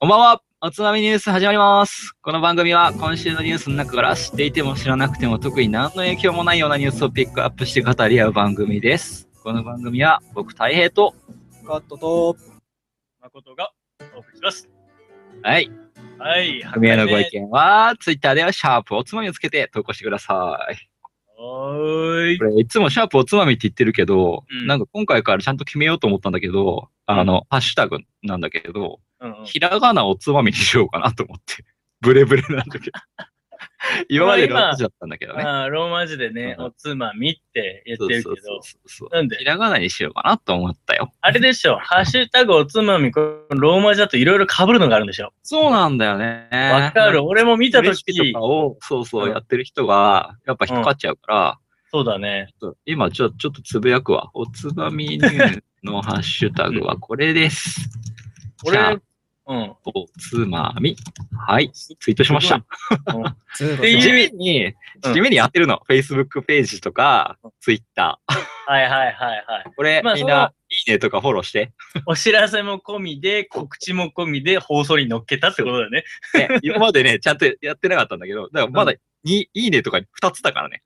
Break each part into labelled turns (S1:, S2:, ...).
S1: ばんは。おつまみニュース始まります。この番組は今週のニュースの中から知っていても知らなくても特に何の影響もないようなニュースをピックアップして語り合う番組です。この番組は僕、たい平と。
S2: カットと、
S3: 誠がお送りします。
S1: はい。
S3: はい、
S1: 組へのご
S3: 八
S1: 意
S3: 回目。
S1: 見は、ツイッターではシャープおつまみをつけて投稿してください。
S3: おーい
S1: こ。れ、いつもシャープおつまみって言ってるけど、
S3: うん
S1: なんか今回からちゃんと決めようと思ったんだけど、あの、ハッシュタグなんだけど、
S3: うんうん
S1: ひらがなおつまみにしようかなと思って。 ブレブレなんだ けど。今までの話だったんだけどね。
S3: あーローマ字でね、
S1: うん
S3: おつまみって言っ
S1: そう
S3: てるけ
S1: そうそう
S3: ど、
S1: そう
S3: なん
S1: ひ
S3: で、
S1: らがなにしようかなと思ったよ。
S3: あれでしょ、ハッシュタグおつまみ、これローマ字だといろいろ被るのがあるんでしょ。
S1: そうなんだよね。
S3: わかる。俺も見た
S1: レ
S3: と
S1: シ
S3: き、
S1: ピとかを、そうそう、
S3: うん
S1: やってる人が、やっぱ引っかかっちゃうから、
S3: そうだね。
S1: ちょっと今ちょ、ちょっとつぶやくわ。おつまみニュースのハッシュタグはこれです。 じゃあ
S3: 俺、うん。
S1: おつまみ。はい。ツイートしました。
S3: うん
S2: ツー
S3: ていう
S1: 地味に、
S3: うん
S1: 地味にやってるの。Facebook ページとか、Twitter。
S3: はいはいはいはい。
S1: これ、
S3: まあ
S1: みんな、いいねとかフォローして。
S3: お知らせも込みで、告知も込みで放送に乗っけたってことだよね。
S1: ね、今までね、ちゃんとやってなかったんだけど、だからまだ、にいいねとか2つだからね。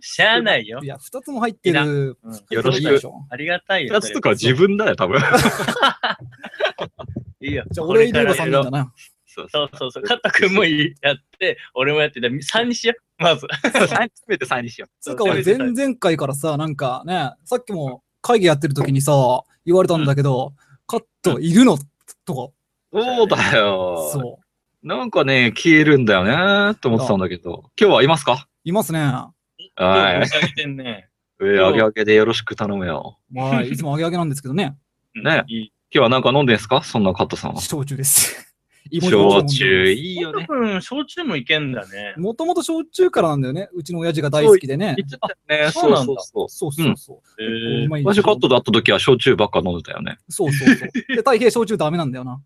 S3: しゃあないよ
S2: い。や、二つも入ってる。
S3: うん
S1: よろしく
S2: でょ
S3: ありがたいよ。
S1: 2つとかは自分だよ、多 分。
S3: それいいよ。
S2: じゃあ、
S3: これ
S2: 俺入
S3: か
S2: れ
S3: ら
S2: ば三人だな。
S1: そう
S3: そうそうそう。カット君もやって、俺もやって、3にしよう。まず。
S1: 3つめて3にしよ
S2: つうか、俺、前々回からさ、なんかね、さっきも会議やってる時にさ、言われたんだけど、カットいるのと
S1: う。そうだ
S2: か、
S1: よ。
S2: そう。
S1: なんかね、消えるんだよね、と思ってたんだけど。今日はいますか
S2: いますね。
S1: は
S3: 申
S1: い。
S3: し上げてんね。
S1: 上あげあげでよろしく頼むよ。
S2: まあ、いつも上げ上げなんですけどね、
S1: ね
S3: いい。
S1: 今日はなんか飲んでんすかそんなカットさんは。
S2: 焼酎です。
S1: 焼酎
S2: い。
S1: いいよね。
S3: うん、焼酎もいけんだね。
S2: もともと焼酎からなんだよね。うちの親父が大好きでね。
S1: 言っちゃったよね。
S3: そうなんだ
S1: そう
S2: そうそうそう。
S3: え
S2: こうう
S3: ー
S2: まい
S1: 私カットで会った時は焼酎ばっか飲んでたよね。
S2: そうそうそう。で、大平焼酎ダメなんだよな。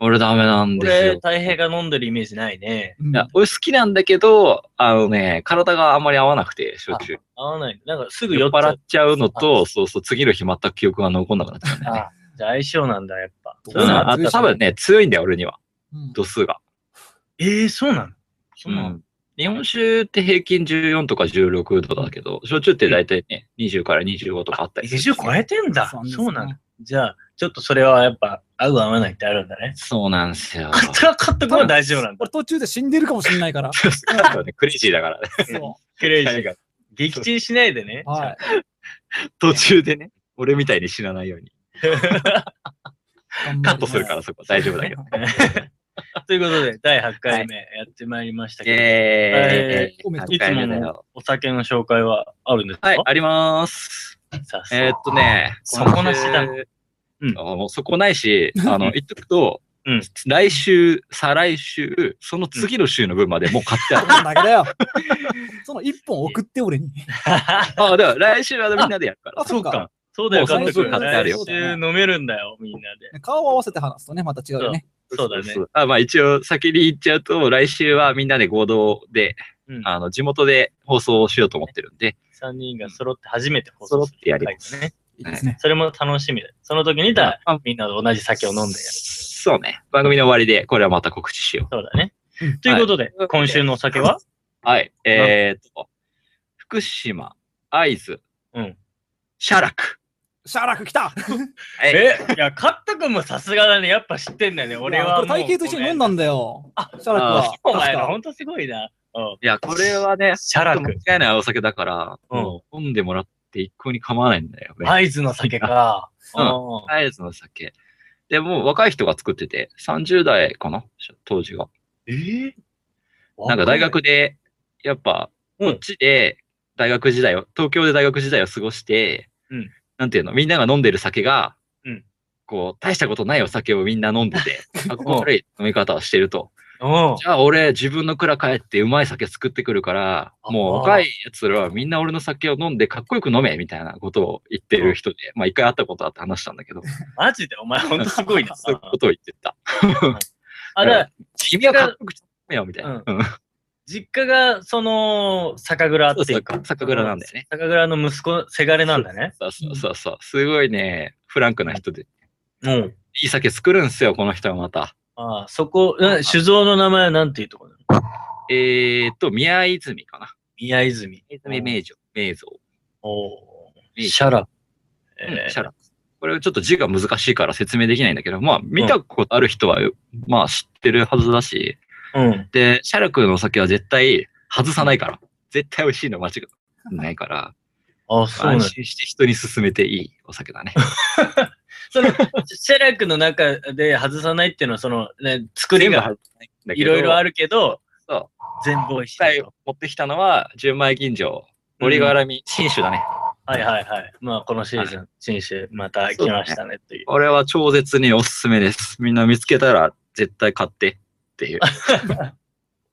S1: 俺ダメなん
S3: こ
S1: です
S3: れ
S1: よ、。
S3: 大平が飲んでるイメージないね。
S2: うん
S1: いや、俺好きなんだけど、あのね、体があんまり合わなくて、焼酎。
S3: 合わない。なんかすぐ
S1: 酔
S3: 酔
S1: っ
S3: っちゃ
S1: 払っ
S3: う。
S1: ちゃうのと、そうそう、次の日全く記憶が残んなくなっちゃうね。
S3: あじゃあ相性なんだ、やっぱ。
S2: ど
S1: うん、
S2: な
S1: あと多分ね、強いんだよ、俺には。
S2: うん
S1: 度数が。
S3: えー、そうなのそううなの
S1: ん、日本酒って平均14とか16度だけど、焼酎って大体ね、20から25とかあったりする。
S3: ?20 超えてんだ
S2: そうなん。ですね
S3: そうなのじゃあ、ちょっとそれはやっぱ、合う合わないってあるんだね。
S1: そうなんです よ。
S3: カットはカット君は大丈夫なんだ。
S2: 俺途中で死んでるかもしれないから。
S1: ね、クレイジーだからね。
S2: そ
S3: クレイジ
S1: 彼
S3: ー。
S1: が
S3: 撃沈しないでね。
S2: うはい。
S1: 途中でね、俺みたいに死なないように。カットするから、そこ大丈夫だけど。
S3: ということで、第8回目やってまいりましたけど、
S1: えー、
S2: おめでとう
S1: 8回目だよ。
S3: お酒の紹介はあるんですか
S1: はい、あります。
S3: さすが
S1: えーっとね、
S3: そこなしだ
S1: 今週
S3: うん
S1: あもうそこない し、あの、言っとくと、
S3: うん
S1: 来週、再来週、その次の週の分までもう買って ある。
S2: だけだよ。その一本送って俺に。
S1: あだから来週はみんなでやるから。
S2: あそうか。
S3: そう だ
S1: も
S3: よ、
S1: う
S3: カット君。
S2: その分買ってある
S3: 来
S2: よ
S3: 週飲めるんだよ、みんなで。
S2: 顔を合わせて話すとね、また違うよね。
S3: そうだね。
S1: あまあ一応先に言っちゃうと、来週はみんなで合同で、
S3: うん
S1: あの、地元で放送をしようと思ってるんで、
S3: 3人が揃って初めて放送す
S1: 揃
S3: る
S1: ってやります
S3: 回だね。
S2: いいですね。
S3: それも楽しみだよ。その時にだ、
S1: あ
S3: みんなで同じ酒を飲んでやる。
S1: そうね。番組の終わりで、これはまた告知しよう。
S3: そうだね
S2: うん。
S3: ということで
S1: はい、
S3: 今週のお酒は
S1: はい。えーっと、福島、会津、
S3: うん。
S1: 写楽。
S2: シャラク来
S1: は
S2: た
S1: い
S3: え、いや、カット君もさすがだね。やっぱ知ってんだよね。俺はもう。
S2: 体型と一緒に飲んだんだよ。シャ
S1: あ
S2: ラク
S3: お
S2: は。
S3: 前ら、ほ
S2: 確か
S3: んとすごいな。うん。
S1: いや、これはね、
S3: シャラ
S1: 間
S3: ク。
S1: 違いないお酒だから、
S3: うん
S1: もう飲んでもらって一向に構わないんだよね。い。
S3: 合図の酒か。
S1: うん
S3: うん
S1: アイズの酒。でもう若い人が作ってて、30代かな当時が。
S3: えー
S1: なんか大学で、やっぱ、こっちで大学時代を、東京で大学時代を過ごして、
S3: うん
S1: なんていうの、みんなが飲んでる酒が、
S3: うん
S1: こう、大したことないお酒をみんな飲んで て、かっこ悪い飲み方をしてると。
S3: うん。
S1: じゃあ俺自分の蔵帰ってうまい酒作ってくるから、
S3: あ
S1: もう若いやつらはみんな俺の酒を飲んでかっこよく飲めみたいなことを言ってる人で、まあ一回会ったことあって話したんだけど、
S3: マジでお前ほんとすごい な。
S1: そういうことを言ってた。
S3: あ、だから、
S1: 君はかっこよく飲めよみたいな。うん
S3: 実家が、その、酒蔵っていう
S1: そう
S3: か
S1: そう。酒蔵なんだよね。
S3: 酒蔵の息子、せがれなんだね。
S1: そうそうそうそう。すごいね、フランクな人で。
S3: うん。
S1: いい酒作るんすよ、この人がまた。
S3: ああ、そこ、な酒造の名前はなんていうところなの
S1: えーっと、宮泉かな。
S3: 宮泉。
S1: 宮泉名城。名蔵。
S3: お
S1: 名
S3: ー
S1: 城
S3: シャラク。
S1: うん
S3: え
S1: シャラこれちょっと字が難しいから説明できないんだけど、まあ見たことある人は、まあ知ってるはずだし、
S3: ーうん。
S1: で、シャラクのお酒は絶対外さないから。絶対美味しいの間違いないから、
S3: あ、そうなん
S1: 安
S3: だ。
S1: 心して人に勧めていいお酒だね。
S3: その、シャラクの中で外さないっていうのは、その、ね、作り
S1: 全部
S3: が
S1: 外さないんだけ
S3: い
S1: ど、
S3: ろいろあるけど、
S1: そ
S3: 全部美味しい
S1: 今回
S3: と。
S1: 持ってきたのは、純米吟醸、森がらみ、新酒だね。
S3: はいはいはい。まあ、このシーズン、新種、また来ましたねっていう。
S1: これは超絶におすすめです。みんな見つけたら絶対買ってって いう。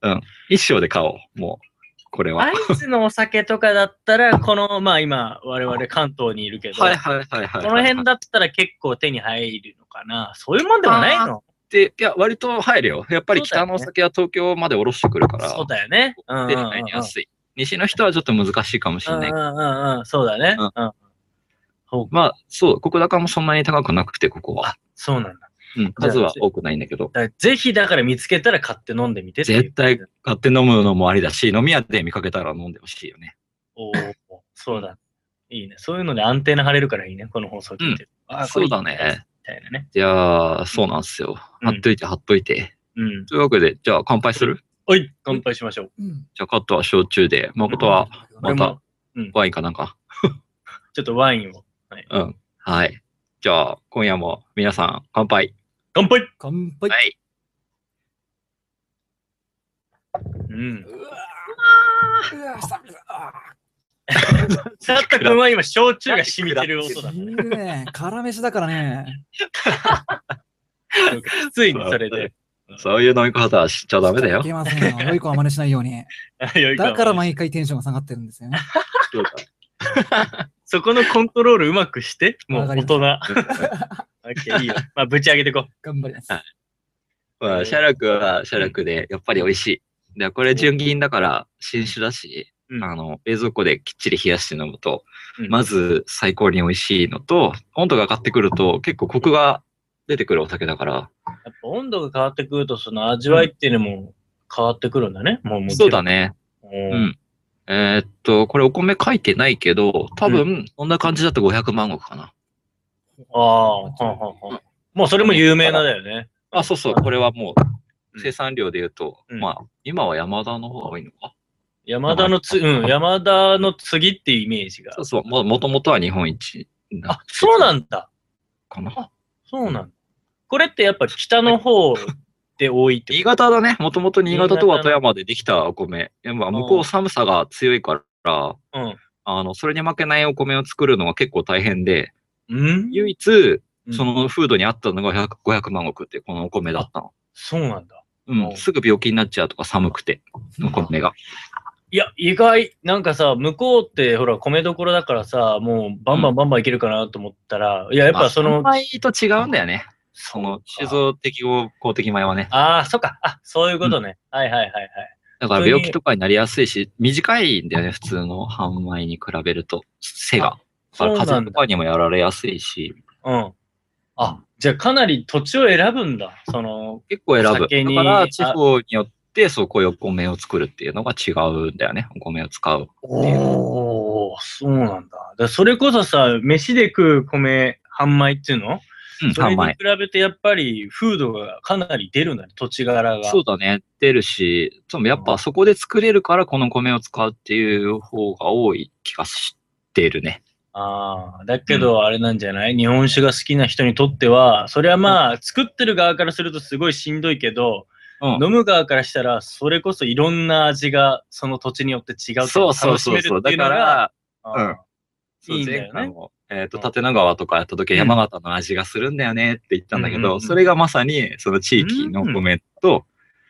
S1: うん。一生で買おう。もう、これは。
S3: アイスのお酒とかだったら、この、まあ今、我々関東にいるけど、
S1: はいはいはいはい。
S3: この辺だったら結構手に入るのかな。そういうもんでもないの
S1: で、いや、割と入るよ。やっぱり
S3: そうだ
S1: 北
S3: よね
S1: のお酒は東京まで下ろしてくるから、
S3: そうだよね。うんうんうん
S1: 手
S3: う
S1: に
S3: ん。
S1: 入りやすい。西の人はちょっと難しいかもし
S3: う
S1: れ
S3: ん
S1: ない。
S3: うんうん。そうだね。
S1: うん
S3: うん。そう
S1: まあ、そう、ここだからもそんなに高くなくて、ここは
S3: あ。そうなんだ。
S1: うん、数は多くないんだけど。
S3: だからぜひ、だから見つけたら買って飲んでみてっていう
S1: 絶対買って飲むのもありだし、飲み屋で見かけたら飲んでほしいよね。
S3: おーそうだ。いいね。そういうのでアンテナ張れるからいいね、この放送聞いてる。あーこ
S1: そ
S3: れいうい
S1: だね。
S3: みたいなね。
S1: いやー、そうなんですよ。
S3: うん
S1: 貼っといて貼っといて。
S3: うん。
S1: というわけで、じゃあ乾杯する
S3: おい、乾杯しましょう。
S2: うん。
S1: じゃあカットは焼酎で、誠は
S3: 俺
S1: ま
S3: も
S1: た、ワインかなんか。
S3: ちょっとワインを。
S1: うん。はい。じゃあ、今夜も皆さん乾杯。
S3: 乾杯
S2: 乾杯。
S1: はい。
S3: うん。
S2: うわーうわー久々あ
S3: サッタ君は今、焼酎が染みてる音だ。
S2: ーいいね。辛飯だからね。
S3: ついにそれで。
S1: そういう飲み方はしちゃダメだよ
S2: い。けませんよ。良い子は真似しないように。
S3: よい
S2: だから
S3: まあ
S2: 毎回テンションが下がってるんですよね。
S1: そうだ
S3: そこのコントロールうまくして、もう
S2: わか
S3: 大
S2: りま
S3: 人。オッケーいいよ。まあ、ぶち上げてこ
S2: 頑張ります。
S1: まあ、シャラクはシャラクで、やっぱり美味しい。で、これ純銀だから、新酒だし、
S3: うん
S1: あの、冷蔵庫できっちり冷やして飲むと、
S3: うん
S1: まず最高に美味しいのと、温度が上がってくると、結構コクが出てくるお酒だから、
S3: う。やっぱ温度が変わってくると、その味わいっていうのも変わってくるんだね。もうもちろ
S1: そ
S3: ん
S1: うだね。
S3: お
S1: う
S3: ー
S1: ん。えーっと、これお米書いてないけど、多分、こんな感じだと500万石かな。
S3: ああ、はんはんはん。もうそれも有名なだよね。
S1: あ、そうそう、これはも
S3: う
S1: うん生産量で言うと、
S3: うん
S1: まあ、今は山田の方が多いのか
S3: 山田のつ、うん、山田の次っていうイメージが
S1: そ。うそう、ももともとは日本一
S3: あ、そうなんんだ。
S1: かな。
S3: そうなんだ。これってやっぱ北の方で多いって
S1: 新潟だね。もともと新潟とは
S3: 新潟
S1: 富
S3: の
S1: 山でできたお米。やっぱ向こ
S3: う
S1: うん寒さが強いから、
S3: うん
S1: あの、それに負けないお米を作るのは結構大変で、
S3: うん
S1: 唯一、そ
S3: うん
S1: の風土に合ったのが100 500万石ってこのお米だったの。
S3: そうなんだ。
S1: う。
S3: うんん
S1: すぐ病気になっちゃうとか寒くて、お米が。
S3: いや、意外、なんかさ、向こうって、ほら、米どころだからさ、もう、バンバンバンバンいけるかなと思ったら、いや、やっ
S1: ま
S3: ぱ
S1: あ
S3: その、
S1: 乾杯と違うんだよね。その、酒造的合法的米はね。
S3: ああ、そっか、あ、そういうことね。はいはいはいはい。
S1: だか
S3: 本当
S1: ら
S3: に
S1: 病気とかになりやすいし、短いんだよね、普通の販売に比べると、背が。だから
S3: そう
S1: 風
S3: な
S1: 邪
S3: ん
S1: と
S3: だ。
S1: かにもやられやすいし、
S3: うん。あ、じゃあかなり土地を選ぶんだ。その、
S1: 結構選ぶ。
S3: 先に
S1: だから地方によって、そうこういうお米を作るっていうのが違うんだよね、お米を使う。
S3: おお、そうなんだ。だからそれこそさ、飯で食う米、販売っていうの
S1: うん、
S3: それ
S1: 販
S3: に比
S1: 売。
S3: べてやっぱり風土がかなり出るんだね、土地柄が。
S1: そうだね、出るし、でもやっぱそこで作れるからこの米を使うっていう方が多い気がしているね。
S3: ああ、だけどあれなんじゃない、日本酒が好きな人にとっては、それはまあ、作ってる側からするとすごいしんどいけど、
S1: うん。
S3: 飲む側からしたら、それこそいろんな味がその土地によって違うっていうの
S1: そ
S3: を
S1: うそう
S3: 楽し
S1: そう
S3: める
S1: そう。
S3: ってい
S1: だ
S3: うの
S1: か
S3: が、
S1: ら、うん
S3: あ
S1: そう
S3: いいんだよね
S1: 前回も、えっ、と、
S3: うん
S1: 立野川とかやった時、
S3: うん
S1: 山形の味がするんだよねって言ったんだけ
S3: うんうん
S1: ど、
S3: うん
S1: それがまさに、その地域のお米と、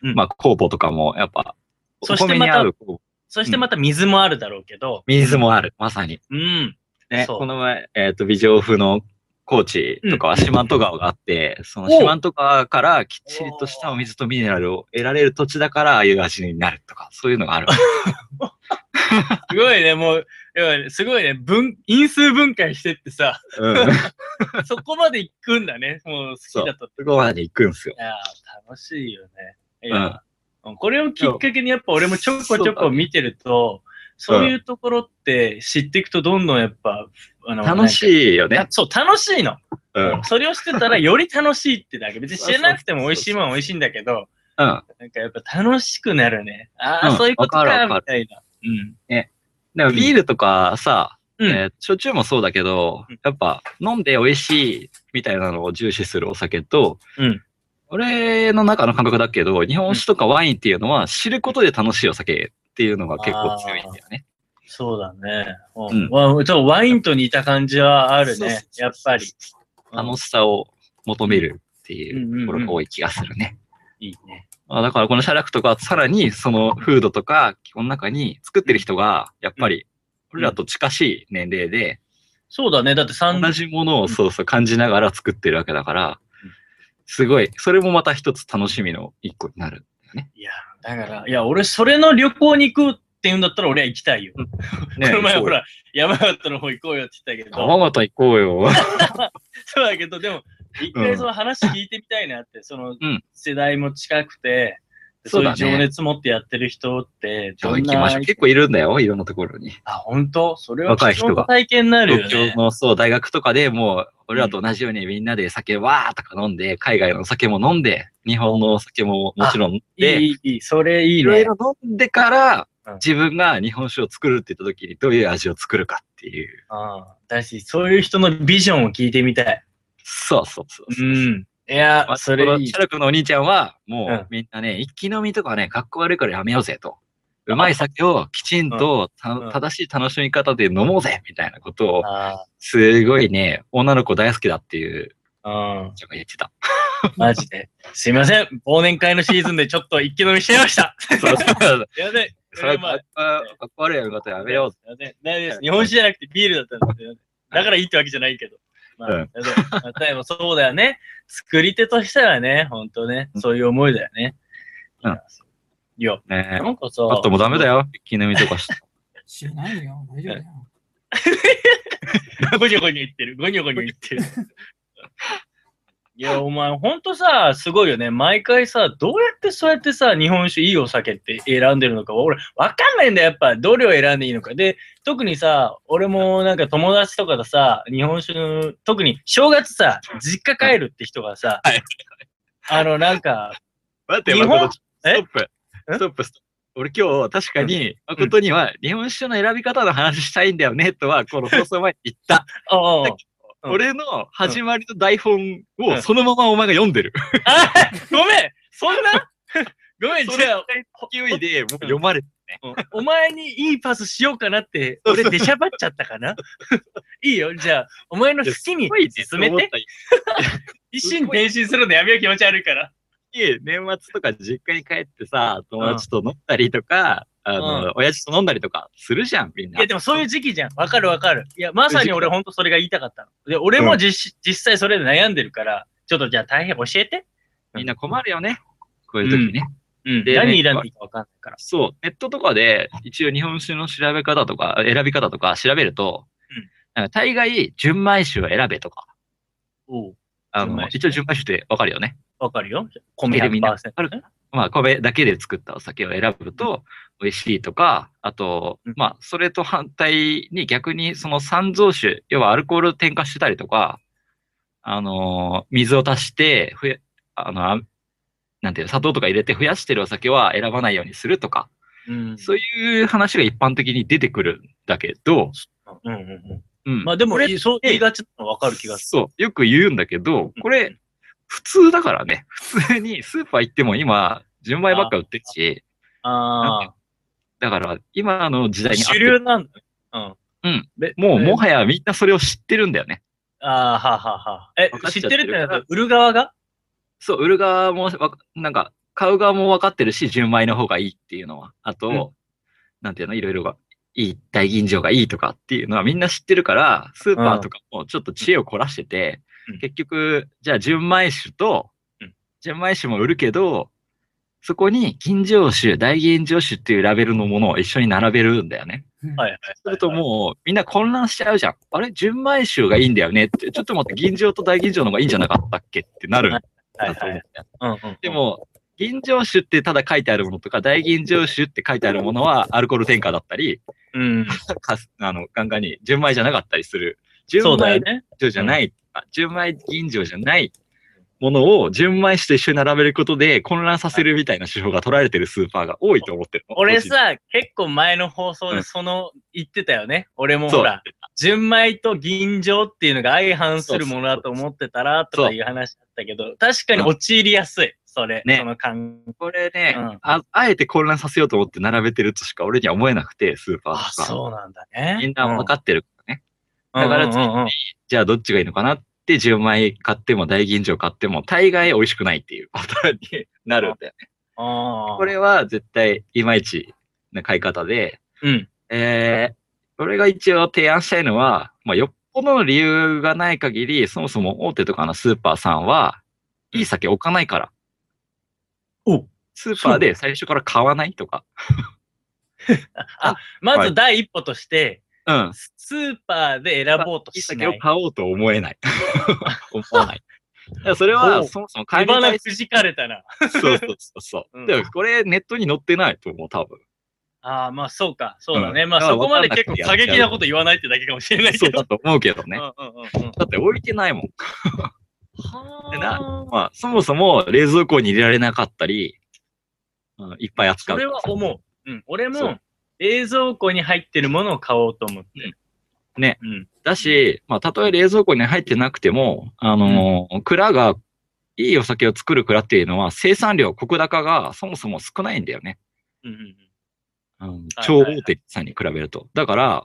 S3: うん
S1: まあ、酵母とかも、やっぱ、お
S3: そして
S1: 米に合う酵母
S3: そしてまた水もあるだろうけど、
S1: 水もある、まさに。
S3: うん。
S1: ね、
S3: そう
S1: この前、えっ、と、美女風の高知とかは四万十川があって、その
S3: お
S1: 四万十川からきっちりと したお水とミネラルを得られる土地だから、ああいう味になるとか、そういうのがある。
S3: すごいね、もう、要はねすごいね、分、因数分解してってさ、
S1: うん。
S3: そこまで行くんだね。もう好きだったって。
S1: そこまで行くんすよ
S3: い。やー楽しいよね。いや、これをきっかけにやっぱ俺もちょこちょこ見てると、
S1: そう
S3: そ
S1: だ
S3: う
S1: ね
S3: いうところって知っていくとどんどんやっぱ、あの
S1: 楽
S3: い、
S1: しいよ
S3: な
S1: ね。
S3: そう、楽しいの。
S1: うん。
S3: それをしてたらより楽しいってだけ。別に知らなくても美味しいもんは美味しいんだけど、
S1: うん。
S3: なんかやっぱ楽しくなるね。ああ、
S1: うん
S3: そういうこと
S1: わか
S3: か、
S1: るわ
S3: み
S1: か
S3: たいな。うん。
S1: でもビールとかさ、
S3: うん
S1: えー焼酎もそうだけど
S3: うん、
S1: やっぱ飲んで美味しいみたいなのを重視するお酒と、
S3: うん
S1: 俺の中の感覚だけど、日本酒とかワインっていうのは知ることで楽しいお酒っていうのが結構強いんだよね。
S3: そうだね。う
S1: うん
S3: ん。わちょっとワインと似た感じはある
S1: そうそう
S3: ね。
S1: そ
S3: やっぱり。うん
S1: 楽しさを求めるっていうところが多い気がするね。
S3: いいね。
S1: まあだからこの写楽とか、さらにそのフードとか、この中に作ってる人が、やっぱり、俺らと近しい年齢で、
S3: そうだね。だって三
S1: 同じものをそうそう感じながら作ってるわけだから
S3: うん、
S1: すごい、それもまた一つ楽しみの一個になる。
S3: いや、だから、いや、俺、それの旅行に行くって言うんだったら俺は行きたいよ。
S1: ね
S3: この前
S1: そう
S3: ほら、山形の方行こうよって言ったけ
S1: 山
S3: ど、
S1: 形行こう よ。
S3: そうだけど、でも、一回その話聞いてみたいなって、その
S1: うん
S3: 世代も近くて、
S1: そ
S3: そううい
S1: だ
S3: う
S1: ね
S3: 情熱持ってやってる人って、
S1: 行きましょう。結構いるんだよ、いろんなところに。
S3: あ、本当それは
S1: 若い人が
S3: 貴重な体験になるよ
S1: 東
S3: ね
S1: 京。のそう大学とかでもう、俺らと同じようにみんなで酒わーとか飲んで、海外のお酒も飲んで、日本のお酒ももちろん飲ん
S3: い
S1: で、
S3: い、いいいい、それい
S1: い
S3: い
S1: ろい
S3: ね。
S1: ろ飲んでから
S3: うん、
S1: 自分が日本酒を作るって言った時にどういう味を作るかっていう。
S3: うんだし、そういう人のビジョンを聞いてみたい。
S1: そうそうそう
S3: う
S1: そう。
S3: ん。いや
S1: ま、あ
S3: それ
S1: こ
S3: い
S1: の
S3: い
S1: シャ。ラクのお兄ちゃんは、
S3: う
S1: も
S3: ん
S1: うみんなね、一気飲みとかね、かっこ悪いからやめようぜと。うまい酒をきちんとた
S3: うん
S1: 正しい楽しみ方で飲もうぜみたいなことを、
S3: あ
S1: すごいね、女の子大好きだっていう
S3: ーうん。
S1: 人が言って た。
S3: マジで。すいません。忘年会のシーズンでちょっと一気飲みしちゃいま した。
S1: そうそうそう。
S3: やべえ。
S1: それ
S3: ま
S1: か
S3: あ
S1: っこ悪いやめ方やめようぜ。
S3: やべえないです。日本酒じゃなくてビールだったんですよ。だからいいってわけじゃないけど。まあ、
S1: うん
S3: やべえまあでもそうだよね。作り手としたらね、ほんとね、そういう思いだよね。
S1: うん
S3: いや、
S1: ね
S3: なんかさ、
S1: あともうダメだよ、一気飲みとかして。
S2: しないよ。大丈夫だよ。
S3: ゴニョゴニョ言ってる。ゴニョゴニョ言ってる。いや、お前、ほんとさ、すごいよね。毎回さ、どうやってそうやってさ、日本酒いいお酒って選んでるのか、俺、わかんないんだよ、やっぱ。どれを選んでいいのか。で、特にさ、俺もなんか友達とかがさ、日本酒の、特に正月さ、実家帰るって人がさ、
S1: はい
S3: あの、なんか、
S1: 待って、
S3: 日本
S1: 誠、スト
S3: え
S1: ップ。ストップ、ストップ。俺今日、確かに、誠には、日本酒の選び方の話したいんだよね、とは、この放送前に言った。
S3: おうおううん
S1: 俺の始まりの台本
S3: う
S1: を、
S3: ん
S1: そのままお前が読んで る。
S3: あごめんそんな ごめん、
S1: そ
S3: じ
S1: れ
S3: ゃあ、
S1: 勢い で、もう読まれて。
S3: お前にいいパスしようかなって、俺出しゃばっちゃったかな いいよ、じゃあ、お前の好きに進めて、一心転身するのやめよう気持ち悪いから。
S1: 年末とか実家に帰ってさ、友達と飲んだりとか、あ
S3: う
S1: の、親父と飲んだりとかするじゃん、みん
S3: い
S1: な
S3: や、。でもそういう時期じゃん。わかるわかる。いや、まさに俺ほんとそれが言いたかったの。で、俺も実,、実際それで悩んでるから、ちょっとじゃあ大変教えて。
S1: みんな困るよね。こういう時ね。
S3: うん。
S1: で
S3: 何選んでいいかわかんないから。
S1: そう、ネットとかで一応日本酒の調べ方とか、選び方とか調べると、
S3: うん
S1: なんか大概、純米酒を選べとか、
S3: おう
S1: あの
S3: 純米酒
S1: 一応純米酒ってわかるよね。
S3: わかるよ。米
S1: 聞いてみんな
S3: 100%。
S1: あるまあ、米だけで作ったお酒を選ぶと美味しいとか、あと
S3: うん、
S1: まあ、それと反対に逆にその三蔵酒、要はアルコール添加してたりとか、あのー水を足して、ふやあの、あなんていうの砂糖とか入れて増やしてるお酒は選ばないようにするとか、
S3: うん。
S1: そういう話が一般的に出てくるんだけど、
S3: うんうんうん。
S1: うん
S3: まあでも
S1: これ、
S3: そう言いがちなのわかる気がす
S1: そう、よく言うんだけど、
S3: る。
S1: これ、、普通だからね。普通にスーパー行っても今、純米ばっか売ってるし、
S3: ああ。
S1: だから今の時代に合っ
S3: 主
S1: て
S3: 流
S1: る
S3: なんだね。
S1: うん。
S3: で
S1: もう、
S3: ね
S1: もはやみんなそれを知ってるんだよね。
S3: ああ、はあはあはあ。え
S1: 分か、っ
S3: 知
S1: ちゃ
S3: っ
S1: って
S3: てる
S1: る
S3: っ
S1: か
S3: ての
S1: ら
S3: は、売る側が
S1: そう、売る側もわか、なんか、買う側も分かってるし、純米の方がいいっていうのは。あと、
S3: うん
S1: なんていうの、いろいろが、いい、大吟醸がいいとかっていうのはみんな知ってるから、スーパーとかもちょっと知恵を凝らしてて、
S3: うん
S1: 結局、じゃあ純米酒と
S3: うん、
S1: 純米酒も売るけど、そこに吟醸酒、大吟醸酒っていうラベルのものを一緒に並べるんだよね。
S3: はいはい。
S1: するともうみんな混乱しちゃうじゃん。あれ純米酒がいいんだよねって。ちょっと待って、吟醸と大吟醸の方がいいんじゃなかったっけってなるんだ
S3: はい
S1: と
S3: は
S1: 思う
S3: い。うんうん
S1: で、も、吟醸酒ってただ書いてあるものとか、大吟醸酒って書いてあるものはアルコール添加だったり、
S3: うん。
S1: かすあの、ガンガンに純米じゃなかったりする。純
S3: そうだよ
S1: 米
S3: ね。
S1: 酒じゃない、あ純米吟醸じゃないものを純米酒と一緒に並べることで混乱させるみたいな手法が取られてるスーパーが多いと思ってるの。
S3: 俺
S1: 個人
S3: さ、結構前の放送
S1: う
S3: で
S1: ん
S3: その、言ってたよね。俺も
S1: そう
S3: ほら、純米と銀醸っていうのが相反するものだと思ってたら、とかいう話だったけど、確かに陥りやすい。それ、
S1: ね
S3: その感
S1: これね、
S3: うん
S1: あ、あえて混乱させようと思って並べてるとしか俺には思えなくて、スーパー
S3: あ、
S1: とか。
S3: そうなんだね。
S1: みんな分かってるからね。
S3: う
S1: だ
S3: ん
S1: から
S3: うんうんうん
S1: じゃあどっちがいいのかなって、純米買っても大吟醸買っても、大概美味しくないっていうことになるんだよね。
S3: あー
S1: これは絶対いまいちな買い方で、
S3: うん。
S1: えー、俺が一応提案したいのは、まあ、よっぽどの理由がない限り、そもそも大手とかのスーパーさんは、いい酒置かないから。
S3: お
S1: スーパーで最初から買わないとか。
S3: まず第一歩として、
S1: うん。
S3: スーパーで選ぼうと
S1: いい
S3: し
S1: 酒
S3: な
S1: を
S3: い。
S1: 買おうと思え ない。思わない。だからそれは、
S3: おう
S1: そもそも
S3: 手
S1: 買い
S3: 放
S1: 物に対
S3: くじかれたら。
S1: そうそうそうそう。
S3: うん
S1: でもこれネットに載ってないと思う、多分。
S3: ああ、まあそうか。そうだね。
S1: うん
S3: まあそこまで
S1: だから分か
S3: 結構
S1: んなくてやっ
S3: 過
S1: ちゃう
S3: 激なこと言わないってだけかもしれ ない
S1: そ
S3: け
S1: う
S3: ど。
S1: だと思うけど
S3: う
S1: ね。
S3: んうんうんうん
S1: だって置いてないもん。
S3: は
S1: で
S3: あ
S1: なまあ、そもそも冷蔵庫に入れられなかったり、うん、いっぱい扱。
S3: そうれは思う。うん。俺
S1: そ
S3: も
S1: う
S3: 冷蔵庫に入ってるものを買おうと思って。
S1: ね。
S3: うん。
S1: だし、まあ、たとえ冷蔵庫に入ってなくても、あのー蔵が、いいお酒を作る蔵っていうのは生産量、国高がそもそも少ないんだよね。
S3: うんうんうん。
S1: うん
S3: はい
S1: 超大手さんに比べると。だから、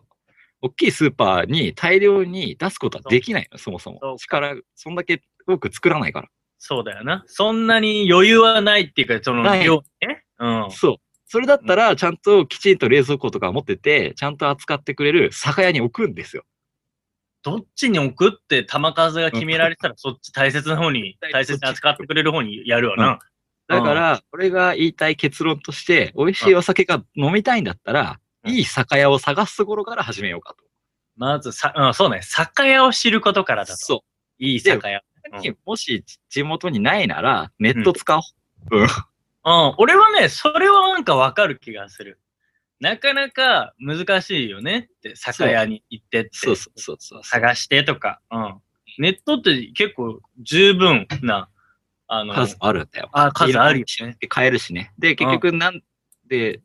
S1: 大きいスーパーに大量に出すことはできないの、そもそ
S3: そう
S1: も。
S3: か
S1: 力、そんだけ多く作らないから。
S3: そうだよな。そんなに余裕はないっていうか、その
S1: ない
S3: 量ね。うん。
S1: そう。それだったら、ちゃんときちんと冷蔵庫とか持ってて、ちゃんと扱ってくれる酒屋に置くんですよ。
S3: どっちに置くって球数が決められてたら、そっち大切な方に、大切に扱ってくれる方にやるわな。
S1: だから、俺が言いたい結論として、美味しいお酒が飲みたいんだったら、
S3: うん
S1: いい酒屋を探すところから始めようか
S3: まずさ、うん、そうね。酒屋を知ることから
S1: と。
S3: だと。
S1: そ
S3: いい酒屋。
S1: う。もし地元にないなら、ネット使おう。
S3: うん、俺はね、それはなんかわかる気がする。なかなか難しいよねって、酒屋に行ってって、
S1: そうそうそうそう。
S3: 探してとか、うん。ネットって結構十分な、あの、
S1: 数あるんだよ。
S3: あ数あるよね。
S1: で買えるしね。で、結局なんで、
S3: うん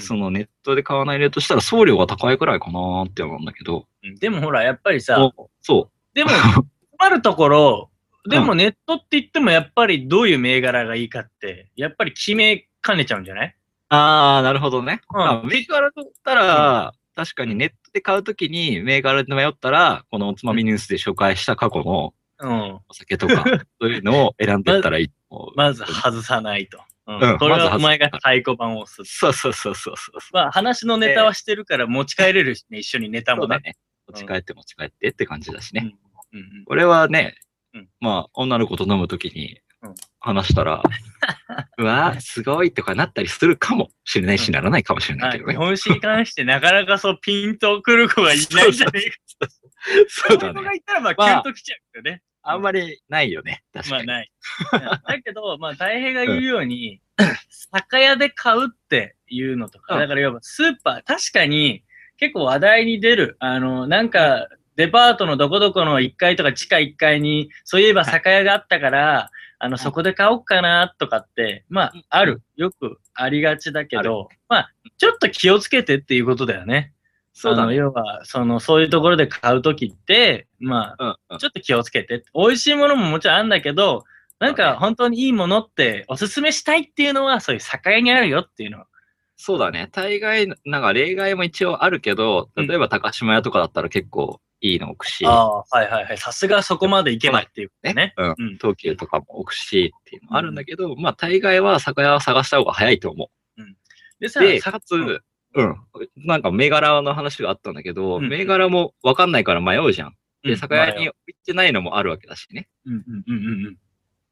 S1: そのネットで買わない例としたら送料が高いくらいかなーって思うんだけど。
S3: うんでもほら、やっぱりさ、
S1: おそ。
S3: でも、困るところ、でもネットって言ってもやっぱりどういう銘柄がいいかって、やっぱり決めかねちゃうんじゃないう
S1: ああ、なるほどね。
S3: うん
S1: まあ銘柄だったら、確かにネットで買うときに銘柄で迷ったら、このおつまみニュースで紹介した過去の
S3: うん。
S1: お酒と か、そういうのを選んでったらいいと思う。
S3: まず外さないと。う
S1: う
S3: ん。
S1: ん
S3: これ
S1: まず外
S3: は
S1: さ
S3: お前が太鼓判を押す。
S1: そうそうそうそうそう。
S3: まあ話のネタはしてるから持ち帰れるしね、一緒にネタ
S1: そ
S3: も
S1: うだ
S3: ね。
S1: ね。持ち帰って持ち帰ってって感じだしね。
S3: うんうん
S1: 俺はね、
S3: うん
S1: まあ、女の子と飲むときに
S3: うん
S1: 話した ら、うわー、すごいとかなったりするかもしれないし、
S3: うん
S1: ならないかもしれ
S3: ま
S1: な
S3: あ
S1: いけどね
S3: 日。本史に関してなかなかそうピンとくる子がいないんじゃねえか。
S1: そうだ
S3: 子
S1: ね
S3: が。いたらまあキ
S1: まあ
S3: ュンときちゃうよね。
S1: あんまりないよね。確か
S3: まあ
S1: に。
S3: ない。 だけど、まあ大平が言うように、酒屋で買うっていうのとか、
S1: うん
S3: だから要はスーパー、確かに結構話題に出る、あの、なんかデパートのどこどこの1階とか地下1階に、そういえば酒屋があったから、あの、そこで買おうかなとかって、ま
S1: うん
S3: あ、ある。よくありがちだけど、まあ、ちょっと気をつけてっていうことだよね。
S1: そうだ
S3: あの
S1: ね。
S3: 要は、その、そういうところで買うときって、まあ、
S1: うんうん
S3: ちょっと気をつけて。美味しいものももちろんあるんだけど、なん
S1: そうだ
S3: か
S1: ね
S3: 本当にいいものっておすすめしたいっていうのは、そういう酒屋にあるよっていうのは。
S1: そうだね。大概、なんか例外も一応あるけど、
S3: うん
S1: 例えば高島屋とかだったら結構いいの置くし、
S3: ああ、はいはいはい。さすがそこまでいけないっていうこと
S1: ね
S3: ね。
S1: うん
S3: うん
S1: 東急とかも置くしっていうのあるんだけど、まあ大概は酒屋を探した方が早いと思う。
S3: でさ、
S1: で、
S3: さ
S1: かつ、
S3: ん
S1: うん、なんか銘柄の話があったんだけど、
S3: うん
S1: 銘柄もわかんないから迷うじゃん。
S3: う
S1: で、
S3: ん
S1: 酒屋に
S3: まあ
S1: 行ってないのもあるわけだしね。
S3: うんうんうんうんうん。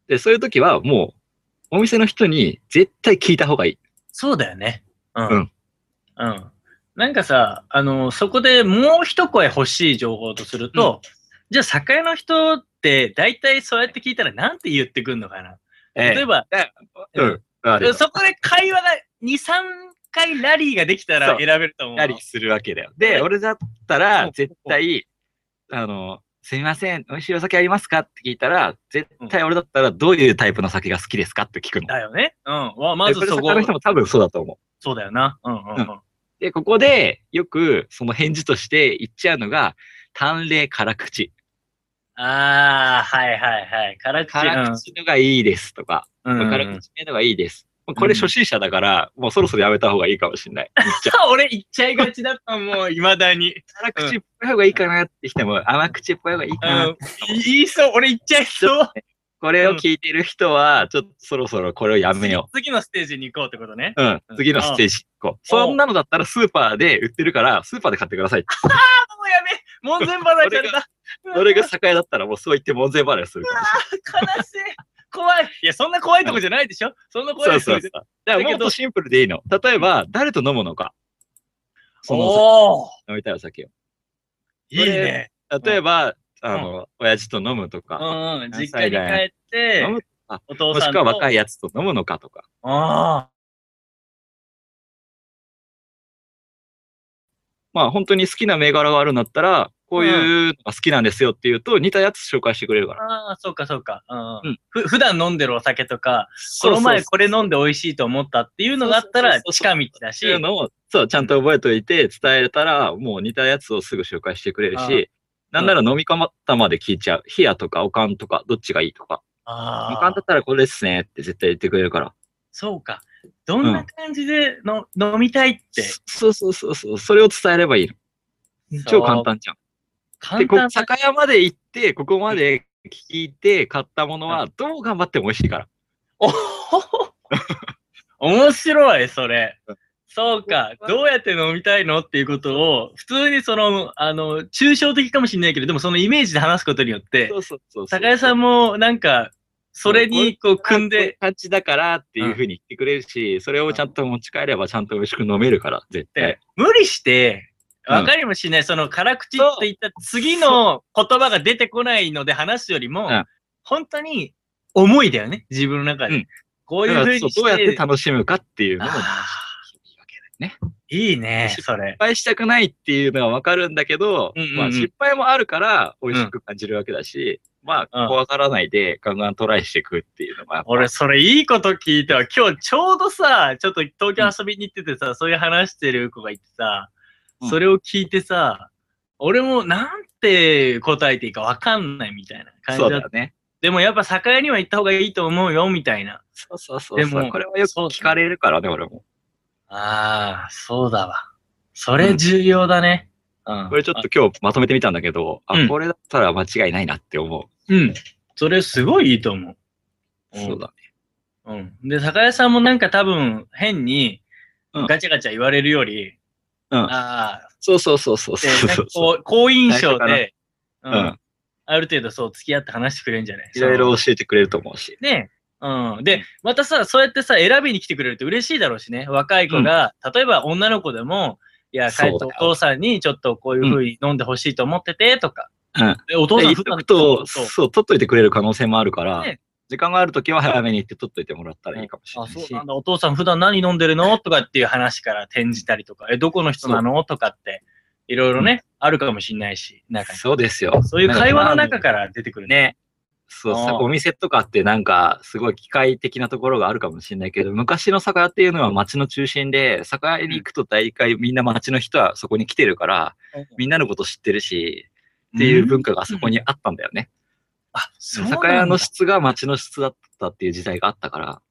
S1: で、そういう時はもう、お店の人に絶対聞いた方がいい。
S3: そうだよね。うん。
S1: うん
S3: うんなんかさ、あの、そこでもう一声欲しい情報とすると、じゃあ、酒屋の人って、大体そうやって聞いたら、なんて言ってくんのかな。例えば、
S1: えうん。あれ
S3: そこで会話が2、3回ラリーができた
S1: そ
S3: ら
S1: う
S3: 選べると思う。
S1: なりするわけだよ。で、俺だったら、絶対、あの、すみません、美味しいお酒ありますかって聞いたら、絶対俺だったら、どういうタイプの酒が好きですかって聞くの。
S3: だよね。うん。わまず
S1: で
S3: そ
S1: こ
S3: こ
S1: れ、。の人も多分そうだと思
S3: そうだよな。うんうんうん。
S1: う。で、ここで、よく、その返事として言っちゃうのが、淡麗辛口。
S3: ああ、はいはいはい。辛口。
S1: 辛口のがいいですとか、
S3: うんうん
S1: 辛口めのがいいです。まあこれ初心者だから、もうそろそろやめた方がいいかもしれ ない。言っちゃう
S3: 俺言っちゃいがちだったもう、いまだ に。
S1: 辛口っぽい方がいいかなって人も、甘口っぽい方がいいか
S3: う
S1: な。
S3: ん。言いそう、俺言っちゃ いそう。
S1: これを聞いてる人は、ちょっとそろそろこれをやめよう。
S3: 次のステージに行こうってことね。
S1: うん
S3: う、ん
S1: 次のステージ行こう。そんなのだったらスーパーで売ってるから、スーパーで買ってくださいって。
S3: もうやべえ門前払いされた。
S1: それが酒屋だったらもうそう言って門前払いするから。
S3: 悲しい。怖い。いや、そんな怖いとこじゃないでしょそんな怖
S1: そ
S3: いうとこ
S1: そうそう。だからもっとシンプルでいいの。例えば、誰と飲むのか。その
S3: おお
S1: 飲みたいお酒を。
S3: いいね。
S1: 例えば、あの、親父と飲むと
S3: う
S1: か、
S3: んうん。
S1: 関
S3: 実
S1: 西
S3: 家に
S1: だよ
S3: 帰って
S1: 飲む、
S3: お父
S1: も
S3: さ
S1: し
S3: ん
S1: く
S3: と。
S1: は若いやつと飲むのかとか。
S3: あ
S1: まあ本当に好きな銘柄があるんだったら、こういうのが好きなんですよっていうと、似たやつ紹介してくれるか
S3: ー
S1: ら。
S3: あー、そうかそうか。う
S1: うんん。
S3: ふ普段飲んでるお酒とか、
S1: そ
S3: こ
S1: う
S3: の前
S1: そう
S3: これ飲んで美味しいと思ったっていうのがあったら
S1: そうそうそう
S3: 近道だ
S1: っ
S3: して
S1: いう、のを、そう、ちゃんと覚えといて伝えたら、もう似たやつをすぐ紹介してくれるし、
S3: あ
S1: な
S3: あ
S1: んなら飲み方まで聞いちゃう。冷やとかおかんとか、どっちがいいとか。おか
S3: あ
S1: んだ
S3: ー
S1: ったらこれですねって絶対言ってくれるから。
S3: そうか。どんな感じでの、飲みたいって。
S1: そうそうそうそう。それを伝えればいいの。超簡単じゃん。
S3: そう。
S1: で、
S3: 簡
S1: こ
S3: 単
S1: 酒屋まで行って、ここまで聞いて買ったものは、どう頑張っても美味しいから。
S3: おほほ面白い、それ。そうか。どうやって飲みたいのっていうことを、普通にその、あの、抽象的かもしれないけど、でもそのイメージで話すことによって
S1: そ、うそうそうそう。
S3: 高谷さんもなんか、それにこう、組ん
S1: こういう
S3: で、
S1: 感じだからっていうふうに言ってくれるし、それをちゃんと持ち帰ればちゃんと美味しく飲めるから、絶対。
S3: 無理して、
S1: うん
S3: わかりもしない、その辛口って言った次の言葉が出てこないので話すよりも
S1: うん、
S3: 本当に思いだよね、自分の中
S1: う
S3: で
S1: ん。
S3: こう
S1: だ
S3: い
S1: か
S3: うふう
S1: ら
S3: に
S1: そう
S3: して。
S1: どうやって楽しむかっていうのも
S3: あ
S1: いいわけだよね。
S3: ーいいね、それ
S1: 失。敗したくないっていうのはわかるんだけど、
S3: うんうんうん
S1: まあ失敗もあるから美味しく感じるわけだし、ま
S3: うん
S1: あ怖がらないでガンガントライしていくっていうのが、
S3: 俺、それいいこと聞いたわ。今日ちょうどさ、ちょっと東京遊びに行っててさ、そういう話してる子がいてさ
S1: う、ん
S3: それを聞いてさ、俺もなんて答えていいかわかんないみたいな感じ
S1: そう
S3: だ
S1: だ
S3: った
S1: よ。ね。
S3: でもやっぱ酒屋には行った方がいいと思うよ、みたいな。
S1: そうそうそうそう。
S3: でも
S1: これはよく聞かれるからね、俺も。
S3: ああ、そうだわ。それ重要だね。うん。
S1: これちょっと今日まとめてみたんだけど、あ、
S3: うん
S1: これだったら間違いないなって思う。
S3: うん。それすごいいいと思う。
S1: そうだね。
S3: うん。で、酒屋さんもなんか多分変に
S1: うん
S3: ガチャガチャ言われるより、
S1: うん
S3: ああ、
S1: そうそうそうそう
S3: で、なん
S1: そ
S3: か
S1: うそう。
S3: こう、好印象で、
S1: う
S3: う、
S1: んん。
S3: ある程度そう、付き合って話してくれるんじゃない
S1: いろいろ教えてくれると思うし。
S3: そのね。うん。で、またさ、そうやってさ、選びに来てくれると嬉しいだろうしね。若い子が、例えば女の子でも、いや、帰
S1: そうだ
S3: っ
S1: よ
S3: てお父さんにちょっとこういう風に飲んでほしいと思ってて、とか。
S1: うん。
S3: でお父さ
S1: で
S3: ん
S1: 行っとくと、
S3: そう
S1: そう、取っといてくれる可能性もあるから、
S3: ね
S1: 時間があるときは早めに行って取っといてもらったらいいかもしれ
S3: あ、
S1: ないし。
S3: そうなんだ。お父さん普段何飲んでるのとかっていう話から転じたりとか、え、どこの人なのとかって、いろいろね、あるかもしれないし、なんか、
S1: そうですよ。
S3: そういう会話の中
S1: ら。
S3: から出てくるね。
S1: ね。そう
S3: あー
S1: さお店とかってなんかすごい機械的なところがあるかもしれないけど昔の酒屋っていうのは街の中心で酒屋に行くと大体みんな街の人はそこに来てるからみんなのこと知ってるしっていう文化がそこにあったんだよね、
S3: あ、そうなんだ
S1: 酒屋の質が街の質だったっていう時代があったから、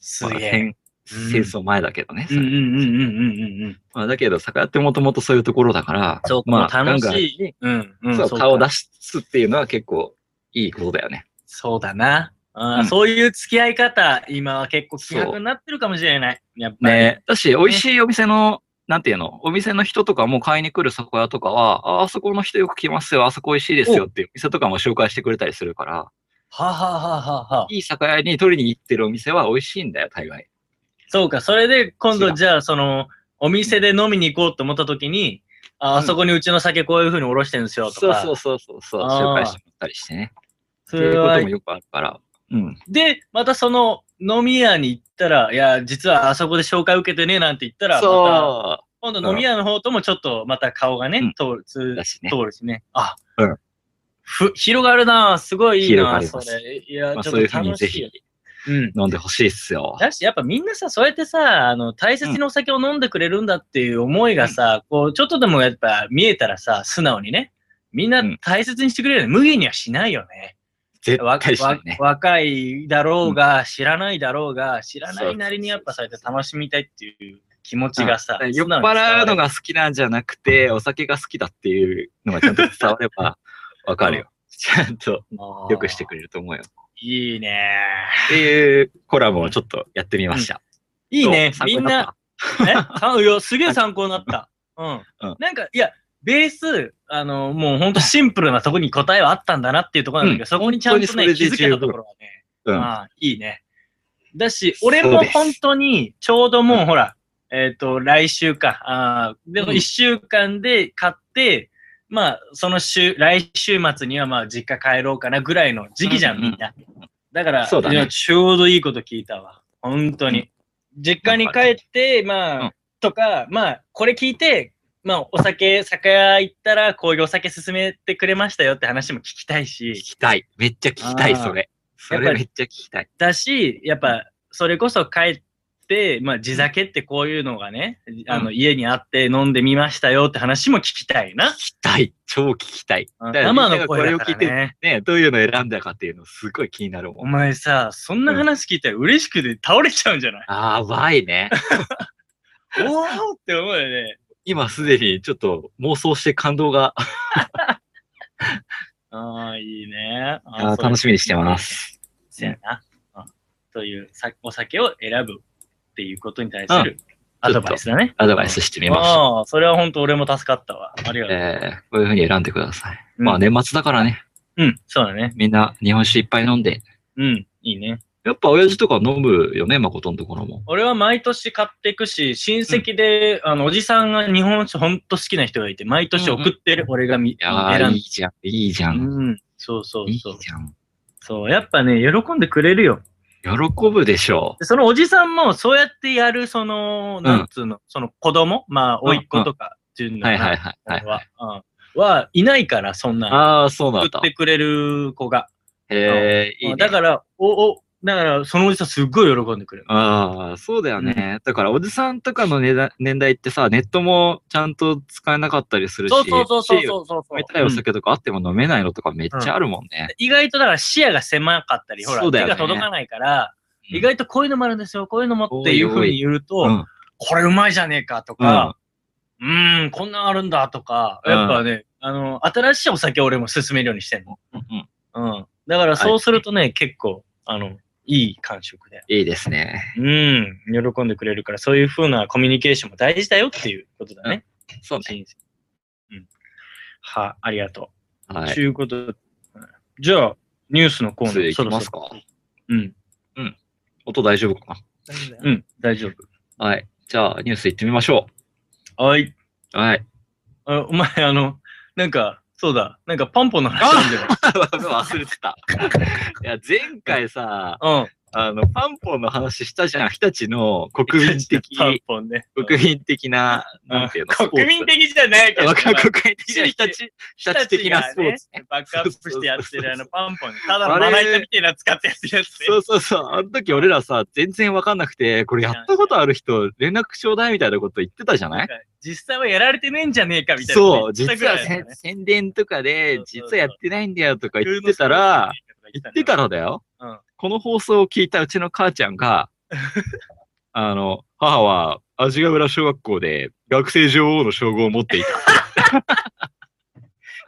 S3: す
S1: まあ、
S3: げえ。
S1: 戦
S3: うん
S1: 戦争前だけどね、
S3: うんうんうんうんうんうん。
S1: まあ、だけど酒屋ってもともとそういうところだから
S3: そう
S1: まあ、
S3: 楽し
S1: ガン
S3: い。うん、う
S1: ガン
S3: ん。
S1: そう顔を出
S3: し。
S1: すっていうのは結構いいことだよね
S3: そうだな。あ
S1: う
S3: ー
S1: ん
S3: そういう付き合い方、今は結構希薄になってるかもしれない。やっぱり。
S1: ね、だし、美味しいお店の、なんていうの、お店の人とかも買いに来る酒屋とかは、ああそこの人よく来ますよ、あそこ美味しいですよっていうお店とかも紹介してくれたりするから、
S3: ははははは。
S1: いい酒屋に取りに行ってるお店は美味しいんだよ、大概。
S3: そうか、それで今
S1: 違
S3: 度
S1: う
S3: じゃあ、その、お店で飲みに行こうと思った時に、あ、あそこにうちの酒こういう風におろしてるんです
S1: そ
S3: よ
S1: う
S3: とか。
S1: そうそうそうそう、
S3: あ
S1: 紹
S3: ー
S1: 介してもらったりしてね。
S3: そ
S1: そうい
S3: れ
S1: うこ
S3: は
S1: ともよくあるから。うん。
S3: で、またその飲み屋に行ったら、いや、実はあそこで紹介受けてねなんて言ったら、また、
S1: そ
S3: 今度飲み屋の方ともちょっとまた顔がね、
S1: うん
S3: 通る、
S1: う。
S3: 通
S1: だしね。
S3: 通るしね。あ、
S1: うん
S3: ふ広がるなぁすごいいい
S1: 広が
S3: なぁ
S1: り
S3: そ
S1: ます
S3: れ。いや、
S1: まあ、
S3: ちょ
S1: そういう
S3: っ
S1: ふ
S3: と
S1: うに
S3: 楽
S1: ぜ
S3: しい
S1: ひ
S3: よ。うん。
S1: 飲んでほしいっすよ。
S3: だし、やっぱみんなさ、そうやってさ、あの、大切にお酒を飲んでくれるんだっていう思いがさ、こう、ちょっとでもやっぱ見えたらさ、素直にね、みんな
S1: うん
S3: 大切にしてくれるよね。無限にはしないよね。
S1: 絶
S3: わ
S1: 対しないね。
S3: わ若いだろうが、知らないだろうが、知らないなりにやっぱ
S1: そ
S3: そうう
S1: そ
S3: や
S1: う
S3: って楽しみたいっていう気持ちがさ、
S1: うん酔
S3: 素
S1: っ
S3: 直に伝わる
S1: 払うのが好きなんじゃなくて、お酒が好きだっていうのがちゃんと伝わればわかる よ。ちゃんとよくしてくれると思うよ。
S3: いいね
S1: っていうコラムをちょっとやってみました。
S3: いいね
S1: どう
S3: みんな、。えさいやすげえ参考になった。うん。
S1: うん
S3: なんか、いや、ベース、あの、もうほんとシンプルなとこに答えはあったんだなっていうところなんだけど、そこにちゃんとね、
S1: 本当にそ
S3: 気
S1: れで
S3: づけたところはね、まあ、いいね。だし、俺も本当に、ちょうどもうほら、えっ、と、来週か、あーでも
S1: うん
S3: 1週間で買って、まあ、その週、来週末にはまあ、実家帰ろうかなぐらいの時期じゃん、
S1: うんうん
S3: みんな。だから、
S1: そうだね
S3: いやちょうどいいこと聞いたわ。本当に。実家に帰って、まあ、
S1: うん
S3: とか、まあ、これ聞いて、まあ、お酒、酒屋行ったら、こういうお酒勧めてくれましたよって話も聞きたい
S1: 聞
S3: し、
S1: きたい。めっちゃ聞きたい、
S3: あー
S1: それ。そ
S3: やっ
S1: れ
S3: ぱり
S1: めっちゃ聞きたい。
S3: だし、やっぱ、それこそ帰って、まあ、地酒ってこういうのがね、あの、家にあって飲んでみましたよって話も聞きたいな
S1: 聞。きたい。超聞きたい。だから
S3: 生
S1: みんなが
S3: の声だか
S1: これを聞
S3: ら
S1: いて、
S3: ね。
S1: ね、どういうの選んだかっていうのすごい気になるも
S3: お
S1: ん。
S3: 前さ、そんな話聞いたら嬉しくて倒れちゃうんじゃない、
S1: やばいね。
S3: おーって思うよね。
S1: 今すでにちょっと妄想して感動が、
S3: ああ、いいね。
S1: あー楽しみにしてます。
S3: せやな。うんというさお酒を選ぶっていうことに対するアドバイスだね。
S1: アドバイスしてみました。
S3: ああ、それは本当俺も助かったわ。ありがとう。
S1: えーこういうふうに選んでください。
S3: うん
S1: まあ年末だからね、
S3: うん、そうだね。
S1: みんな日本酒いっぱい飲んで。
S3: うん、いいね。
S1: やっぱ親父とか飲むよね、誠のところも。
S3: 俺は毎年買っていくし、親戚で、あの、おじさんが日本酒ほんと好きな人がいて、毎年送ってる、俺がみ
S1: いやー、
S3: 選ん
S1: いい
S3: で。
S1: じゃん、いいじゃ。
S3: うんん、そうそう
S1: いいじ
S3: そう。
S1: ゃん。
S3: そう、やっぱね、喜んでくれるよ。
S1: 喜ぶでしょ
S3: でそのおじさんも、そうやってやる、その、なんつうの、その子供、まあ、
S1: うん
S3: 甥っ子とかっていう
S1: う。
S3: の
S1: は
S3: か
S1: い
S3: な
S1: はいはいはい。
S3: は、うん、はいないから、そんな。
S1: ああ、そうなん
S3: 作
S1: だ
S3: っ。てくれる子が。
S1: へえ、いい、ね。
S3: だから、お、お、だから、そのおじさんすっごい喜んでくれる。
S1: ああ、そうだよね。だから、おじさんとかの年代年代ってさ、ネットもちゃんと使えなかったりするし、
S3: そうそうそうそうそうそう
S1: 飲みたいお酒とかあっても飲めないのとかめっちゃあるもん
S3: うん
S1: ね。
S3: 意外とだから視野が狭かったり、ほら、
S1: そうだ
S3: 手
S1: よね
S3: が届かないから、
S1: うん
S3: 意外とこういうのもあるんですよ、こういうのもっていうふうに言うと、
S1: うん。
S3: これうまいじゃねえかとか、うーん、こんなんあるんだとか、やっぱね、あの、新しいお酒俺も勧めるようにしてんの。
S1: うんうん
S3: うん。だからそうするとね、結構、あの、いい感触で。
S1: いいですね。
S3: うん、喜んでくれるから、そういう風なコミュニケーションも大事だよっていうことだね。
S1: そうね。
S3: 人生うん。は、ありがとう。
S1: はい
S3: と。いうことで、じゃあ、ニュースのコーナ
S1: つ
S3: ー、
S1: いきますか。
S3: うん、
S1: 音大丈夫か
S2: 大丈夫だよ
S3: うん、大丈
S1: なはい。じゃあ、ニュース行ってみましょ
S3: 夫。はい。
S1: う。 はい。
S3: あお前、あの、なんか、そうだ、なんかパンポの話なんじゃない
S1: 忘れて た。いや、前回さ、
S3: うん。
S1: あの、パンポンの話したじゃん。日立の国民的、
S3: パンポンね。
S1: 国民的な、なんていうの、
S3: 国民的じゃないけど、
S1: わかる
S3: まあ
S1: 国民的な日立、日立的なスポーツね。
S3: バックアップしてやってるあのパンポン、ただ
S1: あ
S3: の
S1: れ
S3: まな板みたいなの使ってやってるやつね。
S1: そうそうそう。あの時俺らさ、全然わかんなくて、これやったことある人、連絡ちょうだいみたいなこと言ってたじゃな
S3: なん
S1: い
S3: か実際はやられてねえんじゃねえかみたいなね。
S1: そう、実は
S3: 言ってたぐらいだ
S1: せ
S3: よね
S1: 宣伝とかで
S3: そう、そうそう
S1: 実はやってないんだよとか言ってたら、、言ってた
S3: ら、
S1: らだよ
S3: うん。
S1: この放送を聞いたうちの母ちゃんが、 あの、母は味ヶ浦小学校で学生女王の称号を持っていた。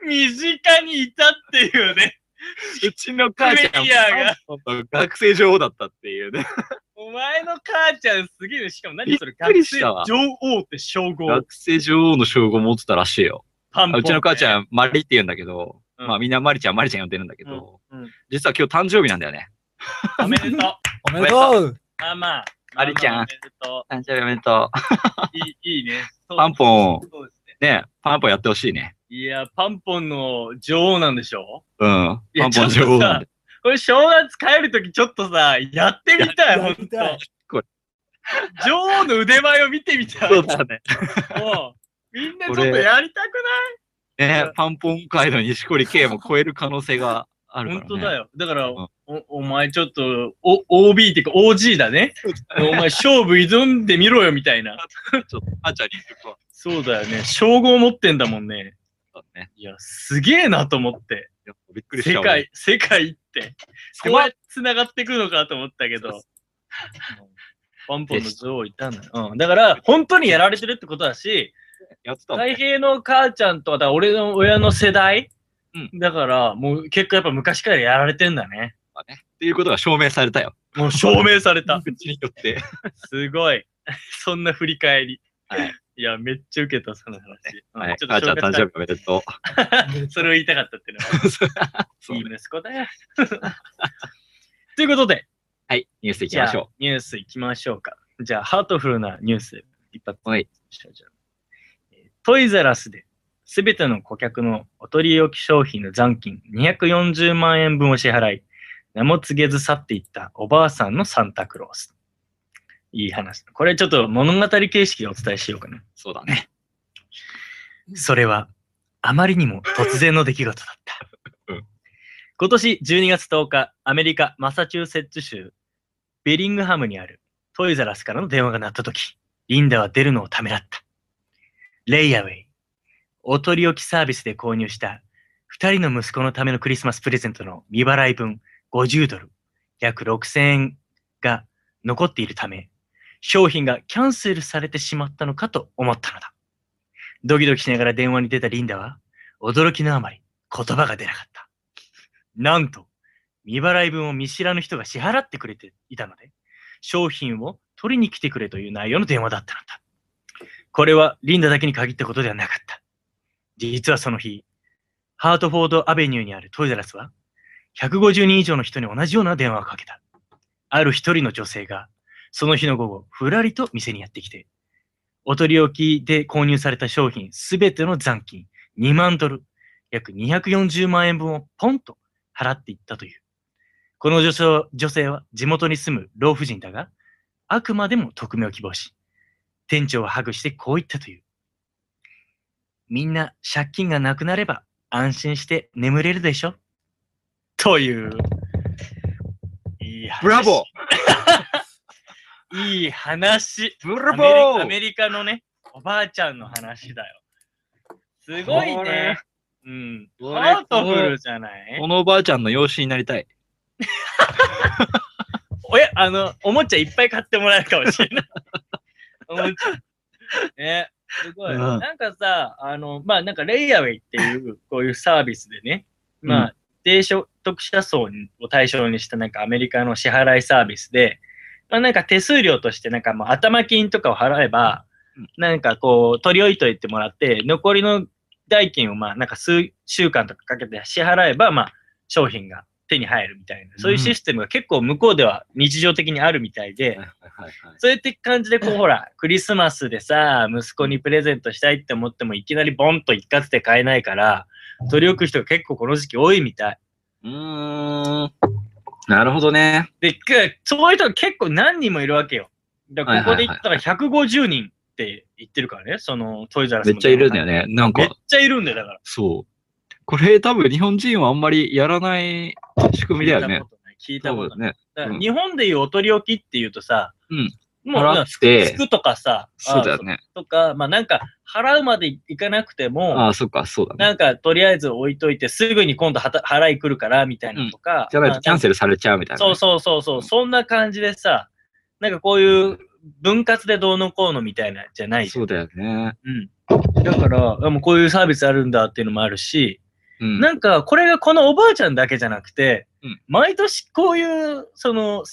S3: 身近にいたっていうね、
S1: うちの母ちゃん
S3: メディアが
S1: は学生女王だったっていうね。
S3: お前の母ちゃんすげえよ。しかも何それ、
S1: びっくりしたわ
S3: 学生女王って称号、
S1: 学生女王の称号を持ってたらしいよ。
S3: パンポン、
S1: うちの母ち
S3: ん。
S1: ゃん、マリって言うんだけど、
S3: ううん
S1: まあみんなマリちゃん、マリちゃん呼んでるんだけど、
S3: うんうん
S1: 実は今日誕生日なんだよね。
S3: おめでとう。
S2: おめでとう
S3: ま あまあ。
S1: ありちゃん
S3: まあまあおめでと
S1: 誕生日おめでと
S3: う。いい、いいね。そう
S1: う。 パンポン、
S3: そうですね。
S1: ね、パンポンやってほしいね。
S3: いや、パンポンの女王なんでしょ
S1: うん。
S3: い
S1: パ
S3: や
S1: ンポン女王なんで。
S3: これ正月帰るときちょっとさ、やってみたい、
S2: や
S3: ほん
S2: っ
S3: と
S2: てみたい。
S3: 女王の腕前を見てみたい。
S1: そうだね。
S3: もうみんなちょっと
S1: これ
S3: やりたく
S1: ね、パンポン界の錦織圭も超える可能性がある
S3: ない
S1: から、ね。
S3: 本当だ
S1: よ。
S3: よ。だから、
S1: ん
S3: おお前ちょっと、お、OB っていうか OG だね。お前勝負挑んでみろよみたいな。
S1: ちょっと、あーちゃんに言ってこ
S3: そうだよね。称号持ってんだもんね。
S1: うそうだね。
S3: いや、すげえなと思って。
S1: いやびっくりした
S3: 世
S1: わ。
S3: 界、世界って。こう
S1: 狭
S3: や
S1: い
S3: って繋がってくるのかと思ったけ
S1: そう
S3: ど。パンポンの女王いたんだ。うん。だから、本当にやられてるってことだし、
S1: やってたもん
S3: 太
S1: ね。
S3: 平の母ちゃんとか、だから俺の親の世代、
S1: うん
S3: だから、もう結構やっぱ昔からやられてんだね。
S1: っていうことが証明されたよ。
S3: もう証明され た。
S1: 口によって。
S3: すごい。そんな振り返り。
S1: はい。
S3: いや、めっちゃ受けた、その話。うん
S1: はい。
S3: ちょっ
S1: あー
S3: と
S1: ちゃん
S3: 紹
S1: 誕
S3: 介
S1: 生日おめでと
S3: したそれを言いたかったっていうのは。
S1: う。そう
S3: いい
S1: ね。
S3: 息子だよ。 ということで、
S1: はい。ニュースいき
S3: じゃ
S1: ましょ
S3: あ
S1: う。
S3: ニュースいきましょうか。じゃあ、ハートフルなニュース、一発
S1: はい
S3: しましょうじゃあえートイザラスで、すべての顧客のお取り置き商品の残金240万円分を支払い、名も告げず去っていったおばあさんのサンタクロース。いい話。これちょっと物語形式でお伝えしようかな。
S1: そうだね。
S3: それは、あまりにも突然の出来事だった
S1: うん。
S3: 今年12月10日、アメリカ・マサチューセッツ州ベリングハムにあるトイザラスからの電話が鳴った時、リンダは出るのをためらった。レイアウェイ、お取り置きサービスで購入した2人の息子のためのクリスマスプレゼントの未払い分50ドル、約6000円が残っているため、商品がキャンセルされてしまったのかと思ったのだ。ドキドキしながら電話に出たリンダは、驚きのあまり言葉が出なかった。なんと、未払い分を見知らぬ人が支払ってくれていたので、商品を取りに来てくれという内容の電話だったのだ。これはリンダだけに限ったことではなかった。実はその日、ハートフォードアベニューにあるトイザラスは、150人以上の人に同じような電話をかけた。ある一人の女性が、その日の午後、ふらりと店にやってきて、お取り置きで購入された商品すべての残金2万ドル、約240万円分をポンと払っていったという。この女性は女性は地元に住む老婦人だが、あくまでも匿名を希望し、店長はハグしてこう言ったという。みんな借金がなくなれば安心して眠れるでしょという。いい話
S1: ブラボ
S3: いい話
S1: ーブ
S3: ア
S1: ラ
S3: メリ
S1: ボ
S3: アメ
S1: ー
S3: リカのね、おばあちゃんの話だよ。すごい
S1: こ
S3: ね
S1: れ。
S3: うん。
S1: これ
S3: ハートフルじゃな
S1: こ
S3: い
S1: のおばあちゃんの養子になりたい。
S3: おや、あの、おもちゃいっぱい買ってもらえるかもしれ ない。おもちゃ。ね、すごい。
S1: うん
S3: なんかさ、あの、まあなんかレイアウェイっていう、こういうサービスでね、まあ、低所得者層を対象にしたなんかアメリカの支払いサービスで、まあなんか手数料としてなんかもう頭金とかを払えば、
S1: うん
S3: なんかこう取り置いといてもらって、残りの代金をまあなんか数週間とかかけて支払えば、まあ商品が手に入るみたいな、そういうシステムが結構向こうでは日常的にあるみたいで、そうやって感じで、こう、ほら、クリスマスでさ、息子にプレゼントしたいって思っても、いきなりボンと一括で買えないから、取り置く人が結構この時期多いみたい。
S1: うーん。なるほどね。
S3: で、くそういう人が結構何人もいるわけよ。だから、ここで言ったら150人って言ってるからね、そのトイザラス
S1: めっちゃいるんだ
S3: よ。
S1: よね。なん
S3: めっ
S1: か、
S3: ちゃいるんだよ、だから。
S1: そう。これ多分日本人はあんまりやらない仕組みだよね。
S3: 聞いた
S1: 多
S3: こと
S1: 分
S3: ない。
S1: ね。
S3: だから
S1: うん
S3: 日本でいうお取り置きっていうとさ、
S1: うん
S3: もう、
S1: 払
S3: な
S1: っ
S3: んか
S1: て、
S3: 服とかさ、
S1: そうだよね。
S3: あとか、まあなんか、払うまでいかなくても、
S1: ああ、そっか、そうだね。
S3: なんか、とりあえず置いといて、すぐに今度はた払い来るから、みたいなのとか。
S1: じゃないとキャンセ
S3: ル
S1: ルされちゃうみたいな
S3: そ
S1: ね。
S3: うそうそうそう、そんな感じでさ、なんかこういう分割でどうのこうのみたいなじゃないじゃ
S1: そ
S3: ん
S1: うだよね。
S3: うん。だから、でもこういうサービスあるんだっていうのもあるし、
S1: うん。
S3: なんか、これがこのおばあちゃんだけじゃなくて、
S1: うん
S3: 毎年こういう、その、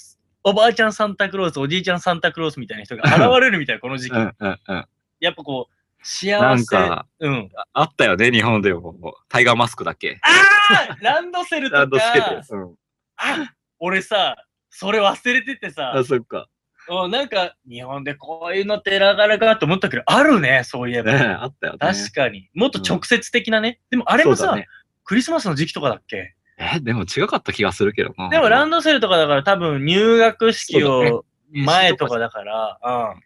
S3: おばあちゃんサンタクロース、おじいちゃんサンタクロースみたいな人が現れるみたいな、この時期
S1: う。んうんうん。
S3: やっぱこう、幸せ。
S1: なんか
S3: うん。
S1: ああったよね、日本でも。タイガーマスクだっけ。
S3: あーランドセル
S1: ラ
S3: と
S1: ンドスケ
S3: か
S1: で。、うん。
S3: あ俺さ、それ忘れててさ
S1: あ、、そっか。
S3: うんなんか、日本でこういうのってなかなかと思ったけど、あるね、そういえ
S1: ねえ、
S3: ば。
S1: あったよね。
S3: 確かに。もっと直接的なね。でもあれも
S1: そうだ
S3: さ、
S1: ね
S3: クリスマスの時期とかだっけ
S1: え、でも違かった気がするけどな。
S3: でもランドセルとかだから多分入学式
S1: そうだね
S3: を前とかだから、うん。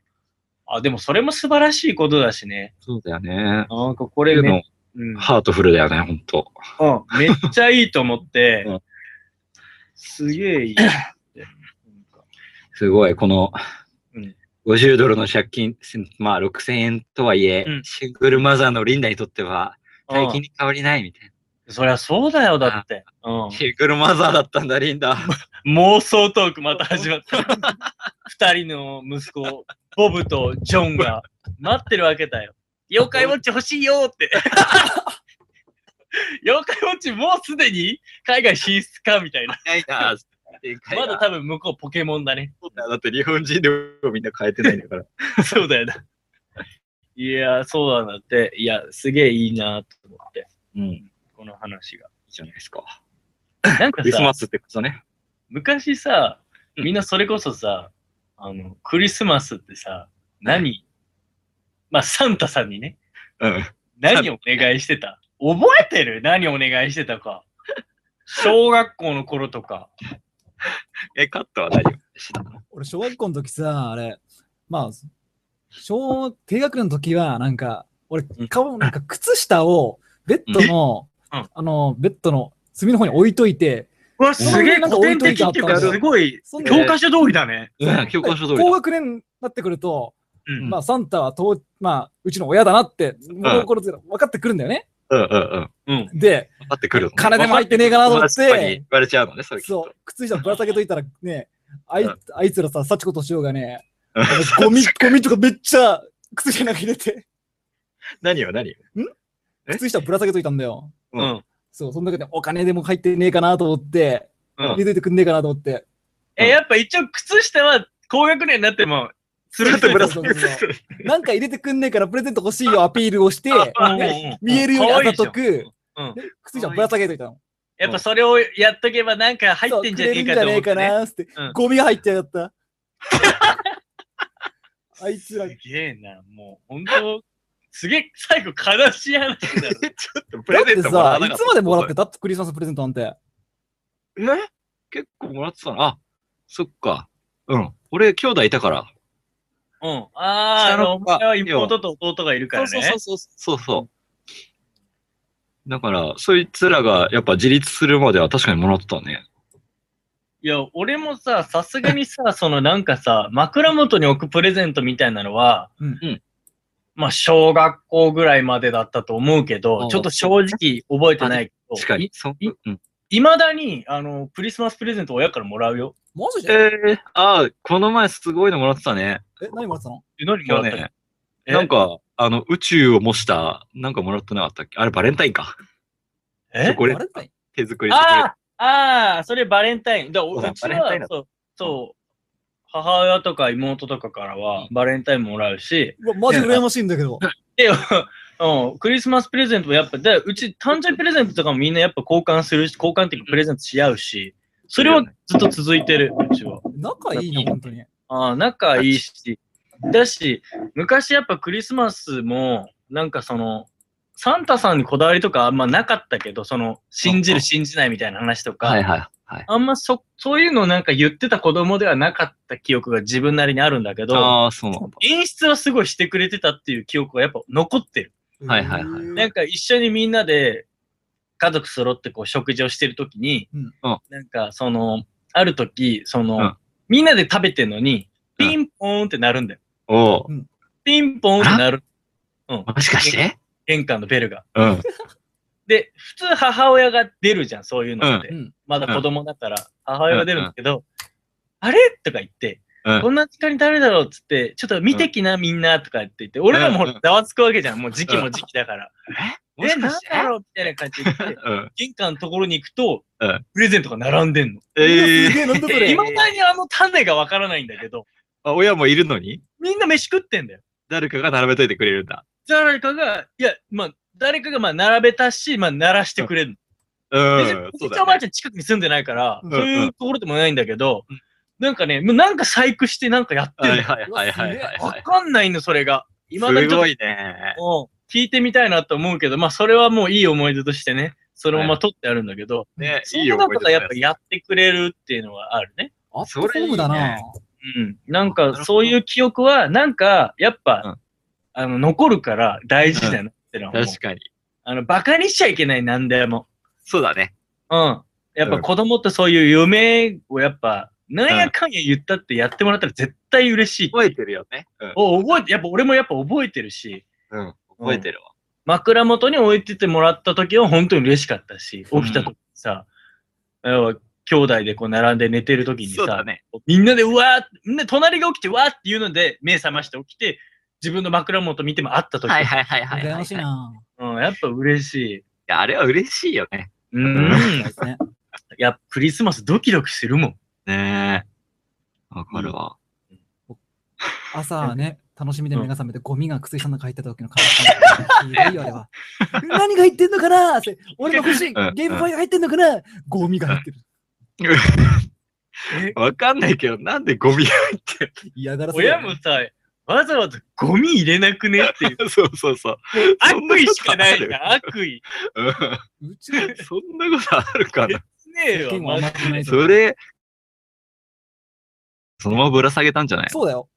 S3: あ、でもそれも素晴らしいことだしね。
S1: そうだよね。
S3: なんかこ
S1: で
S3: れめ,、
S1: も、
S3: うん
S1: ハートフルだよね、ほんと。
S3: うんめっちゃいいと思って、
S1: うん
S3: すげ えいい。
S1: すごい、この
S3: うん、
S1: 50ドルの借金、まあ6000円とはいえ、
S3: うん
S1: シングルマザーのリンダにとっては、大金
S3: う
S1: に変わりないみたい
S3: んそりゃそうだよ、だって。うん
S1: な。シングルマザーだったんだ、リン ダ。
S3: 妄想トークまた始まった。二人の息子、ボブとジョンが待ってるわけだよ。妖怪ウォッチ欲しいよって。妖怪ウォッチもうすでに海外進出かみたいな。
S1: ないな、展開
S3: ま
S1: が
S3: だ多分向こうポケモンだ ね。
S1: そうだよだって日本人でもみんな変えてないんだ から。
S3: そうだよな。いやー、そうなんだって。いや、すげえいいなと思って、
S1: うん。いい
S3: この話が。
S1: じゃないですか。
S3: なん
S1: ク
S3: か
S1: リス
S3: さ、
S1: マスってことね。
S3: 昔さ、
S1: うん
S3: みんなそれこそさ、あの、クリスマスってさ、何まあ、サンタさんにね、
S1: うん。
S3: 何をお願いしてた覚えてる何をお願いしてたか。小学校の頃とか。
S1: え、カットは大丈夫でした。
S2: 俺、小学校の時さ、あれ、まあ、小、低学年の時は、なんか、俺
S3: うん、
S2: 顔、なんか靴下を、ベッドの、
S3: うんうん
S2: あの、ベッドの隅の方に置いといて、
S3: うわ、
S2: すげえ古典的っていうかす
S3: ごい、
S2: そん
S1: 教
S2: で、
S1: 科
S3: 書通りだね。
S1: うん、教科書通り
S2: 高
S1: だ。
S2: 学年になってくると、
S3: うん。
S2: まあ、サンタはと、まあ、うちの親だなって、物心ついて分かってくるんだよね。
S1: うんうんうん。
S3: うん。
S2: で、
S1: 分かってくるのね。
S2: 金でも入ってねえかなと思っ
S1: 確かに
S2: て
S1: 言、われちゃうのね、それきっと。
S2: そう、靴下ぶら下げといたらね、あい,、
S1: うん
S2: あいつらさ、幸子としようがね、
S1: う
S2: あのゴミ、ゴミとかめっちゃ靴下なんか入れて、
S1: 何を何をえ
S2: 靴下ぶら下げといたんだよ。
S1: う
S3: うん。
S2: そう、その中でお金でも入ってねえかなと思って、
S3: うん
S2: 入れといてくんねえかなと思って。
S3: え、やっぱ一応靴下は高学年になっても、つるっと
S2: ぶら下げてなんか入れてくんねえからプレゼント欲しいよアピールを して、ね見えるようにあざとく、
S3: うん
S2: で靴下ぶら下げといたの。
S3: やっぱそれをやっとけばなんか入ってんじゃねえかと思って、ね。
S2: そうくれるんじゃねえかなーっ
S3: うん
S2: て、ゴミが入っちゃ った。あいつら、
S3: すげえな、もう本当、すげえ最後悲しい話 だろ。
S1: ちょっとプレゼントもらわ
S2: だ
S1: な
S2: っ
S1: かっ
S2: てさ、いつ
S1: た。
S2: までもらってたクリスマスプレゼントなんて。
S1: え結構もらってたのあ、そっか。うん。俺、兄弟いたから。
S3: うん。あー、あ
S1: 下の
S3: の、お
S1: 子が
S3: 前は妹と弟がいるからね。
S1: そうそうそうそう。そうそう。だから、そいつらがやっぱ自立するまでは確かにもらってたね。
S3: いや、俺もさ、さすがにさ、そのなんかさ、枕元に置くプレゼントみたいなのは、
S2: うん
S1: うん
S3: まあ、小学校ぐらいまでだったと思うけ
S1: あ
S3: ど、
S1: ー
S3: ちょっと正直覚えてないけど、
S1: 確かに。そう。
S3: い
S1: うん。
S3: いまだに、あの、クリスマスプレゼント親からもらうよ。
S2: マジ
S1: え
S2: で
S1: ー、あー、この前すごいのもらってたね。
S2: え、何もらってたの
S3: え何も
S1: 去
S3: らったの
S1: 年。
S3: え
S1: なんか、あの、宇宙を模した、なんかもらってなかったっけあれ、バレンタインか。チ
S3: え
S1: ョコレート
S2: バレンタイン
S1: 手作りチョコレート
S3: ああ、ああ、それバレンタイン。だお
S1: そう
S3: う
S1: だ
S3: ち
S1: バレンタイン
S3: は
S1: だ
S3: そう、そう、母親とか妹とかからはバレンタインもらうし、
S2: うわ、マジ羨ましいんだ けど。
S3: で、 うん、クリスマスプレゼントもやっぱ、でうち誕生日プレゼントとかもみんなやっぱ交換するし、交換っていうかプレゼントし合うし、それはずっと続いてる、うちは。
S2: 仲いいな、本当に。
S3: ああ、仲いいし。だし、昔やっぱクリスマスも、なんかその、サンタさんにこだわりとかあんまなかったけど、その、信じる信じないみたいな話とか、
S1: はいはいはい。
S3: あんまそ、そういうのなんか言ってた子供ではなかった記憶が自分なりにあるんだけど、
S1: ああ、そうなんだ。
S3: 演出はすごいしてくれてたっていう記憶がやっぱ残ってる。
S1: はいはいはい
S3: なんか一緒にみんなで家族揃ってこう食事をしてるときに、
S2: うん
S1: うん
S3: なんかその、あるとき、その、
S1: うん
S3: みんなで食べてんのに、
S1: うん
S3: ピンポーンってなるんだよ。
S1: おお、
S3: ピンポーンってなる。うん。
S1: もしかして
S3: 玄関のベルが。
S1: うん。
S3: で、普通母親が出るじゃん、そういうのって。
S2: うんうん
S3: まだ子供だから、母親が出るんだけど、あれとか言って、
S1: うん
S3: こんな時間に誰だろうっつって、ちょっと見てきな、みんなとかって言って、俺らもほ
S1: うん
S3: らざわつくわけじゃん。もう時期も時期だから。
S1: も
S3: え、
S1: し
S3: な
S1: か
S3: ん
S1: して
S3: だろうみたいな感じで言 って、
S1: うん。
S3: 玄関のところに行くと、
S1: うん
S3: プレゼントが並んでんの。
S1: ええ
S2: すげえ、なんだそ
S1: えー
S2: れ
S3: い。まだにあの種がわからないんだけど、
S1: あ親もいるのに
S3: みんな飯食ってんだよ。
S1: 誰かが並べといてくれるんだ。
S3: 誰かが、いや、まあ、誰かがまあ並べたし、まあ、鳴らしてくれるの。
S1: うん
S3: で、
S1: そ
S3: お
S1: う
S3: じいちゃん
S1: だ
S3: おばあ
S1: ね。
S3: ちゃん近くに住んでないから、
S1: うん
S3: そういうところでもないんだけど、
S1: うん
S3: なんかね、もうなんか細工してなん かやって
S1: はい
S3: るの。
S1: はいはいはいはい
S3: わ
S1: はい。
S3: かんないの、それが。今だに
S1: す
S3: ちょっ
S1: ごいね
S3: と。もう聞いてみたいなと思うけど、まあ、それはもういい思い出としてね、そのま
S1: は
S3: ま撮ってあるんだけど、
S1: ね、
S3: そ
S1: い
S3: ん
S1: い
S3: な
S1: よ。
S3: ことがやっぱやってくれるっていうのはあるね。
S2: アットホームだ
S1: それいい
S2: な
S1: ね。
S3: うん。
S1: な
S3: なん
S1: るほ
S3: か、
S1: ど
S3: そういう記憶は、なんか、やっ
S1: う
S3: ぱ
S1: ん、
S3: あの、残るから大事だなってのは思う
S1: 確かに。
S3: あの、馬鹿にしちゃいけない、なんでも。
S1: そうだね。
S3: うん。やっ
S1: う
S3: ぱ
S1: ん
S3: 子供ってそういう夢をやっぱ、なんやかんや言ったってやってもらったら絶対嬉しい。
S1: 覚えてるよね。うん
S3: お覚えて、やっぱ俺もやっぱ覚えてるし、
S1: うん。覚えてるわ。
S3: 枕元に置いててもらった時は本当に嬉しかったし、起きた時さ、要は兄弟でこう並んで寝てる時に
S1: そうだ
S3: さ、
S1: ね。
S3: みんなでうわーって、みんな隣が起きてうわーって言うので目覚まして起きて、自分の枕元見てもあった時、
S1: はいはいはいはいはい
S2: 羨
S1: は
S2: ま
S1: い。
S2: しいな。
S3: うん、やっぱ嬉しい。
S1: いやあれは嬉しいよね。
S3: うん。
S2: ね
S3: やっぱクリスマスドキドキするもん。
S1: ねえ。わかるわ。
S2: 朝ね、楽しみで目が覚めて、ゴミが靴下の中入ってた時の感じ。ひどいよ、あ れは。何が入ってんのかなって俺の欲しい、
S1: うん
S2: ゲームファイが入ってんのかなゴミが入ってる。
S1: わかんないけど、なんでゴミ入って
S2: 嫌がらせだよ
S3: 親
S2: ね。
S3: もさ、わざわざゴミ入れなくね っていう。
S1: る そうそうそう。
S3: 悪意しかないじゃん、悪意。
S1: うん
S2: うちの
S1: そんなことあるかな。
S3: ねえよ、
S2: 意見は
S3: マジ
S2: 甘くないぞ
S1: それ、そのままぶら下げたんじゃない
S2: そうだよ。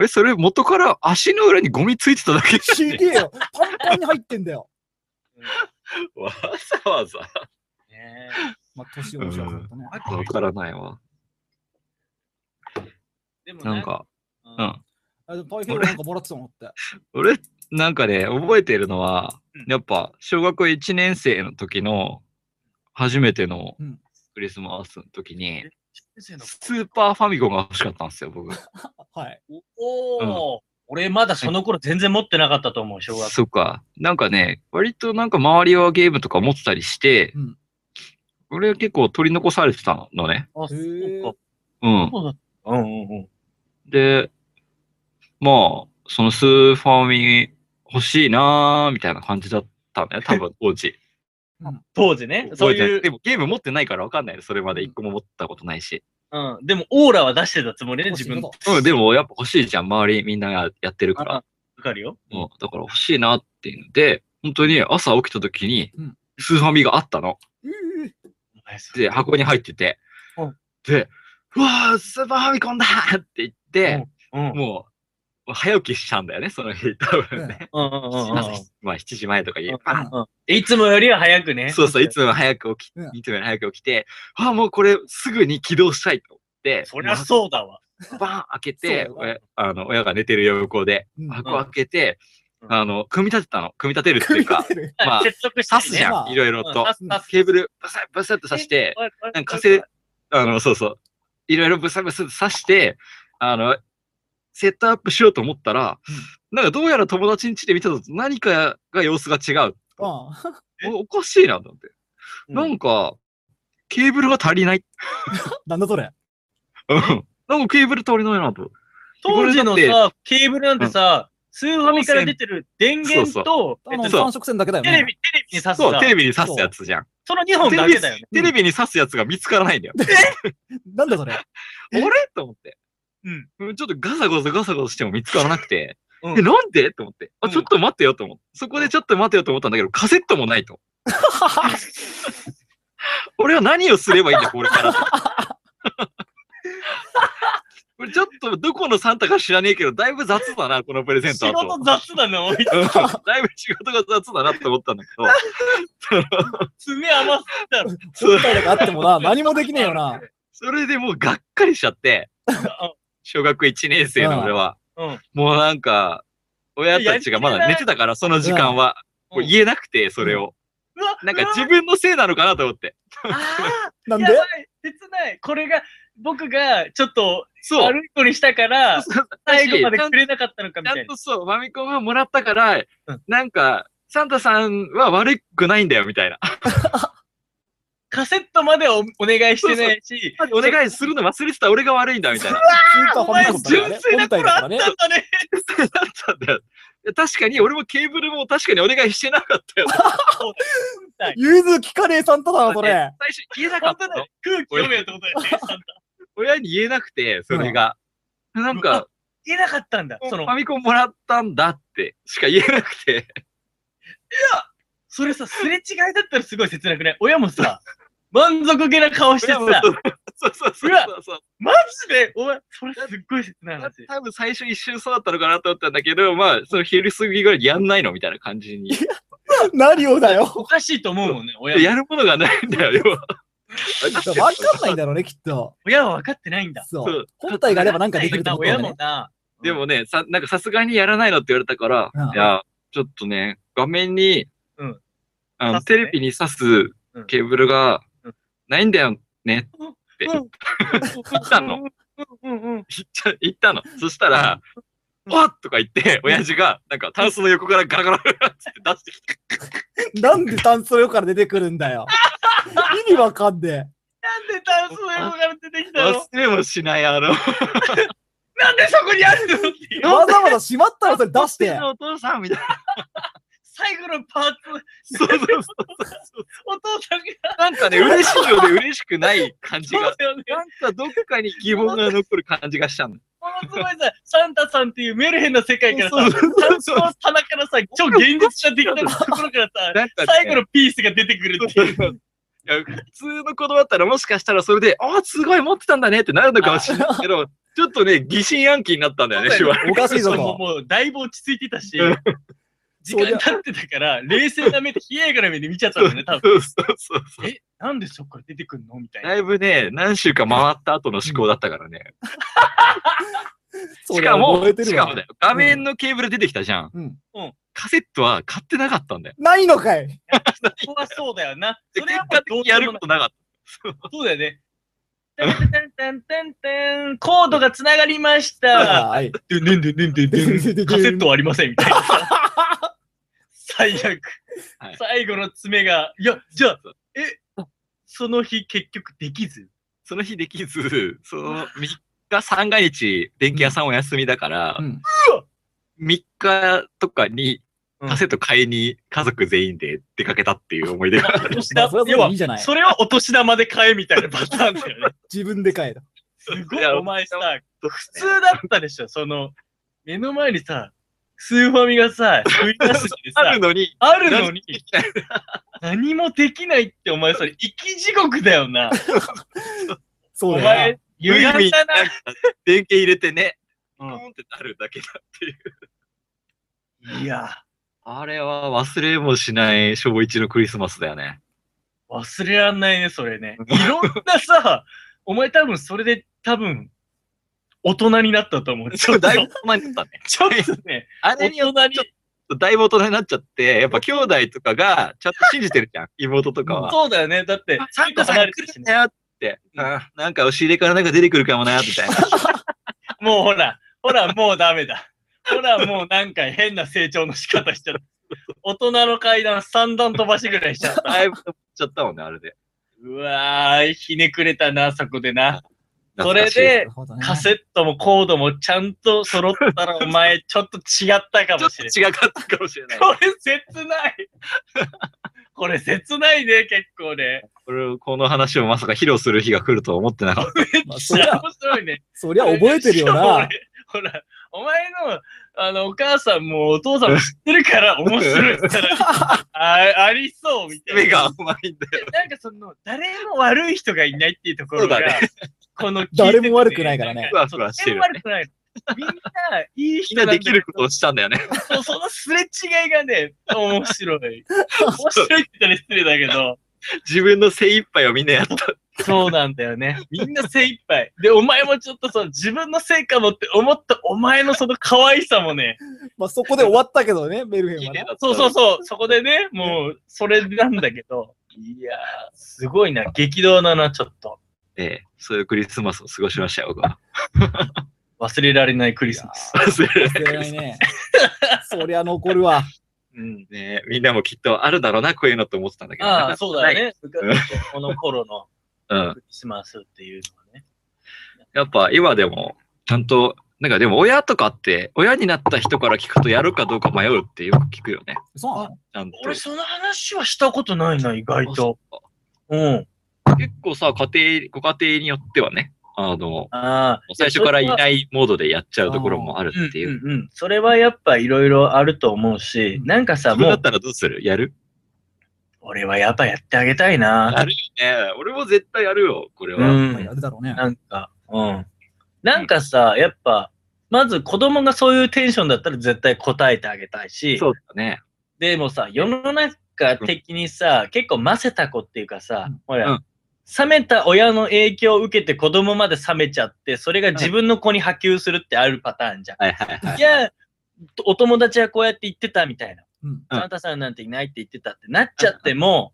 S1: え、それ元から足の裏にゴミついてただけじゃ
S2: す
S1: ね
S2: げえよ。パンパンに入ってんだよ。
S1: わざわざ。
S3: ね
S2: まあ、年を押し合わせるとね。
S3: え
S1: わからないわ。
S3: でも
S1: なん、か、
S3: う
S1: うん。
S2: あでもパイフェルなんかもらってたのって。
S1: 俺、なんかね、覚えてるのは
S3: うん、
S1: やっぱ、小学校1年生の時の、初めての
S2: うん
S1: クリスマスの時に、
S3: 先生の
S1: スーパーファミコンが欲しかったんですよ、僕。
S2: はい。
S3: おお、俺まだその頃全然持ってなかったと思う、小学校。
S1: そっか。なんかね、割となんか周りはゲームとか持ってたりして、
S2: うん
S1: 俺は結構取り残されてたのね。
S3: あ、
S2: へー
S3: そうか。
S1: うん。
S3: そうだった。うんうんうん。
S1: で、まあ、そのスーファミ欲しいなーみたいな感じだったね、多分当時。
S3: 当 時ね、そ
S1: 覚
S3: う
S1: えてない
S3: いう
S1: で、もゲーム持ってないからわかんないのそれまで一個も持ったことないし。
S3: うん、でもオーラは出してたつもりね、自分。
S2: 欲
S3: わ
S2: しいこ
S1: うん、でもやっぱ欲しいじゃん、周りみんながやってるから。
S3: かるよ。
S1: うん、だから欲しいなっていうので、本当に朝起きた時に
S2: うん、
S1: スーファミがあったの。
S2: とうう
S3: お前それ
S1: で、箱に入ってて
S3: うん。
S1: で、うわー、スーパーファミコンだーって言って、
S3: うん。うん
S1: もう、早起きしたんだよね、その日、多分ね。
S3: うんうんうん
S1: 朝まあ、7時前とかに
S3: うん、
S1: バーン
S3: うんいつもよりは早くね。
S1: そうそう、いつもより早く起き
S2: うん、
S1: いつもより早く起きて、ああ、もうこれすぐに起動したいと思って、
S3: そりゃそうだわ。
S1: バーン開け
S2: そうだ
S1: て
S2: よ、
S1: 親あの親が寝てる横で、
S2: うん
S1: 箱開けて、
S3: うん
S1: あの、組み立てたの。組み立てるっていうか、
S2: 組み立てる
S1: まあ
S3: 説得して、ね、
S1: 刺すじゃん、
S2: まあ
S1: いろいろと。ケーブル、ブサブサッと刺して、なんか火星、あの、そうそう。いろいろブサブサッと刺して、あの、セットアップしようと思ったら、なんかどうやら友達ん家で見たのと何かが様子が違う。
S2: ああ
S1: おおかしいな、と思って。なんか、ケーブルが足りない。
S2: なんだそれ。
S1: うんなんかケーブル足りないなと。
S3: 当時のさ、ケーブルなんてさ、スーファミから出てる電源
S1: そう
S3: と、
S2: あの、
S3: えっ
S1: そう
S3: と
S2: 三色線だけだよ
S3: テレ
S2: ね。
S3: ビ、テレビに刺す
S1: そう、
S3: さ
S1: テ、レビに刺すやつじゃん。
S3: その2本だけだよね。
S1: テレビに刺すやつが見つからない んだよ。
S2: なんだそれ。
S1: あ
S2: え
S1: れと思って。
S3: うん。
S1: うんちょっとガサガサガサガサしても見つからなくて。
S3: うん
S1: え、なんでと思って。あ、
S3: うん
S1: ちょっと待ってよと思って。そこでちょっと待ってよと思ったんだけど、カセットもないと。俺は何をすればいい んだ、これから。これちょっとどこのサンタか知らねえけど、だいぶ雑だな、このプレゼントだ
S3: 仕
S1: と。
S3: 事雑だな、おい。
S1: うんだいぶ仕事が雑だなって思ったんだけど、
S3: 爪余すだろ。
S1: そう
S2: 答えだけあってもな、何もできねえよな。
S1: それでもうがっかりしちゃって、小学1年生の俺は。
S3: うん。
S1: もうなんか、親たちがまだ寝てたから、その時間は。
S3: うん
S1: もう言えなくて、それを。
S3: うわ
S1: なんか自分のせいなのかなと思って。
S3: あ
S2: な
S3: あ、
S2: ん
S3: や
S2: で
S3: ばい、切ない。これが、僕がちょっと
S1: そう。
S3: 悪い子にしたから、
S1: そう
S3: 最後までくれなかったのかみ
S1: ちゃ
S3: たい
S1: ん
S3: な。
S1: とそう、ファミコンはもらったから
S3: うん、
S1: なんか、サンタさんは悪くないんだよ、みたいな。
S3: カセットまでおお願いしてないし、
S1: お願いするの忘れてた俺 が悪いんだ、みたいな。
S2: スーパーファミコンだからね
S3: 純粋な
S2: 本体だ
S3: 頃
S2: か
S3: あ
S2: ら
S3: っ
S2: ね。
S3: たんだね。
S1: だったんだよ。や確かに、俺もケーブルも確かにお願いしてなかったよ。
S2: ゆずきカレーさんとだわ、それ。
S1: 最初言えなか
S3: 本
S1: った
S3: 当
S1: の
S3: だよ。空気読めよってことだよね。ちゃんと
S1: 親に言えなくて、それが。なんか、
S3: 言えなかったんだ。
S1: フ
S3: その
S1: ァ、ミコンもらったんだってしか言えなくて。
S3: それさ、すれ違いだったらすごい切なくない親もさ、満足げな顔してさ、
S1: そうそうそうそう
S3: うわ
S1: そうそう。
S3: マジでお前、それすっごい切ない話。
S1: 多分最初一瞬そうだったのかなと思ったんだけど、まあ、その昼過ぎぐらいにやんないのみたいな感じに。
S2: 何をだよ。
S3: おかしいと思うもんね、親も。
S1: やるものがないんだよ、要は
S2: わかんないんだろうね、きっと。
S3: 親は分かってないんだ。
S2: そ
S1: そう
S2: う。本体があればなんかできるって
S3: な
S2: ことだ
S3: 親
S2: ね
S3: も。な。
S1: でもね、さ、なんかさすがにやらないのって言われたから、
S2: うん
S1: いや、ちょっとね、画面に、
S3: うん
S1: あの
S3: 挿す
S1: テ
S3: ね
S1: レビに挿すケーブルが
S3: うん
S1: ないんだよ ね。
S3: うん
S1: え来たの
S3: うんうんうん。
S1: 言っちゃ言ったの。そしたら、
S3: うん
S1: わっとか言って、親父が、なんか、タンスの横からガラガラガラって出してきて、
S2: なんで炭素量から出てくるん だよ。意味わかんね
S3: なんでタンスの横から出てきたの
S1: 忘れもしない、あの、
S3: なんでそこにあるのっていう
S2: え。わざわざしまったらそれ出 して。
S1: お父さんみたいな。
S3: 最後のパーツ、
S1: そうそうそうそう。
S3: お父さん
S1: な
S3: が。
S1: んかね、嬉しいようで嬉しくない感じ
S3: そう
S1: が。
S3: だよね。
S1: なんかどっかに疑問が残る感じがしたの。
S3: ものすごいさ、サンタさんっていうメルヘンな世界からさ、
S1: そうそう
S3: タンスの棚からさ、超現実者的なところからさ、
S1: なんかね
S3: 最後のピースが出てくるっていう。
S1: いや普通の子供だったらもしかしたらそれで、ああ、すごい持ってたんだねってなるのかもしれないけ ど、ちょっとね、疑心暗鬼になったんだよね、しばらく。
S2: おかしいぞ
S3: もう
S2: と。
S3: もうだいぶ落ち着いてたし
S1: うん、
S3: 時間経ってたから、冷静な目で、冷ややかな目で見ちゃったんだよね、多分。
S1: そうそうそうそう。
S3: え、なんでそっから出てくんのみたいな。
S1: だいぶね、何週か回った後の思考だったからね。
S2: そ
S1: し
S2: り
S1: か
S2: ゃ
S1: も、
S2: 覚えて
S1: し
S2: る
S1: か
S2: わ
S1: もだよ、画面のケーブル出てきたじゃん。
S2: うん。
S1: カセットは買ってなかったんだよ。
S2: ないのかい。
S3: そこはそうだよな。
S1: で
S3: それ
S1: 結
S3: はも
S1: 果
S3: う
S1: 的
S3: どう
S1: に
S3: しよ
S1: や
S3: う
S1: る
S3: も
S1: こ
S3: ない
S1: となかった。
S3: そうだよね。てんてんてんてんてんコードがつながりました。
S2: はい。
S3: でねんでんでんでんでんカセットはありませんみたいな。最悪、
S1: はい
S3: 最後の爪が、いや、じゃあ、え、その日結局できず。
S1: その日できず、 その3日、三が日、電気屋さんお休みだから
S2: う、ん。
S1: 3日とかに
S3: うん
S1: カセット買いに家族全員で出かけたっていう思い出が。
S3: お年
S2: まあ
S3: 玉
S2: それ
S3: 要
S2: はそれで
S3: はい
S2: い、じゃない。
S3: それはお年玉で買えみたいなパターンだよね。
S2: 自分で買えと。
S3: すご
S1: い
S3: い、
S1: や
S3: お前さ、普
S1: 普
S3: 通だったでしょ、その、目の前にさ、スーファミがさ、食い出すって
S1: あ
S3: さ
S1: る、の に、
S3: あるのに、
S1: 何もできない
S3: 何もできないって、お前それ、生き地獄だよな。
S2: そう
S3: お
S2: だよ
S3: 前
S1: 無
S2: な。、
S3: 歪
S1: 意
S3: んだ
S1: 味になんか
S3: な。
S1: 電気入れてね、
S3: う
S1: ポ
S3: ん
S1: ンってなるだけだっていう。
S3: いや、
S1: あれは忘れもしない小一のクリスマスだよ ね。
S3: 忘れらんないね、それね。いろんなさ、 お前多分それで多分、大人になったと思う。ちょっと、
S1: だいぶ大人 になったね。
S3: ちょっとね、
S1: あ
S3: 大
S1: れによ
S3: 人に。
S1: ってだいぶ大人になっちゃって、やっぱ兄弟とかがちゃんと信じてるじゃん、妹とかは。
S3: そうだよね。だって、
S1: サンタさん来るんだよって、うんなんか押し入れからなんか出てくるかもな、み たいな。
S3: もうほら、ほら、もうダメだ。ほら、もうなんか変な成長の仕方しちゃ った。大人の階段三段飛ばしぐらいしちゃった。
S1: だいぶ飛っちゃったもんね、あれで。
S3: うわー、ひねくれたな、そこでな。そ
S1: 懐か
S3: れ
S1: しい
S3: で、
S2: ほどね
S3: カセットもコードもちゃんと揃ったら、お前、ちょっと違ったか
S1: ちょ
S3: も
S1: っ
S3: しれ
S1: と
S3: ない。
S1: 違かったかもしれない。
S3: これ切ない。これ切ない ね、結構ね。
S1: これこの話をまさか披露する日が来るとは思ってなかった。
S3: めっ
S2: まあそり
S3: ちゃ
S2: ゃ
S3: 面白いね。
S2: そりゃ覚えてるよ
S3: しかも
S2: な
S3: 俺。ほら、お前の、あの、お母さんもお父さんも知ってる から面白いからあ、ありそうみたいな。
S1: 目が甘いんだよ。
S3: なんかその、誰も悪い人がいないっていうところが、
S1: そうだ
S3: この、
S2: 誰も悪くないからね
S1: ふわふわして
S3: 誰
S1: る
S3: も
S1: よね。
S3: 悪くない。みんな、いい
S1: み
S3: 人
S1: んな
S3: な
S1: で
S3: んだけ
S1: き
S3: ど
S1: ることをしたんだよね。
S3: そうそのすれ違いがね、面白い。面白いって言ったら失礼だけど。
S1: 自分の精一杯をみんなやった。
S3: そうなんだよね。みんな精一杯。で、お前もちょっとその自分のせいかもって思ったお前のその可愛さもね。
S2: まあそこで終わったけどね、メルヘンはね。
S3: そうそう
S1: そ
S3: そう。そこでね、もう、それなんだけど。いやー、すごいな。激動だな、ちょっと。
S1: う。 ええ、そういうクリスマスを過ごしましたよ、僕は。
S3: 忘れられないクリスマス。
S1: 忘れ
S2: 忘れないね。そりゃ残るわ。
S3: うん。
S1: ねえみんなもきっとあるだろうな、こういうのと思ってたんだけど。
S3: ああ、そうだよ
S1: ね。
S3: ね。この頃の
S1: うん。
S3: クリスマスっていうのはね。
S1: やっぱ今でも、ちゃんとなんかでも親とかって、親になった人から聞くとやるかどうか迷うってよく聞くよね。
S2: そうなの
S1: なんて
S3: 俺、その話はしたことないな、意外と。うん。
S1: 結構さ、家庭、ご家庭によってはね、あの、
S3: ああ。
S1: 最初からい
S3: いや
S1: ないモードでやっちゃうところもある
S3: それは
S1: っていう。
S3: うんうんうん。それはやっぱいろいろあると思うし、
S2: うん
S3: なんかさ、
S1: 自分
S3: も
S1: だ
S3: う
S1: っ、たらどうするやる
S3: 俺はやっぱやってあげたいな。
S1: やるよね。俺も絶対やるよ、これ
S3: う
S1: は。
S2: まあや
S3: ん。
S2: るだろうね。
S3: なんか、うん。なんかさ、やっぱ、まず子供がそういうテンションだったら絶対答えてあげたいし、
S1: そうだね。
S3: でもさ、世の中的にさ、結構ませた子っていうかさ、
S2: うん
S3: ほら、
S1: うん
S3: 冷めた親の影響を受けて子供まで冷めちゃって、それが自分の子に波及するってあるパターンじゃん。
S1: はいはいはい。
S3: じゃあ、お友達はこうやって言ってたみたいな。
S2: うん。
S1: うん
S3: サンタさんなんていないって言ってたってなっちゃっても、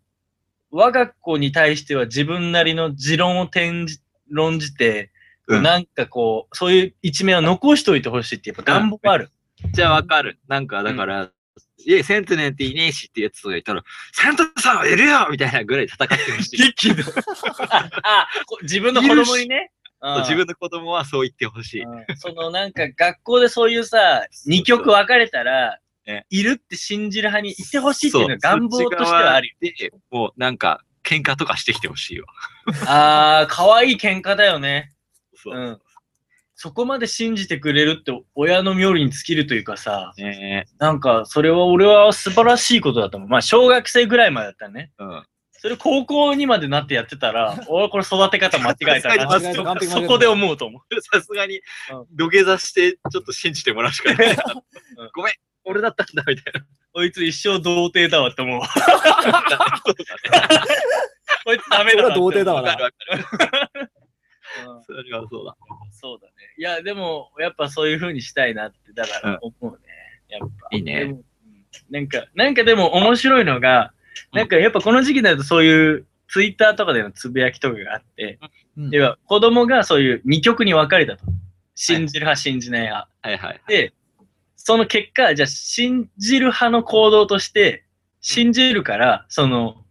S3: 我が子に対しては自分なりの持論を転じ、論じて、
S1: うん
S3: なんかこう、そういう一面を残しておいてほしいってやっぱ願望がある。
S1: めっちゃわかる。なんか、だから、いや、セントネンっていねえしってやつとかいたら、セントさんはいるよみたいなぐらい戦ってほしい。
S3: 激怒。あ、こ自分の子供にね。うん
S1: 自分の子供はそう言ってほしい。
S3: うんそのなんか学校でそういうさ、二極分かれたら
S1: ね、
S3: いるって信じる派にいてほしいっていうのは願望としてはあるよ。
S1: よ。で、もうなんか、喧嘩とかしてきてほしいわ。
S3: ああ、可愛い喧嘩だよね。
S1: そうう。
S3: ん。そこまで信じてくれるって親の妙利に尽きるというかさ、
S1: ね
S3: なんかそれは俺は素晴らしいことだと思う。まあ小学生ぐらいまでだったらね。
S1: え。うん。
S3: それ高校にまでなってやってた ら、俺これ育て方間違えたな。
S2: 間違えた完
S3: そ
S2: 璧間違え
S3: そ
S2: た
S3: こで思うと思う。
S1: さすがに
S3: うん、
S1: 土下座して、ちょっと信じてもらうしかない。 ごめん、俺だったんだ、みたいな。
S3: こいつ一生童貞だわって 思う。
S1: そうだね。
S3: こいつダメだ
S2: 俺
S3: なっ
S2: は
S3: て思
S2: 童
S3: う。
S2: 貞だわ
S1: わか
S2: な
S1: る。わかる。
S3: うん
S1: それは そうだ。
S3: そうだね。いや、でも、やっぱそういう風にしたいなって、だから思うね。やっぱ。
S1: いいね
S3: でも。うんなんか、なんかでも面白いのが、
S1: うん
S3: なんかやっぱこの時期だとそういう、ツイッターとかでのつぶやきとかがあって、
S2: うん
S3: では子供がそういう二極に分かれたと。信じる派、信じない派。
S1: はいはい。
S3: で、その結果、じゃあ信じる派の行動として、信じるから、その、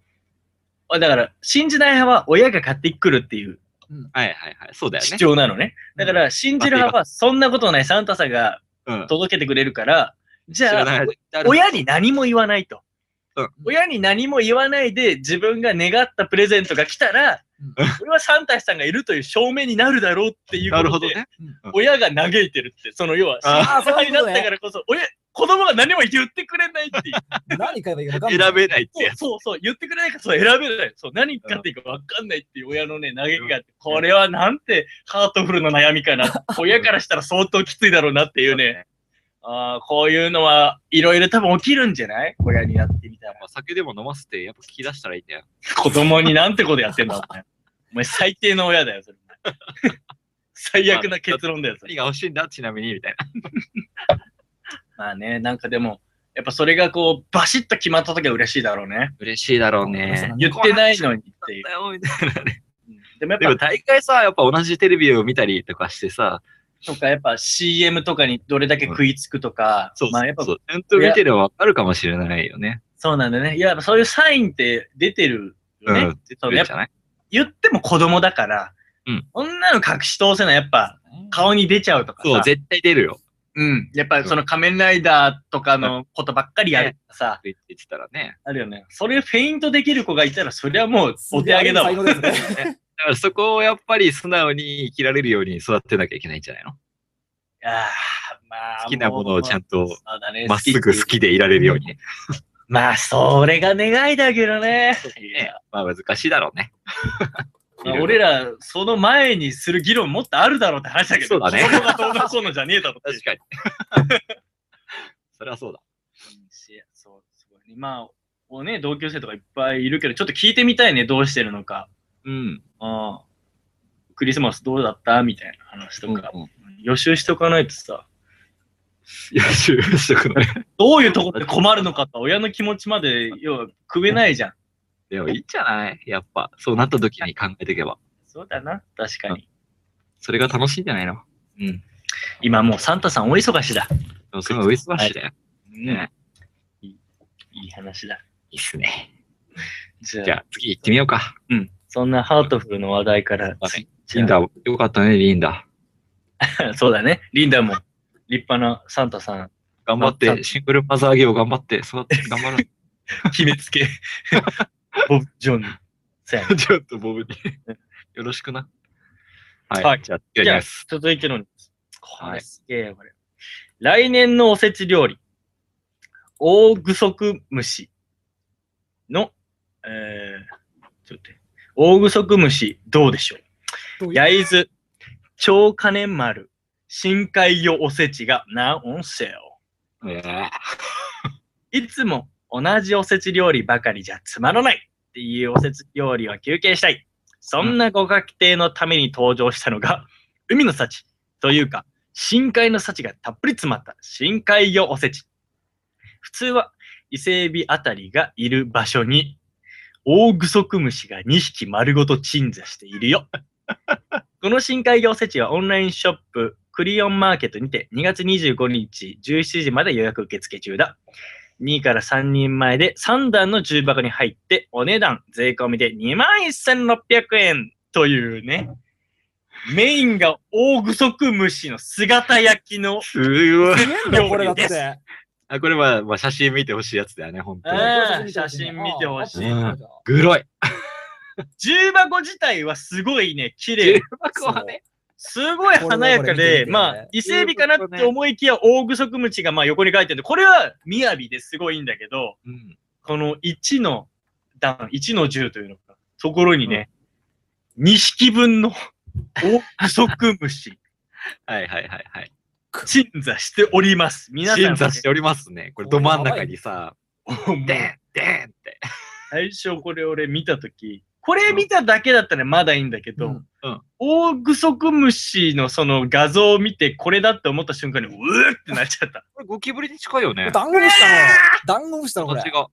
S3: あだから、信じない派は親が買ってくるっていう
S1: はいはいはい。そうだよ
S3: 主
S1: ね。
S3: 張なのね。だから、信じる派は、そんなことないサンタさんが
S1: うん。
S3: 届けてくれるから、じゃあ、
S1: あ
S3: 親に何も言わないと
S1: うん。
S3: 親に何も言わないで、自分が願ったプレゼントが来た ら
S2: うん、
S3: これはサンタさんがいるという証明になるだろうっていう
S1: なる
S3: こ
S1: ほ
S3: と
S1: ど
S3: で、
S1: ね。
S3: 親が嘆いてるって、その要は、信
S1: あ
S2: ー
S3: じる派になったからこそ、親、子供が何も言ってくれないっていう。
S2: 何買えばいいか分かんない。
S1: 選べないってやつ。
S3: そうそうそう、言ってくれないからそう選べない。そう、何買っていいか分かんないっていう親のね、嘆きがあって、これはなんてハートフルな悩みか な。親からしたら相当きついだろうなっていうね。ああ、こういうのはいろいろ多分起きるんじゃない親になってみたら。
S1: まあ酒でも飲ませて、やっぱ聞き出したらいいんだよ。
S3: 子供になんてことやってんだ、 お前。お前最低の親だよ、それ。 最悪な結論だよ、それ
S1: 何。が欲しいんだちなみに、みたいな。
S3: まあね、なんかでも、やっぱそれがこう、バシッと決まった時は嬉しいだろうね。
S1: 嬉しいだろう
S2: そう
S1: ね
S2: だ。ね
S3: 言ってないのにっていう。
S1: だよみたいなね
S3: うんでもやっ
S1: で
S3: ぱ
S1: も 大会さ、やっぱ同じテレビを見たりとかしてさ、
S3: とか、やっぱ CM とかにどれだけ食いつくとか、
S1: そう、
S3: まあやっぱ
S1: そ
S3: そう
S1: うちゃんと見てればわかるかもしれないよね。
S3: なんだよね。いや、やっぱそういうサインって出てる
S1: う
S3: よね。
S1: ん。
S3: そう
S1: 出てるじゃない
S3: 言っても子供だから、
S1: うん
S3: こんなの隠し通せない。やっぱ顔に出ちゃうとかさ。
S1: そう、絶対出るよ。
S3: うん。やっぱその仮面ライダーとかのことばっかりやるからさ、
S1: 言ってたらね。
S3: あるよね。それフェイントできる子がいたら、そりゃもうお手上げだわ
S2: 才。能ですね。
S1: だからそこをやっぱり素直に生きられるように育てなきゃいけないんじゃないの
S3: あーまあ、
S1: 好きなものをちゃんと
S3: そうだね
S1: まっすぐ好きでいられるようにね。
S3: まあ、それが願いだけどね。いや
S1: ねまあ難しいだろうね。
S3: まあ 俺ら、その前にする議論もっとあるだろうって話だけど、
S1: そうだね
S3: 子供がどうのこうのじゃねえだろっ て
S1: 確かに。 それはそうだ。
S3: そうすごいねまあ、おね、同級生とかいっぱいいるけど、ちょっと聞いてみたいね、どうしてるのか。
S1: うん。
S3: ああクリスマスどうだったみたいな話とか、
S1: うんうん
S3: 予習しておかないとさ、
S1: いや、収録しとくのね。
S3: どういうところで困るのかと、親の気持ちまで、要は、くべないじゃん。
S1: でもいいんじゃないやっぱ、そうなった時に考えていけば。
S3: そうだな、確かに。
S1: それが楽しいんじゃないので
S3: うん。今もうサンタさん大忙しだ。
S1: もそれはウイスバッシュだよ。
S3: うん。いい話だ。
S1: いいっすね。
S3: じゃあ、
S1: じゃあ次行ってみようか。
S3: うん。そんなハートフルの話題から、
S1: はい
S3: 次
S1: リンダ、よかったね、リンダ。
S3: そうだね。リンダも立派なサンタさん、
S1: 頑張っ
S3: まあちゃん
S1: て、シングルマザー業頑張って、育って、頑張る。
S3: 決めつけ。ボブ・ジョンに。そうや ね
S1: ちょっとボブに。よろしくな。はい。
S3: はい
S1: じゃあ、次
S3: じゃあ
S1: です。
S3: 続いてのニュース。こ
S1: は
S3: れ
S1: い
S3: すげえよ、これ。来年のおせち料理、大具足虫の、えー、ちょっと待って、大具足虫どうでしょう
S2: どういう
S3: 焼津、超金丸、深海魚おせちがなオンセ
S1: えー
S3: オ。いつも同じおせち料理ばかりじゃつまらないっていうおせち料理は休憩したい。そんなご家庭のために登場したのが、海の幸というか、深海の幸がたっぷり詰まった深海魚おせち。普通は伊勢エビあたりがいる場所に、大グソクムシが2匹丸ごと鎮座しているよ。 この深海魚おせちはオンラインショップクリオンマーケットにて2月25日17時まで予約受付中だ。2から3人前で3段の重箱に入ってお値段税込みで21,600円というね。メインが大グソクムシの姿焼きの
S1: すごい。
S2: なんだよこれだって。
S1: あ、これは、まあ、写真見てほしいやつだよね、本当に。
S3: うん写真見てほし
S1: い
S2: あ
S1: グロい。
S3: 重箱自体はすごいね、綺麗。
S1: 箱はね。
S3: すごい華やか
S2: これこれ見てみ
S3: で、
S2: て
S3: まあ、伊勢エビかなって思いきや、大具足口がまあ横に書いてるんで、これは雅ですごいんだけど、
S1: うん。
S3: この1の段、1の10というのか、ところにね、2匹分の大具足虫、
S1: はいはいはいはい。
S3: 鎮座しております。皆さん、
S1: 審査しておりますね。これ、ど真ん中にさ、
S3: もう
S1: でんでんって。
S3: 最初これ俺見たとき、これ見ただけだったらまだいいんだけど、
S2: うん
S3: 大グソクムシのその画像を見てこれだって思った瞬間にうーってなっちゃった。
S1: これ、ゴキブリに近いよね。
S2: ダンゴムシだね。ダンゴムシだろこれ。
S1: 形が。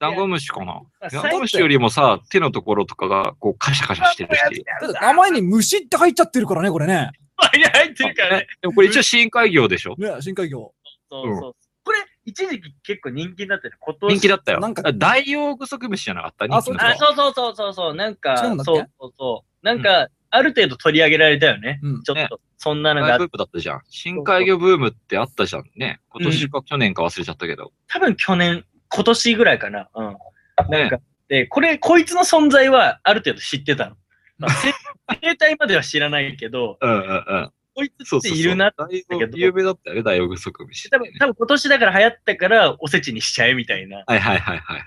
S1: ダンゴムシかな
S3: や
S1: ダンゴムシよりもさ、手のところとかが、こう、カシャカシャしてるし。
S2: だって名前に虫って入っちゃってるからね、これね。
S3: 入ってるからね。
S1: でもこれ一応深海魚でしょ
S2: ね、深海魚。
S3: そうそうそうこれ一時期結構人気だったね。今年
S1: 人気だったよ。
S2: なんか
S1: ダイオウグソクムシじゃなかった
S2: あ
S1: 人気の
S3: あ、
S2: そ
S3: そうそうそうそうそう。なんか、
S2: 違うんだっけ
S3: そうそうそう。なんか、ある程度取り上げられたよね。
S2: うん
S3: ちょっと、そんなの
S1: 深海
S3: が
S1: ブームだったじゃん。深海魚ブームってあったじゃんね。今年か去年か忘れちゃったけど。
S3: 多分去年、今年ぐらいかな。うん。なん
S1: ね
S3: か、で、これ、こいつの存在はある程度知ってたの。まあ、せ 生態までは知らないけど、
S1: うんうんうん。
S3: こいつ
S1: そうそ
S3: って
S1: うそう。
S3: いるなって。
S1: だいぶ有名だったよね、ダイオウグソクム シって
S3: 多
S1: ね、
S3: 分、多分今年だから流行ったから、おせちにしちゃえみたい な。
S1: はいはいはいはいはい。だか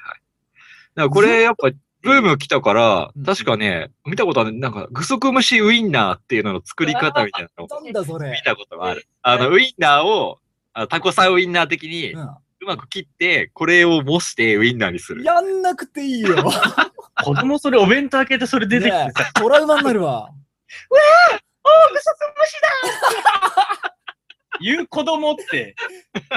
S1: らこれやっぱ、ブーム来たから
S2: うん、
S1: 確かね、見たことある、なんか、グソクムシウインナーっていうのの作り方みたいなのを
S2: なんだそれ
S1: 見。たことがある。あの、ウインナーを、あタコさんウインナー的に
S2: う
S1: うまく切って、これを模してウインナーにす
S2: ん
S1: る。
S2: やんなくていいよ。
S3: 子供それお弁当開けてそ れ出てきてさ、
S2: ねえトラウマになるわ。
S3: おー、ぐそつむしだ言う子供って、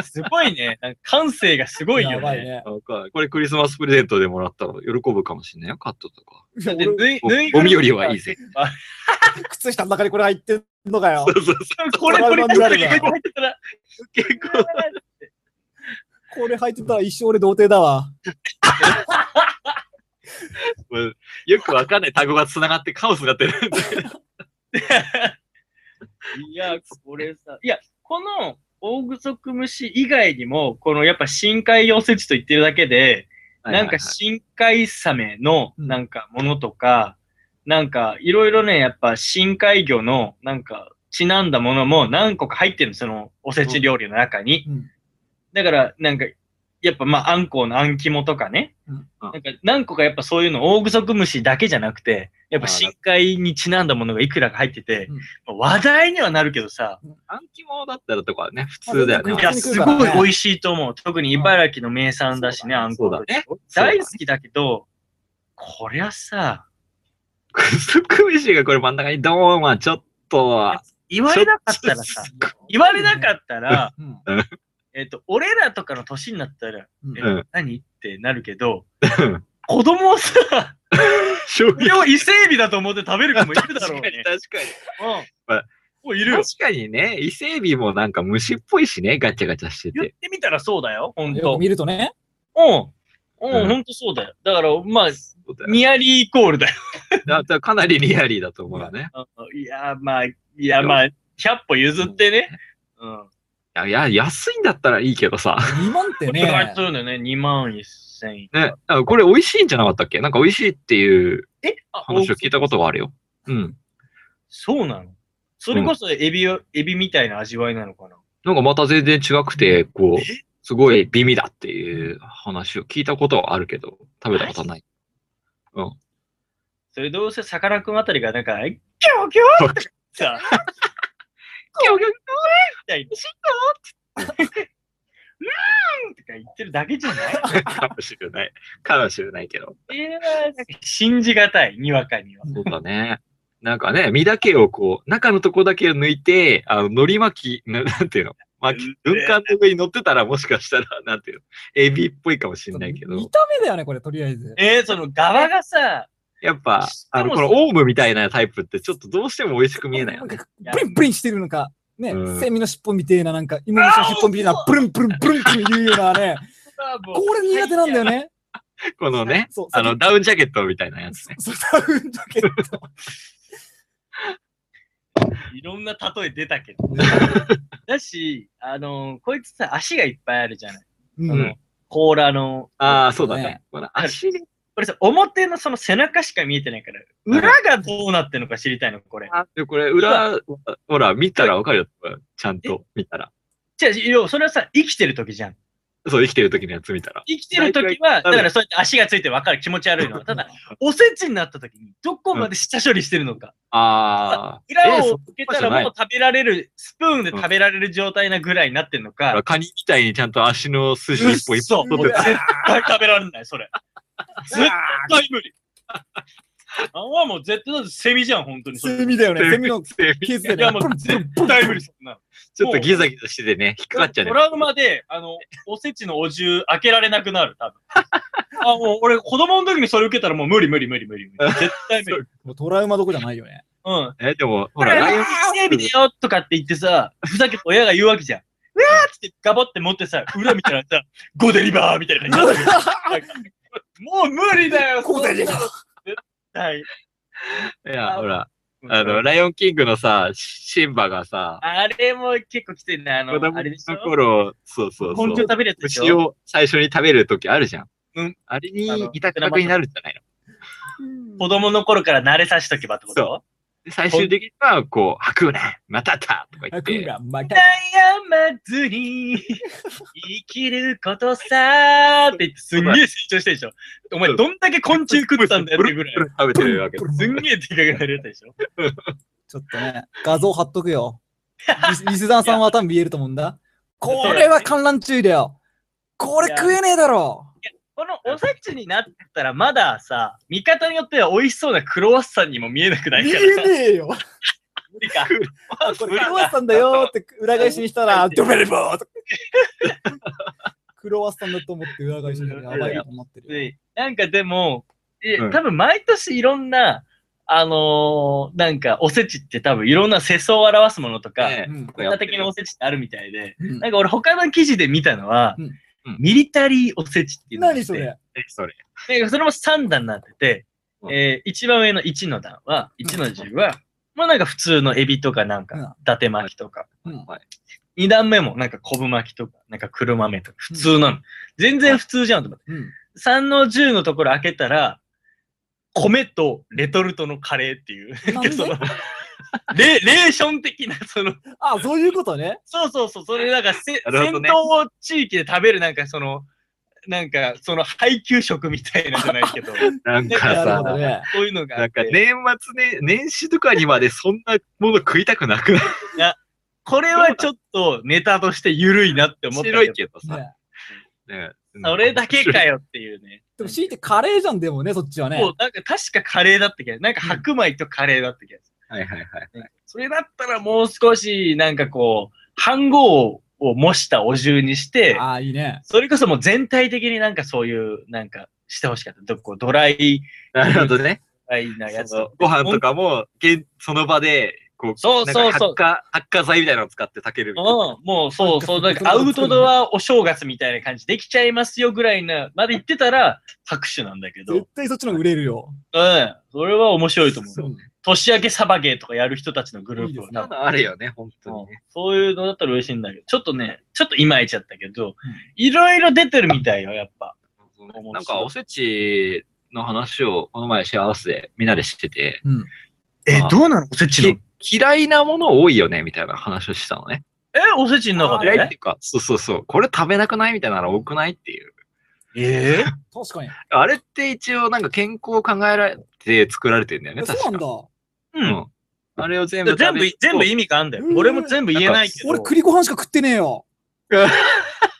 S3: すごいね。なんか感性がすごいよ
S2: やばい
S3: ね。
S2: ね。
S1: なんかこれクリスマスプレゼントでもらったら喜ぶかもしれないよ、カットとか。
S2: いや
S3: で
S2: 俺
S3: ぬい
S1: ゴ
S3: ぬい
S1: ゴミよりはいいぜ。
S2: 靴下の中にこれ入ってんのかよ
S1: そ。うそう
S3: これ、これ、これ、こ
S2: トラウマ
S3: れ、
S2: になるな
S3: 入ってたら、結構、
S2: これ入ってたら一生俺童貞だわ。
S1: そう。よくわかんない単語が繋がってカオスになってるんで。
S3: いや、これさ、いや、この大グソクムシ以外にも、このやっぱ深海おせちと言ってるだけで、なんか深海サメの
S2: うん
S3: なんかものとか、なんかいろいろね、やっぱ深海魚のなんかちなんだものも何個か入ってるのそのおせち料理の中に。
S2: うん
S3: だから、なんか、やっぱまあ、あんこうのあん肝とかね。
S2: うん
S3: なんか何個かやっぱそういうの、大グソクムシだけじゃなくて、やっぱ深海にちなんだものがいくらか入ってて、話題にはなるけどさ、
S1: 暗記もだったらとかね、普通だよね
S2: まあ全然食い。
S3: い
S2: や
S3: や、
S2: す
S3: す
S2: ごい
S3: ごい美味しいと思う。特に茨城の名産だしね、あんこ
S1: そう
S3: う
S1: だね。
S3: 大好きだけど、こりゃさ、
S1: クソクムシがこれ真ん中にドーンはちょっとは。
S3: 言われなかったらさ、言われなかったら、
S2: うん。
S3: えっと、俺らとかの年になったら、
S2: うん
S3: え
S1: うん
S3: 何ってなるけど
S1: うん、
S3: 子供をさ、
S1: 衝
S3: これを伊勢エビだと思って食べる子もいる
S1: 確
S3: だ
S1: か
S3: ろう
S1: に
S3: ね
S1: 確。かに。
S3: うん。もういるよ
S1: 確。かにね、伊勢エビもなんか虫っぽいしね、ガチャガチャして。
S3: 言っててみたらそうだよ、ほん
S2: よ
S3: と
S2: く。見るとね。
S3: うん。う、
S1: うんん
S3: ほんとそうだよ。だから、まあ、
S1: そうだよ
S3: ニアリーイコールだよ。
S1: だからかなりリアリーだと思うよね。
S3: いや、まあ、いや、まあ、 100歩譲ってね。うん。
S1: いや、いや安いんだったらいいけどさ。
S2: 2万って
S3: お願
S2: ね
S3: いす、るのよね、2万1000円。
S1: ね、あこれ美味しいんじゃなかったっけなんか美味しいっていう
S3: えあ
S1: 話を聞いたことがあるよ。うん。
S3: そうなのそれこそエビを、エビみたいな味わいなのかな
S1: なんかまた全然違くて、こう、
S3: え
S1: すごい美味だっていう話を聞いたことはあるけど、食べたことは ない。
S3: それどうせさかなクンあたりがなんか、ギョギョってさ、 ギョギョギョーみたいな、しんとか言ってるだけじゃない
S1: かもしれない。かもしれないけど。
S3: いやー信じがたい、にわかには。
S1: そうだね。なんかね、身だけをこう、中のとこだけを抜いて、あの、海苔巻き、ななんていうの巻き、
S3: うん
S1: 軍艦の上に乗ってたら、もしかしたら、なんていうのエビっぽいかもしれないけど
S2: 見、た目だよね、これ、とりあえず。
S3: えー、その側がさ、
S1: やっぱ、あの、
S3: で
S1: こ
S3: も
S1: のオウムみたいなタイプって、ちょっとどうしても美味しく見えないよ
S2: なん
S1: ね。
S2: かプリンプリンしてるのか、ね、
S1: うん
S2: セミの尻尾みてえな、なんか、芋の尻尾みてえな、プルンプルンプルンプルン言うようなね、これ苦手なんだよね。
S1: このね、
S2: そう、
S1: あの、ダウンジャケットみたいなやつね。
S2: そう、ダウンジャケット。
S3: いろんな例え出たけど。 だし、あのーこいつさ、足がいっぱいあるじゃない。
S2: う
S3: そ
S2: ん
S3: の甲羅の。
S1: ああ、そうだ
S2: ね
S1: ね。この足ね。
S3: これさ、表のその背中しか見えてないから、裏がどうなってるのか知りたいの、これ。
S1: で、これ、裏、ほら、見たらわかるよ。ちゃんと見たら。
S3: じゃあ、要はそれはさ、生きてる時じゃん。
S1: そう、生きてる時のやつ見たら。
S3: 生きてる時は、
S1: 大体
S3: だからそうやって足がついて分かる気持ち悪いのは、ただ、おせちになった時に、どこまで下処理してるのか。
S1: ああ。
S3: 裏
S1: えー
S3: を
S1: そ
S3: 向けたらもう食べられる、スプーンで食べられる状態なぐらいになってんのか、
S1: ほらカニみたいにちゃんと足の筋一歩一
S3: そう、
S1: 歩
S3: 俺
S1: 取って
S3: 絶対食べられない、それ。絶対無理。あんはもう絶対だってセミじゃん、本当にそれ。
S2: セミだよね、セミ のケースで
S3: いや
S2: ね、
S3: も
S2: プ
S3: う
S2: ルンプルンプ
S3: 絶
S2: ルン
S3: 対無理、そんなの。
S1: ちょっとギザギザしててね、引っかかっちゃうね
S3: ト。ラウマで、あの、おせちのお重開けられなくなる、多分。 あ、もう俺、子供の時にそれ受けたらもう無理無理無理無理 無理。絶対無理。
S2: もうトラウマどこじゃないよね。
S3: うん。
S1: え、でも、ほ
S3: ほ
S1: ら、
S3: ら、
S1: ライオン
S3: 伊勢海老だよとかって言ってさ、ふざけて親が言うわけじゃん。うわーっつってガバって持ってさ、裏見たらさ、 ゴデリバーみたいな感じで。 もう無理だよ、
S2: ゴデリバ
S3: ー絶対。
S1: いや、ほら、あの、ライオンキングのさ、シンバがさ、
S3: あれも結構きついね、あの
S1: 子、供
S3: あれでし
S1: の
S3: ょ
S1: 頃、そうそうそ
S3: 昆
S1: う
S3: 虫、食べるやつでし
S1: 虫
S3: ょ
S1: を最初に食べる時あるじゃん。
S3: うん。
S1: あれ
S3: あ
S1: に
S3: の
S1: いたくになるんじゃないの
S3: 子供の頃から慣れさせとけばってこと
S1: そで最終的には、こう、吐くな、またたとか言っ
S2: あ、くん
S1: て、
S2: が、また。
S3: 悩まずに生きることさーって言ってすんげえ成長してるでしょ。お前どんだけ昆虫食ったんだよっていうぐらい
S1: ブ。ル食べてるわけ
S2: ブル
S3: すんげえでかくなるやつでしょ。
S2: ちょっとね、画像貼っとくよ。リスリスナーさんは多分見えると思うんだ。これは観覧注意だよ。これ食えねえだろ。
S3: このおせちになったらまださ、見方によっては美味しそうなクロワッサンにも見えなくない
S2: 見
S3: か
S2: え
S3: らさ。
S2: ねえよ。
S3: 無理か。
S2: これクロワッサンだよーって裏返しにしたら、ドベレバーとか。クロワッサンだと思って裏返しにしたら、やばいことになってるよ。
S3: でなんかでも、え
S1: うん
S3: 多分毎年いろんな、あのーなんかおせちって多分いろんな世相を表すものとか、
S1: ね
S2: うん
S1: こうや
S3: 歌
S1: って
S3: 的なおせちってあるみたいで、
S2: うん
S3: なんか俺他の記事で見たのは、
S2: うん
S1: うん
S3: ミリタリーおせちっていうのがあって
S2: 何それ
S1: それ。
S3: なんかそれも3段になってて、
S1: うん
S3: えー一番上の1の段は、1の10は、まあなんか普通のエビとかなん
S2: うん
S3: か、伊達巻きとか、
S2: うん
S1: はい
S3: 2段目もなんか昆布巻きとか、なんか黒豆とか、普通なの。全然普通じゃんと思って。
S2: うん
S3: 3の10のところ開けたら、米とレトルトのカレーっていう、なんん
S2: なで
S3: かその、レレーション的な、その、
S2: あ、そういうことね。
S3: そうそうそう、それなんかせ、
S1: なる
S3: 戦
S1: ほどね
S3: 闘地域で食べるなんかその、なんかその配給食みたいなじゃない けど、
S1: なんか
S2: なる
S1: さ
S2: ほ、どね。
S3: そういうのがあ
S1: な
S3: っ
S1: んか
S3: て、
S1: 年末ね、年始とかにまでそんなもの食いたくなくなっ
S3: これはちょっとネタとして緩いなって
S1: て
S3: 思った
S1: 白いけ
S3: け
S1: どさ。
S2: ね
S1: ね
S3: ど、それだけかよっていうね。
S2: でも、強いてカレーじゃん、でもね、そっちはね
S3: も。うなんか確かカレーだったけど、なんか白米とカレーだったけど、
S1: はいはいはい。
S3: それだったらもう少しなんかこう、飯号を模したお重にして、
S2: ああ、いいね。
S3: それこそもう全体的になんかそういう、なんかしてほしかった。どこドライ、
S1: なるほどね。
S3: ドライなやつ
S1: そのご飯とかも、現その場で、こう、
S3: そうそうそう
S1: なんか発火、発火剤みたいなのを使って炊けるみたいな。
S3: うん、もうそうそう、
S2: な
S3: なんん
S2: か
S3: かアウトドアお正月みたいな感じできちゃいますよぐらいな、まで言ってたら拍手なんだけど、う
S2: 絶
S3: ん、
S2: 対そっちの方が売れるよ。
S3: それは面白いと思う。
S2: うん
S3: 年明けサバゲーとかやる人たちのグループ
S2: いい
S1: そ
S3: は
S2: です
S1: ん
S3: な
S1: なのあるよね、本当にね。
S3: そういうのだったら嬉しいんだけど、ちょっとね、ちょっといまいちだったけど、いろいろ出てるみたいよ、やっぱ。うん
S1: なんか、おせちの話をこの前幸せでみんなでしてて、
S2: うん。
S1: え
S3: どうなのおせち
S1: き嫌いなもの多いよね、みたいな話をしてたのね。
S3: え、おせちの中
S1: 嫌いっ
S3: で
S1: ていうか、そうそうそう、これ食べなくないみたいなの多くないっていう。
S3: え
S2: 確かに。
S1: あれって一応なんか健康を考えられて作られてるんだよね、確
S2: そうな
S1: か
S2: ん。だ。
S3: えうん。
S1: うん。あれを全部
S3: だから全部、全部
S1: い
S3: 意味があんだよ
S2: う。ん
S3: 俺も全部言えないけど。
S2: 俺、栗ご飯しか食ってねえよ。
S3: ちょっ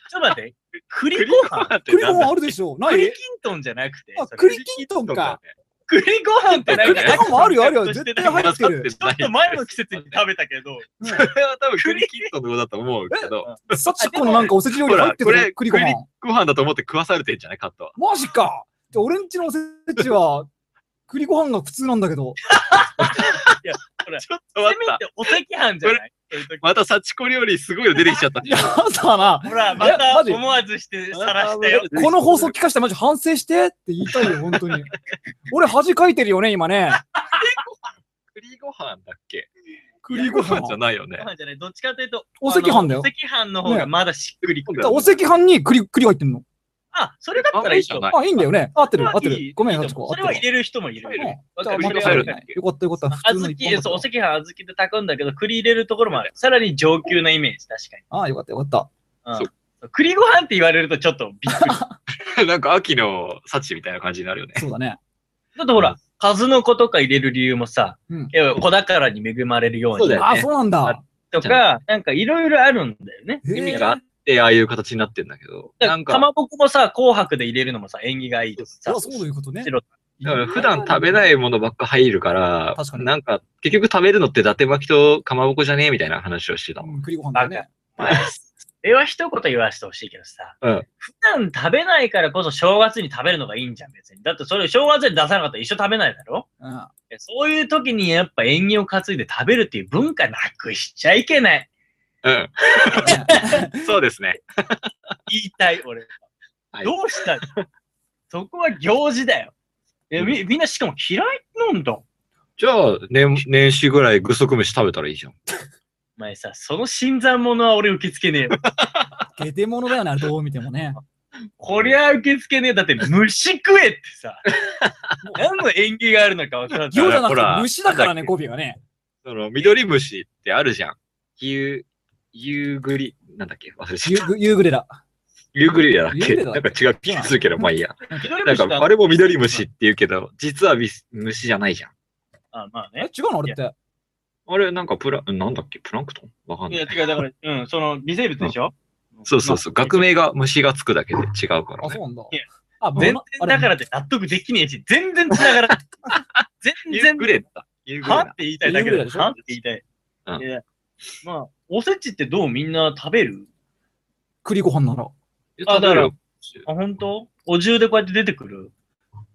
S3: と待って。 栗ご飯
S2: 栗ご飯あるでしょな
S3: 栗きん
S2: い
S3: とんじゃなくて。
S2: あ、
S3: それ
S2: 栗きんとんか。
S3: 栗ご飯ってなんか。
S2: 栗ご飯もあるよあるよ
S3: ちょっとして
S2: 絶対入
S3: ち
S2: ってる
S3: ょっと前の季節に食べたけど、
S2: うん
S1: これは多分栗きんとんのことだと思うけど、
S2: さっきこのなんかおせち料理入って
S1: ほ
S2: る
S1: らこ
S2: よ
S1: れ
S2: 栗ご飯。
S1: ご飯だと思って食わされてんじゃないカットは。
S2: マジか。じゃあ俺んちのおせちは、栗ご飯が普通なんだけど。
S1: ちょっと待った。
S3: せめてお赤飯じゃないそういう時
S1: また幸子料理すごいの出てきちゃった。
S2: やだな。
S3: ほら、ま
S2: いや
S3: た
S2: マジ
S3: 思わずして晒したよ。
S2: この放送聞かせてマジ反省してって言いたいよ、本当に。俺恥かいてるよね、今ね。
S1: 栗ご飯だっけ
S2: 栗ご
S1: ご飯
S2: 飯
S1: じゃないよね
S3: ご。飯じゃない。どっちかというと、
S2: お赤飯だよ
S3: あのお赤飯の方がまだしっくりくる。
S2: お赤飯に栗、栗が入ってんの。
S3: あ、それだったら
S1: あい
S3: いいよ
S1: いじゃ。
S2: あ、いいんだよね。合ってる、合って
S3: い
S2: る
S3: い。
S2: ごめん、
S3: いい
S2: ハ
S3: と
S2: チ
S3: 思う
S2: コ。
S3: そ
S2: 合
S3: れは
S2: ってるわ。
S3: 入れる人もいる。
S1: 入れる
S2: うんじゃあ、
S1: 入れ
S2: 間
S1: る
S2: 違え
S1: 入
S2: な
S1: れ
S2: い。よかった、よかった。
S3: あ
S2: 普通の
S3: ず
S2: 一
S3: き、
S2: 般
S3: そう、お
S2: の
S3: 赤飯、あずきで炊くんだけど、栗入れるところもある。さらに上級なイメージ、確
S2: ああ、よかった、よかった。
S3: か
S1: そ
S3: に。うん。栗ご飯って言われるとちょっとびっ く り。だ
S1: なんか秋の幸みたいな感じになるよね。
S2: そうだね。
S3: ってほら、数の子とか入れる理由もさ、
S2: うん。
S3: 要は子宝に恵まれるよう
S1: そうだ
S3: に
S1: よ
S2: あ、そうなんだ。
S3: とか、なんかいろいろあるんだよね。
S2: へえ
S1: 意味があって、ああいう形になってんだけど。
S3: だか
S1: なん
S3: ら、
S1: か、
S3: かまぼこもさ、紅白で入れるのもさ、縁起がいいとか
S2: そ
S3: さ
S2: りゃ、そういうことね。
S3: 白
S1: だから普段食べないものばっか入るから、
S2: 確かに
S1: なんか、結局食べるのって伊達巻きとかまぼこじゃねえみたいな話をしてたもん。
S2: うん、栗ご飯だよね。
S3: まあそれは一言言わせてほしいけどさ、
S1: うん
S3: 普段食べないからこそ正月に食べるのがいいんじゃん、別に。だってそれ正月に出さなかったら一緒食べないだろ
S2: うん。
S3: そういう時にやっぱ縁起を担いで食べるっていう文化なくしちゃいけない。
S1: う
S2: ね
S1: ん。そうですね。
S3: 言いたい、俺は。
S1: はい
S3: どうしたのそこは行事だよ。えみみんなしかも嫌いなんだ。
S1: じゃあ、年、年始ぐらい具足飯食べたらいいじゃん。
S3: お前さ、その新参者は俺受け付けねえ よ。
S2: 下手者だよな、どう見ても ね。
S3: こりゃ受け付けねえ。だって虫食えってさ、 何の縁起があるのか分からん。
S2: ギョじゃなく
S1: ほら
S2: て虫だか
S1: な
S2: らね、
S1: んだっけ
S2: 語尾がね。
S1: その、緑虫ってあるじゃん。夕、夕栗、なんだっけ忘れち
S2: ゆ
S1: ゃった。
S2: ゆ夕暮れだ。
S1: 夕栗だっけ
S2: 夕暮れ
S1: な
S2: だ
S1: んか違う気がするけど、まあいいや。
S3: 緑
S1: なん
S3: 虫だ
S1: か、あれも緑虫って言うけど、実はみ虫じゃないじゃん。
S3: あ、まあ
S2: え、
S3: ね。
S2: 違うのあれって。
S1: あれ、なんかプラ、なんだっけプランクトンわかん
S3: い
S1: な
S3: や、
S1: い。
S3: 違う、だから、うん、その微生物でしょ
S1: そうそうそう。学。名が虫がつくだけで違うから
S2: あ、そ
S1: ね。
S2: うなんだ
S3: いや。
S2: あ、
S3: まあ全然
S2: もう、。
S3: だかららって納得できねえし、全然繋がら ない。全
S1: 夕
S3: 然、
S1: 暮れだ。夕暮
S3: は
S1: れ
S3: って
S1: だ。
S3: 言いたいだけ
S2: 夕暮れ
S3: だ
S2: でしょ
S3: はって言いたい。
S1: うん
S3: いやまあ、おせちってどうみんな食べる
S2: 栗ご飯なら。
S3: あ
S1: 食べる
S3: あ、本当？お重でこうやって出てくる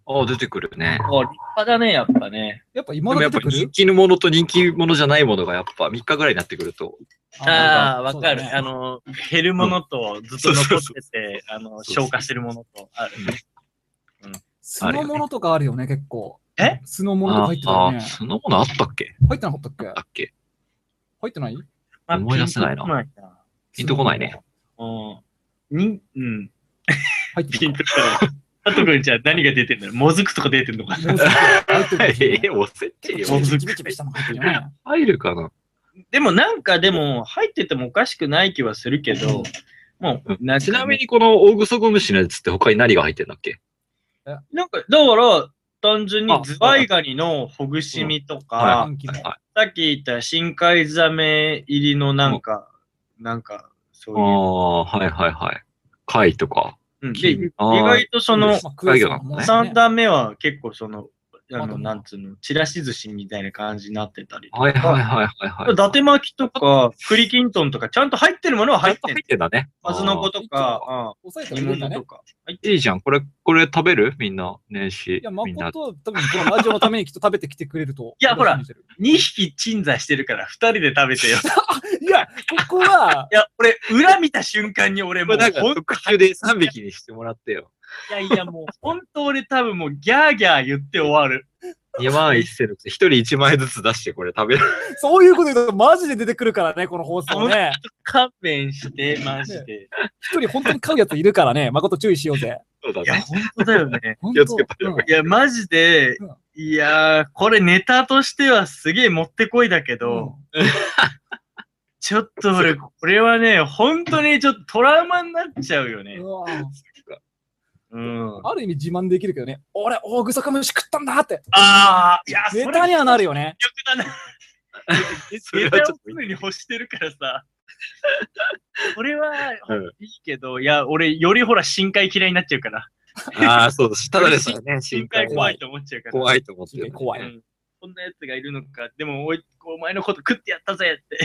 S1: あ、出てくるね
S3: あ、。立派だね、やっぱね。
S2: やっぱ
S1: で
S2: 今
S1: も
S2: だ
S1: やっ
S2: 出
S1: ぱ
S2: てく
S1: 人
S2: る
S1: 気のものと人気ものじゃないものがやっぱ3日ぐらいになってくると、
S3: ああ、わかる。
S2: そうだね
S3: あの、減るものとずっと残ってて、あの、
S1: そうそう
S3: 消化してるものとあ るね。
S2: 酢の物とかあるよね、結構。
S3: え
S2: 酢の物とか
S1: あ
S2: 入ってた
S1: あー、
S2: よね。
S1: そのものあったっけ
S2: 入ってなかったっけ
S1: あっけ
S2: 入ってない
S3: まあ
S1: 思い出せないな
S3: ピンとこないな。
S1: ピンとこないね。
S3: うん。に、うん。
S2: 入って
S3: ピン
S2: る。
S3: とこない。佐藤君じゃあ何が出てんだろうもずくとか出てんのかな
S2: 入ってる
S1: えおせち
S2: 結
S3: も
S2: 構
S1: に
S3: ず
S2: チ
S3: く
S2: ビチビしたの入ってるよね。
S1: 入るかな
S3: でもなんかでも入っててもおかしくない気はするけど、もう、
S1: ちなみ
S3: に、
S1: にこの大グソゴムシのやつって他に何が入ってんだっけ
S3: なんか、だから、単純に
S1: あ
S3: ズワイガニのほぐし身と
S1: は
S3: か、
S2: 短期の
S1: は
S3: さっき言った深海ザメ入りのなんか、なんか、そ
S1: あ
S3: う
S1: あ、は
S3: いう
S1: いはいはい。貝とか。
S3: うん。で、
S1: うん
S3: 意外とそ
S2: ま
S3: の
S2: あ、食えそうなもんね
S3: 3段目は結構その、あ
S2: まだ
S3: の、なんつうの、ちらし寿司みたいな感じになってたりとか。
S1: はいはいはいはい、はい。
S3: 伊達巻きとか、栗きんとんとか、ちゃんと入ってるものは
S1: ちゃ
S3: 入
S1: ん
S3: っ
S1: と
S3: て
S1: 入
S3: る
S1: っ。てんだね。
S3: 数の子とか、
S2: 抑え
S3: うん煮
S2: たらいいんだ
S3: 物
S2: ね
S3: と。か。
S1: あーいいじゃん。これ、これ食べるみんな、年始。
S2: いや、
S1: みんな。
S2: 誠は多分このラジオのためにきっと食べてきてくれると。
S3: いやほら
S2: 楽しみにしてる
S3: 2匹鎮座してるから、2人で食べてよ。
S2: いや、ここ は、
S3: いや、俺、裏見た瞬間に俺
S1: こ
S3: もう、
S1: れなんか
S3: ほん
S1: 特集で3匹にしてもらってよ。
S3: いやいや、もう、本当俺多分もう、ギャーギャー言って終わる。
S1: 2万1000、一人1万円ずつ出してこれ食べる。
S2: そういうこと言うと、マジで出てくるからね、この放送ね。
S3: 勘弁して、マジで。
S2: 一人本当に買うやついるからね、誠注意しようぜ。
S1: そうだ
S3: いや、
S1: ね。
S3: 本当だよ ね。
S1: 気をつけた方が
S2: 本
S3: いや、マジで
S2: うん、
S3: いやー、これネタとしてはすげえもってこいだけ
S2: 当う
S3: ど、
S2: ん
S3: ちょっと俺、これはね、本当にちょっとトラウマになっちゃうよね
S2: う。わ
S3: うん。あ
S2: ある意味自慢できるけどね、俺、大草かむし食ったんだって、
S3: あー、いや、それ
S2: ネタにはなるよね。
S3: 結局だな。
S1: それ
S3: ネ
S1: はちょっ
S3: タ
S1: と
S3: を常に欲してるからさ。 これは
S1: うん
S3: いいけど、いや、俺、よりほら、深海嫌いになっちゃうから。
S1: ああ、そうだ。ただですよ ね、心
S3: 深海
S1: 配
S3: 怖いと思っちゃうから。
S1: 怖いと思ってる。
S2: 怖い。
S3: うんこんなやつがいるのか。でもおい、お前のこと食ってやったぜって。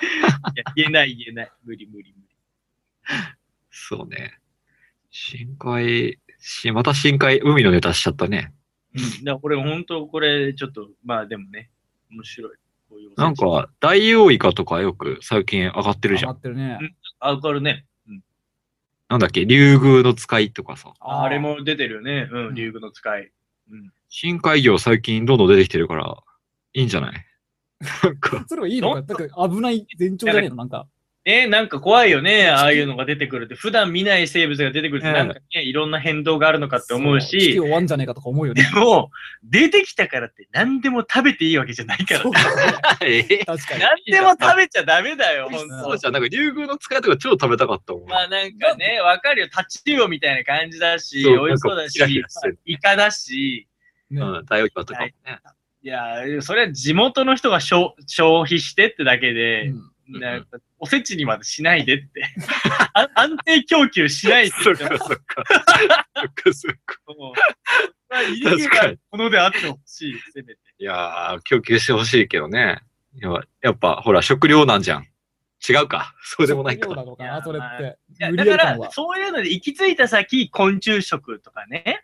S3: いや言えない、言えない。無理、無理、無理。
S1: そうね。深海、し、また深海、海のネタしちゃったね。
S3: うん、だからこれ、本当これ、ちょっと、まあでもね、面白い。こういうお
S1: なん
S3: 話、
S1: か、ダイオウイカとかよく最近上がってるじゃ
S2: ハ
S1: ん。
S2: マってるね。
S3: あ、わかるね。うん、
S1: なんだっけ、竜宮の使いとかさ。
S3: あれ。も出てるよね。
S2: う
S3: うんん、竜宮の使い。うん。
S1: 深海魚最近どんどん出てきてるから、いいんじゃないなん か、
S2: それはいいのかなんか危ない前兆じゃねえのなんか。
S3: えなんか怖いよね。ああいうのが出てくるって。普段見ない生物が出てくるって、
S1: うん
S3: なんかね、いろんな変動があるのかって思う
S2: そう地球
S3: し、
S2: 終わんじゃねえかとか思うよね。
S3: でも、出てきたからって何でも食べていいわ けじゃないから
S2: そう。確
S1: え
S2: かに。
S3: 何でも食べちゃダメだよ、本
S1: そう
S3: 当
S1: じゃん。なんか、竜宮の使いとか超食べたかったもん。
S3: まあなんかね、わかるよ。立ち魚みたいな感じだし、
S1: そう
S3: 美味しそうだし、
S1: なんかキラキラしてる
S3: イカだし、
S2: ね
S1: うん、ダイオウイカとかもね。
S3: いや、それは地元の人が消消費してってだけで、
S2: うん
S1: ん
S3: なんかおせちにまでしないでって。 あ安定供給しないで
S1: そっ
S3: って。
S1: か そっか。そっかそっか。
S3: もうまあイレギュラーなものであってほしい、せめて。
S1: いやー、供給してほしいけどね。いややっぱ、ほら、食料なんじゃん。違うか。そうでもない
S2: そう
S1: か。
S2: なのかな、それって
S3: い。や
S2: 無
S3: だ
S2: 理や
S3: か
S2: り感
S3: ら
S2: は、。
S3: そういうので行き着いた先、昆虫食とかね、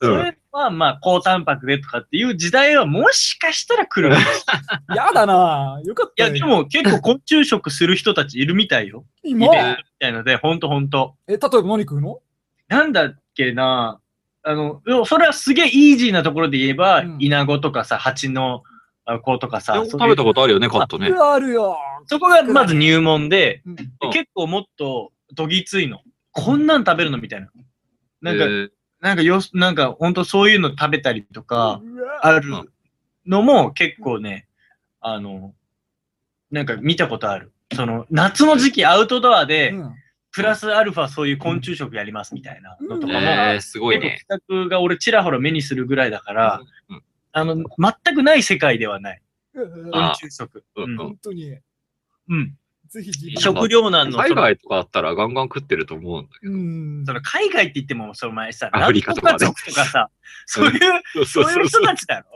S1: う
S3: そ
S1: ん。
S3: れはまあ高タンパクでとかっていう時代はもしかしたら来るかもしれない
S2: やだなよかっ
S3: い
S2: た
S3: や、
S2: ね
S3: でも結構昆虫食する人たちいるみたいよ。イベント
S2: 今
S3: みたいので、ほんとほんと。
S2: え、例えば何食うの
S3: なんだっけなあの、でもそれはすげえイージーなところで言えば、
S2: うん
S3: イナゴとかさ、蜂のあ子とか
S1: で
S3: さ
S1: も、
S3: そう
S1: 食
S3: いう
S1: べたことあるよね、カットね
S2: う。わあるよ
S3: そこがまず入門で、
S2: うん
S1: うん
S3: 結構もっとどぎついの。こんなん食べるのみたいな。なんか、
S1: えー
S3: なんかよす、なんかほんとそういうの食べたりとか、
S2: うわ
S3: あるのも結構ね、あの、なんか見たことある。その、夏の時期アウトドアで、
S2: うん
S3: プラスアルファそういう昆虫食やりますみたいなのとかも、
S1: えー、すごい
S3: 結構
S1: ね。
S3: 企画が俺ちらほら目にするぐらいだから、
S1: うん
S3: あの、全くない世界ではない。
S2: うん
S1: あ
S3: 昆虫食。
S1: う
S3: う
S1: う
S3: ん
S1: ん
S3: ん。
S2: 本当に、
S3: うん。
S2: ぜひ自分で
S3: 食糧難の、
S1: 海
S3: その
S1: 外とかあったらガンガン食ってると思うんだけ
S2: うん
S3: その海外って言っても、その前さ、
S1: アフリカとかね
S3: なんと族とか さ、そういう、
S1: ど。
S3: そういう人たちだろ。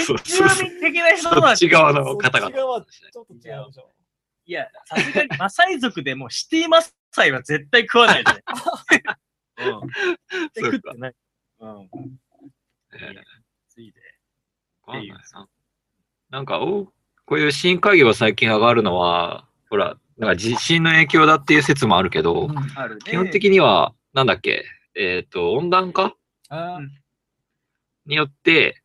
S1: そうそ
S3: 現
S1: う
S3: 住
S1: そうそう。
S3: 民的な人
S1: そ
S3: た
S1: っち
S3: ち。
S1: 側の方々。
S2: 々。ちょっと違うでしょ。
S3: いや、さすがにマサイ族でもシティマサイは絶対食わ ないで。うん。絶対食ってない。うん。
S1: えー
S3: ついで。
S1: わかんないな。なんか、おこういう深海魚が最近上がるのは、ほら、なんか地震の影響だっていう説もあるけど、
S2: うん
S3: あるね。
S1: 基本的には、なんだっけ、えっ、と、温暖化
S2: あー
S1: によって、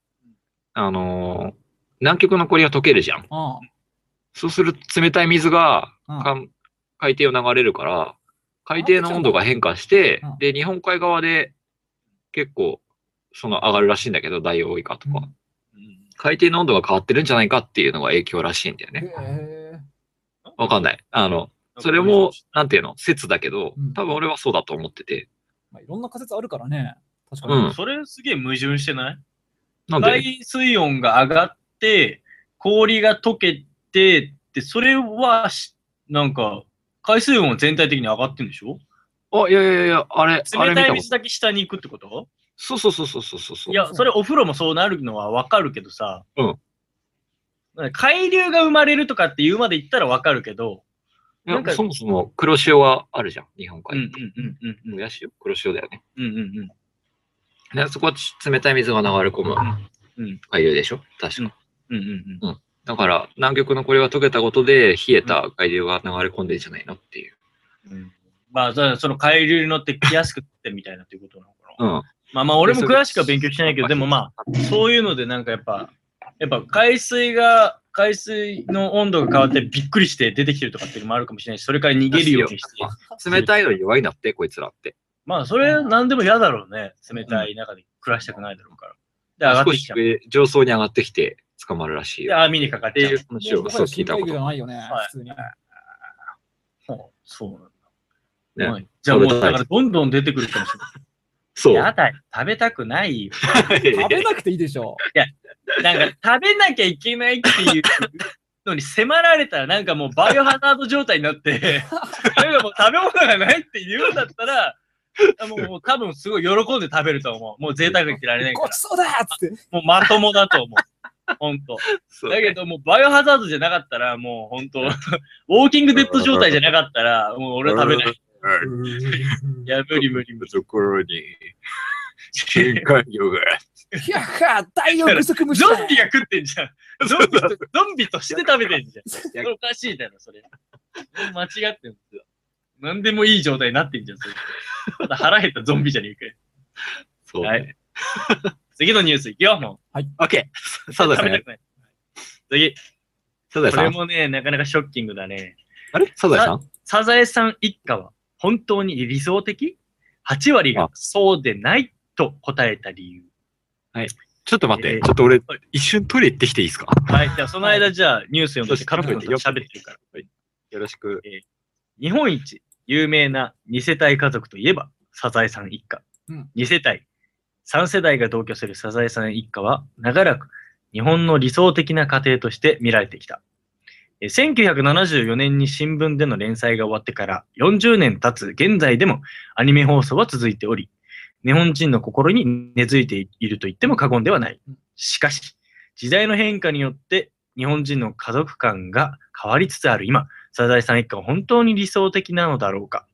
S1: あのー南極の氷が溶けるじゃん。
S2: あ
S1: そうすると冷たい水が、
S2: うん
S1: かん海底を流れるから、海底の温度が変化して
S2: うん、
S1: で、日本海側で結構、その上がるらしいんだけど、ダイオウイカとか。
S3: うん
S1: 海底の温度が変わってるんじゃないかっていうのが影響らしいんだよ
S2: ー。
S1: ね。
S2: へ
S1: わかんない。あの、それも、なんていうの、説だけど
S2: うん、
S1: 多分俺はそうだと思ってて。
S2: ー。まあいろんな仮説あるからね。確か
S1: う
S2: に。
S1: ん
S3: それすげえ矛盾してない
S1: なんで、
S3: 海水温が上がって、氷が溶けてって、それはし、なんか、海水温は全体的に上がってるんでしょ
S1: あ、いやいやいや、あれ、あれ
S3: 冷
S1: 見
S3: た
S1: た
S3: い
S1: こと
S3: 水。だけ下に行くってこと
S1: そうそうそうそうそうそうそう。
S3: いや、それお風呂もそうなるのはわかるけどさ。
S1: うん
S3: 海流が生まれるとかって言うまで言ったらわかるけど。
S1: いや
S3: なんか
S1: そもそも黒潮があるじゃん、日本
S3: うん
S1: 海。
S3: うんうんうんうん。
S1: 親潮黒潮だよね。
S3: うんうん
S1: でそこはち冷たい水が流れ込む
S3: うん
S1: 海流でしょ確か。
S3: うんうんうん。
S1: だから、南極の氷が溶けたことで、冷えた海流が流れ込んでんじゃないのっていう。
S3: うんまあ、そその海流に乗って来やすくってみたいなっていうことなのかな。
S1: うん。
S3: まあまあ、俺も詳しくは勉強してないけど、でもまあ、そういうのでなんかやっぱ、やっぱ海水が、海水の温度が変わってびっくりして出てきてるとかっていうのもあるかもしれないし、それから逃げるようにして。
S1: 冷たいのに弱いんだって、こいつらって。
S3: まあ、それ何でも嫌だろうね。冷たい中で暮らしたくないだろうから。で、上がっ
S1: 少
S3: てきち
S1: し
S3: ゃう。
S1: 上上層に上がってきて捕まるらしい
S3: で、
S1: よ。っ
S3: 網にかかってちゃ
S1: いうう。話をそう聞いたこと
S2: じゃないよね
S3: はい、
S2: 普通に。
S3: そうそうなんだ。
S1: ね
S3: はいじゃあもう、だからどんどん出てくるかもし
S1: そ
S3: れ
S1: う。
S3: ない。やだよ、食べたくないよ。
S2: 食べなくていいでしょ。
S3: なんか食べなきゃいけないっていうのに迫られたら、なんかもうバイオハザード状態になって、なんかもう食べ物がないって言うんだったら、もうもう多分すごい喜んで食べると思う。もう贅沢言ってられないか
S2: ご
S3: ら
S2: ち。そうだっつって。
S3: もうまともだと思う。ほんと。
S1: そう
S3: だけどもうバイオハザードじゃなかったら、もうほんと、ウォーキングデッド状態じゃなかったら、もう俺は食べない。
S1: うん
S3: いや、無理無理無理。
S1: ところに、深海魚 が。
S2: いやは大量不足虫だ
S3: ゾンビが食ってんじゃん。ゾンビとゾンビとして食べてんじゃん。それおかしいだろ、それ。間違ってんすよ。何でもいい状態になってんじゃん、それ。ただ腹減ったゾンビじゃねえかよ。
S1: そう
S3: は
S1: ね
S3: い。次のニュースいくよ、も
S1: OK! サ
S3: う。
S1: ザエ
S3: 食
S1: さ
S3: べた
S1: ん。
S3: くない。次。
S1: サザエ
S3: こ
S1: さ
S3: れ
S1: ん。
S3: もね、なかなかショッキングだね。
S1: あれサザエさん
S3: サザエさん一家は本当に理想的 ?8 割がそうでないと答えた理由。
S1: ちょっと待っ
S3: え
S1: て。
S3: ー
S1: ちょっと俺、一瞬トイレ行ってきていいですか
S3: はい、じゃあその間じゃあニュース読んでて、カップルと喋ってるから。
S1: よろしく。
S3: 日本一有名な2世帯家族といえばサザエさん一家、
S2: うん
S3: 2世帯3世代が同居するサザエさん一家は長らく日本の理想的な家庭として見られてきたえー1974年に新聞での連載が終わってから40年経つ現在でもアニメ放送は続いており日本人の心に根付いていると言っても過言ではないしかし時代の変化によって日本人の家族観が変わりつつある今サザエさん一家は本当に理想的なのだろうか、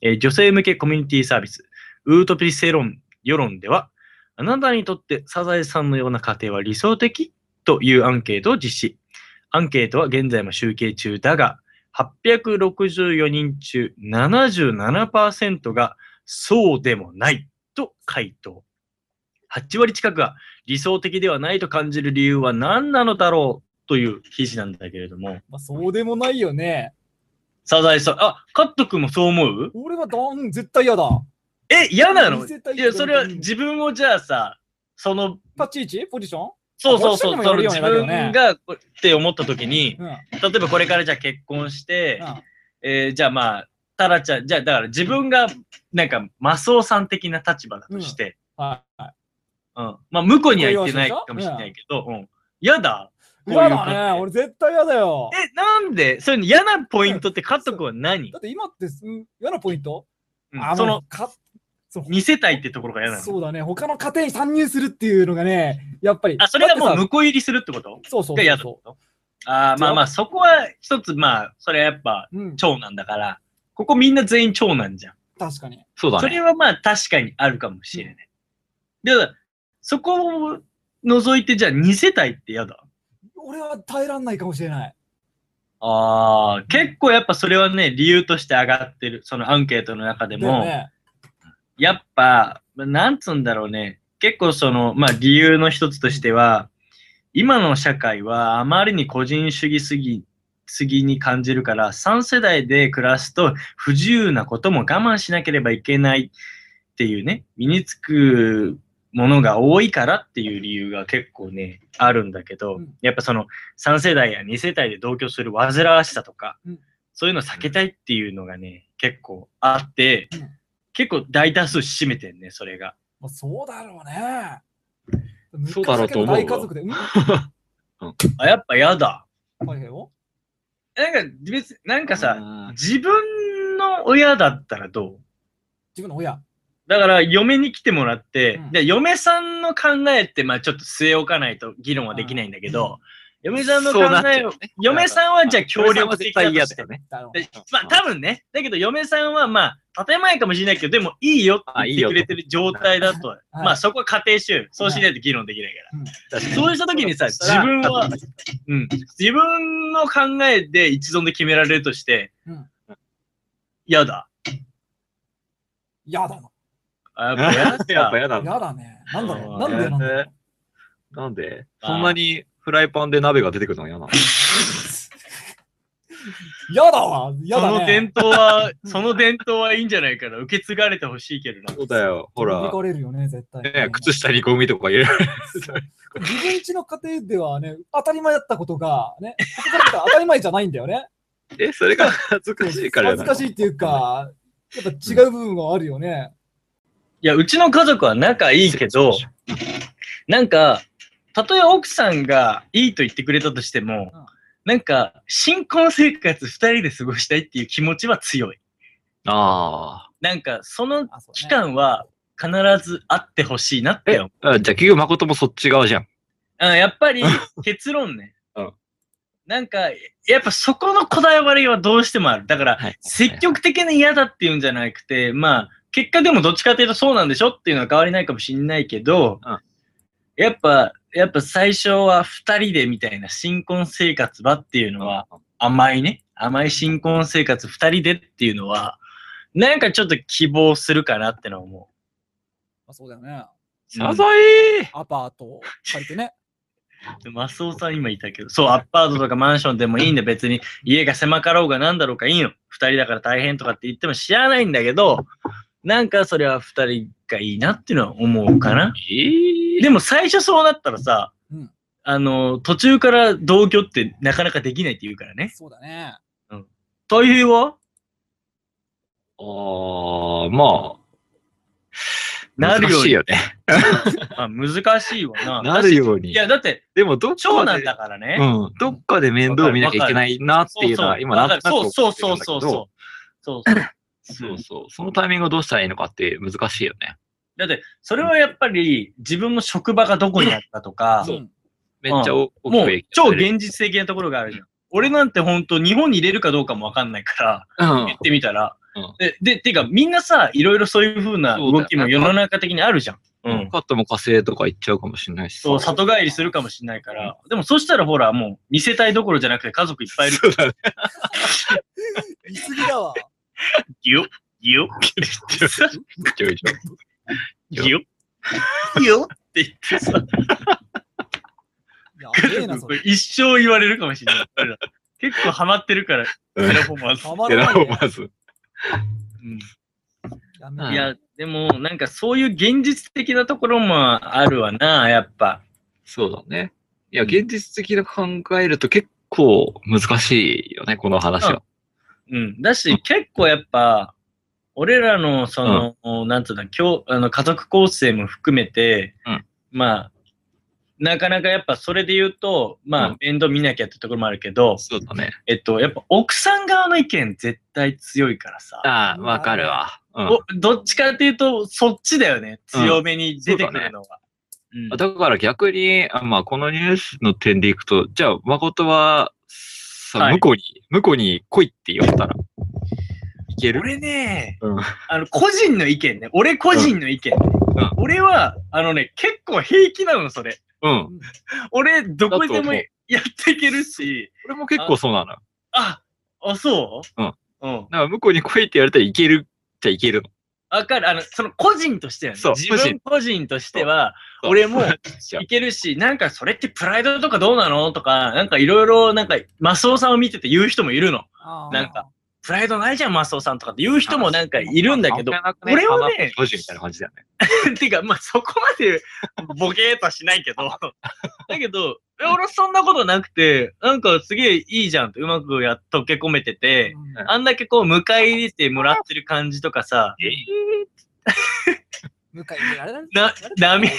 S3: えー女性向けコミュニティサービス、ウートピリ世論、世論では、あなたにとってサザエさんのような家庭は理想的というアンケートを実施。アンケートは現在も集計中だが、864人中77%がそうでもないと回答。8割近くが理想的ではないと感じる理由は何なのだろうという記事なんだけれども。
S2: まあ、そうでもないよね。
S3: サザエさん。あ、カット君もそう思う
S2: 俺はどん、絶対嫌だ。
S3: え、嫌なの
S2: 見せたい
S3: いや、それは自分をじゃあさ、その、
S2: 立ち位置ポジション
S3: そうそうそう、その
S2: あどっち
S3: 自
S2: にもよるよね
S3: 分がこうって思った時に、
S2: うん。うん。
S3: 例えばこれからじゃあ結婚して、えーじゃあまあ、タラちゃん、じゃあだから自分が、なんか、マスオさん的な立場だとして、
S2: はい。
S3: うん。まあ、向こうには言ってないかもしれないけど、うん。嫌だ。こういう
S2: 嫌
S3: こと
S2: だね。俺絶対嫌だよ。
S3: え、なんでそういうの嫌なポイントってカット君は何
S2: だって今ってす嫌なポイント、
S3: うん
S2: あ
S3: そ
S2: の
S3: の、
S2: かそう
S3: 見せたいってところが嫌なの
S2: そうだね。他の家庭に参入するっていうのがね、やっぱり。
S3: あ、それがもう
S2: だっ
S3: 向こう入りするってこと
S2: てさそうそう
S3: が
S2: そ
S3: 嫌
S2: う
S3: だ
S2: そ
S3: ああ、まあまあ、そこは一つ、まあ、それはやっぱ、
S2: う。うん。
S3: 長男だから、ここみんな全員長男じゃん。
S2: 確かに。
S1: そうだ
S3: そ
S1: ね。
S3: れはまあ、確かにあるかもしれない。で、そこを除いて、じゃあ、2世帯って嫌だ。
S2: 俺は耐えらんないかもしれない。
S3: ああ、結構やっぱそれはね、理由として上がってる。そのアンケートの中で
S2: だよ
S3: も、
S2: ね、
S3: やっぱ、まあなんつうんだろうね。結構その、まあ、理由の一つとしては、今の社会はあまりに個人主義すぎ、すぎに感じるから、3世代で暮らすと不自由なことも我慢しなければいけないっていうね、身につくものが多いからっていう理由が結構ね、あるんだけど、
S2: うん
S3: やっぱその3世代や2世代で同居する煩わしさとか、
S2: うん
S3: そういうの避けたいっていうのがね、結構あって、
S2: うん
S3: 結構大多数占めてんね、それが。
S2: まあ、そうだろうね。
S1: そうだろうと思うわ
S2: 昔だけど大家族で、うん。
S3: あ、やっぱやだ。
S2: はいよ。
S3: なんか別に、なんかさ、
S1: あー
S3: 自分の親だったらどう
S2: 自分の親。
S3: だから、嫁に来てもらって、
S2: うん
S3: で嫁さんの考えって、まあちょっと据え置かないと議論はできないんだけど、嫁さんの考
S1: そうなっち
S3: え
S1: ゃ
S3: を
S1: う、ね
S3: 嫁さんはじゃあ協力的
S1: 嫁さ
S3: だと
S1: んは絶対嫌
S3: し
S1: だ
S3: て
S1: よ。ね。
S2: だろう
S3: でまあ多分ね、だけど嫁さんはまあ建前かもしれないけど、でもいいよって言ってくれてる状態だと、
S2: はい
S3: まあそこは家庭主婦、そうしないと議論できないから。
S1: 確かに
S3: そうした時にさ、自分は、うん、自分の考えで一存で決められるとして
S2: うん、
S3: 嫌だ。
S2: 嫌だな。
S3: あやっぱやだ
S1: やっぱ嫌だな。
S2: やだね。なんだろ
S3: あー
S2: う。なんでなんだろう。
S1: なんで
S3: あー
S1: そんなにフライパンで鍋が出てくるのが嫌なの
S2: やだわ。や
S3: そ
S2: だ
S3: の
S2: ね
S3: 伝。統は、その伝統はいいんじゃないかな。受け継がれてほしいけどな。
S1: そうだ よ、ほら
S2: 飛び、越れるよね、絶対。
S1: ね、靴下にゴミとか入れられる。
S2: 自分家の家庭ではね、当たり前だったことが、ね、ここから見たら当たり前じゃないんだよね。
S1: え、それが 恥ずかしいから
S2: 恥
S1: じ
S2: ず
S1: ゃな
S2: か
S1: い
S2: しいっていうか、やっぱ違う部分はあるよね。
S3: いや、うちの家族は仲いいけど、なんか、たとえ奥さんがいいと言ってくれたとしても
S2: うん、
S3: なんか、新婚生活二人で過ごしたいっていう気持ちは強い。
S1: あ
S3: なんか、その
S2: あそうね
S3: 期間は必ずあってほしいな
S1: ー
S3: って
S1: え
S3: 思う。
S1: あ。じゃあ、企業誠もそっち側じゃん。
S3: うん、やっぱり結論ね
S1: うん。
S3: なんか、やっぱそこのこだわりはどうしてもある。だから、
S1: はい
S3: 積極的に嫌だっていうんじゃなくて、まあ、結果でもどっちかというとそうなんでしょっていうのは変わりないかもしんないけど、
S1: うん
S3: やっぱ、やっぱ最初は二人でみたいな新婚生活はっていうのは甘いね。甘い新婚生活二人でっていうのは、なんかちょっと希望するかなってのは思
S2: まあ、そうだよね。
S1: 謝罪
S2: アパートを借りて ね。
S3: う。でマスオさん今いたけど、そう、アパートとかマンションでもいいんで別に家が狭かろうがなんだろうかいいの。二人だから大変とかって言っても知らないんだけど、なんかそれは二人がいいなっていうのは思うかな。
S1: えー
S3: でも最初そうなったらさ、
S2: うん
S3: あの、途中から同居ってなかなかできないって言うからね。
S2: そうだね。
S3: とい うは
S1: ああ、まあ、
S3: なるよ
S1: 難
S3: うに
S1: しいよね。
S3: あ難しいわな。
S1: なるよう
S3: い
S1: に。
S3: や、だって、
S1: でも、どっか
S3: 長
S1: で
S3: 男だからね。
S1: うん、どっかで面倒見なきゃいけないなっていうのは、今、な
S3: わか
S1: ん
S3: る
S1: となく
S3: そうそうそ
S1: 思
S3: う
S1: って
S3: そ
S1: るんだ
S3: う
S1: け
S3: そう
S1: ど。そ
S3: そうそう。
S1: うそう。そのタイミングをどうしたらいいのかって難しいよね。
S3: だって、それはやっぱり自分の職場がどこにあったとか、
S1: そうんめっちゃ大きく
S3: もう
S1: 影響
S3: 超
S1: される
S3: 現実的なところがあるじゃん。俺なんて本当日本に入れるかどうかもわかんないから、言ってみたら。
S1: うん
S3: で、で、てかみんなさ、いろいろそういう風な動きも世の中的にあるじゃん。
S1: う
S3: う
S1: ん。
S3: ん。
S1: カットも火星とか行っちゃうかもしれないしさ。
S3: そう、里帰りするかもしれないから。でもそしたらほら、もう2世帯どころじゃなくて家族いっぱいいる。
S1: そうだね。
S2: 言い過ぎだわ。
S3: ぎよ、ぎよ、
S1: ちょいちょい
S3: ぎよ、ぎよって言ってさ。
S2: やべえな、それ。
S3: 一生言われるかもしれない俺ら。結構ハマってるから、
S1: うん
S3: テラフォーマーズ
S2: たま
S1: テ
S2: ら
S1: ラ
S2: ない
S1: フォ
S2: ね
S1: ーマーズ。
S2: やめろ
S1: うん
S3: いや、でも、なんかそういう現実的なところもあるわな、やっぱ。
S1: そうだね。いや、現実的な考えると結構難しいよね、この話は。
S3: うん。だし、結構やっぱ、俺らの、その、なんつうんだ、今日、あの、家族構成も含めて、
S1: うん
S3: まあ、なかなかやっぱそれで言うと、まあ、
S1: うん
S3: 面倒見なきゃってところもあるけど、
S1: そうだね。
S3: えっと、やっぱ奥さん側の意見絶対強いからさ。
S1: ああ、わかるわ。うん
S3: おどっちかっていうと、そっちだよね。強めに出てくるのは。うん
S1: だから逆に、あまあ、このニュースの点でいくと、じゃあ、誠は、さ、
S3: はい
S1: 向こうに、向こうに来いって言われたら、いける
S3: 俺ね、
S1: うん
S3: あの、個人の意見ね。俺個人の意見、ね
S1: うん
S3: 俺は、あのね、結構平気なの、それ。
S1: うん。
S3: 俺、どこで
S1: だと思
S3: も
S1: う
S3: やっていけるし、
S1: 俺も結構そうなのよ。
S3: あ、あ、そう
S1: うん。
S3: うん。
S1: だから向こうに来いって言われたらいけるじゃいけるの。
S3: わかる。あの、その個人としてはね。
S1: そう
S3: 自
S1: 個
S3: 分
S1: 人
S3: 個人としては、
S1: そう
S3: 俺も
S1: じゃあ
S3: いけるし、なんかそれってプライドとかどうなのとか、なんかいろいろ、なんか、マスオさんを見てて言う人もいるの。なんか。プライドないじゃん、マスオさんとかって言う人もなんかいるんだけど、
S1: 関係なく
S3: 俺はね
S1: 花子女子みたいな感じだよね。
S3: てか、まあ、そこまでボケーとはしないけど、だけど、え俺そんなことなくて、なんかすげえいいじゃんって、うまくやっとけ込めてて、あんだけこう迎え入れてもらってる感じとかさ、
S2: 向かい入れられない。
S3: な、波、
S1: え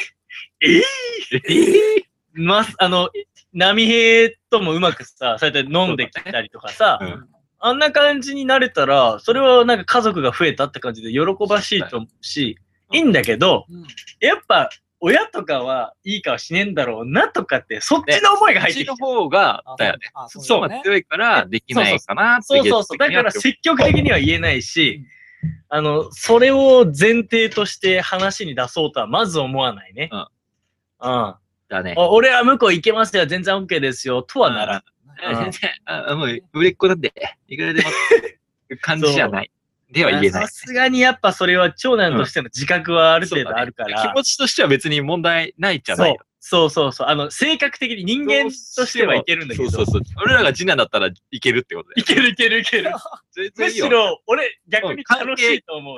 S3: ます、あの、波平ともうまくさ、そうやって飲んできたりとかさ、
S1: うん
S3: あんな感じになれたら、それはなんか家族が増えたって感じで喜ばしいと思うし、いいんだけど、
S2: うん
S3: やっぱ親とかはいい顔しねえんだろうなとかって、そっちの思いが
S1: こっ
S3: 入って
S1: ち
S3: きて
S1: の。方が、だよね。。
S2: あ
S1: そ
S2: そうう
S1: そ
S2: そうう
S1: が
S2: ね。
S1: 強いからできないかなって
S3: そうそうそう。だから
S1: 現実的には
S3: 積極的には言えないし、あの、それを前提として話に出そうとはまず思わないね。
S1: うん
S3: うん。あ
S1: だね。
S3: 俺は向こう行けますよ、全然 OK ですよ、とはならん。
S1: あ全然、あもう売れっ子なんで、いくらでも感じじゃない。では言えない
S3: さ。すがにやっぱそれは長男としての自覚はある程度あるか
S1: そうだ
S3: ら
S1: ね気。持ちとしては別に問題ないじゃないよ。
S3: そうそうそうそう。あの、性格的に人間としてはいけるんだけど。
S1: そうそうそう。俺らが次男だったらいけるってことだ
S3: い
S1: よ。
S3: けるいけるいける。
S1: 全
S3: む
S1: 然いい
S3: し
S1: よ。
S3: ろ、俺、逆に楽しいと思う。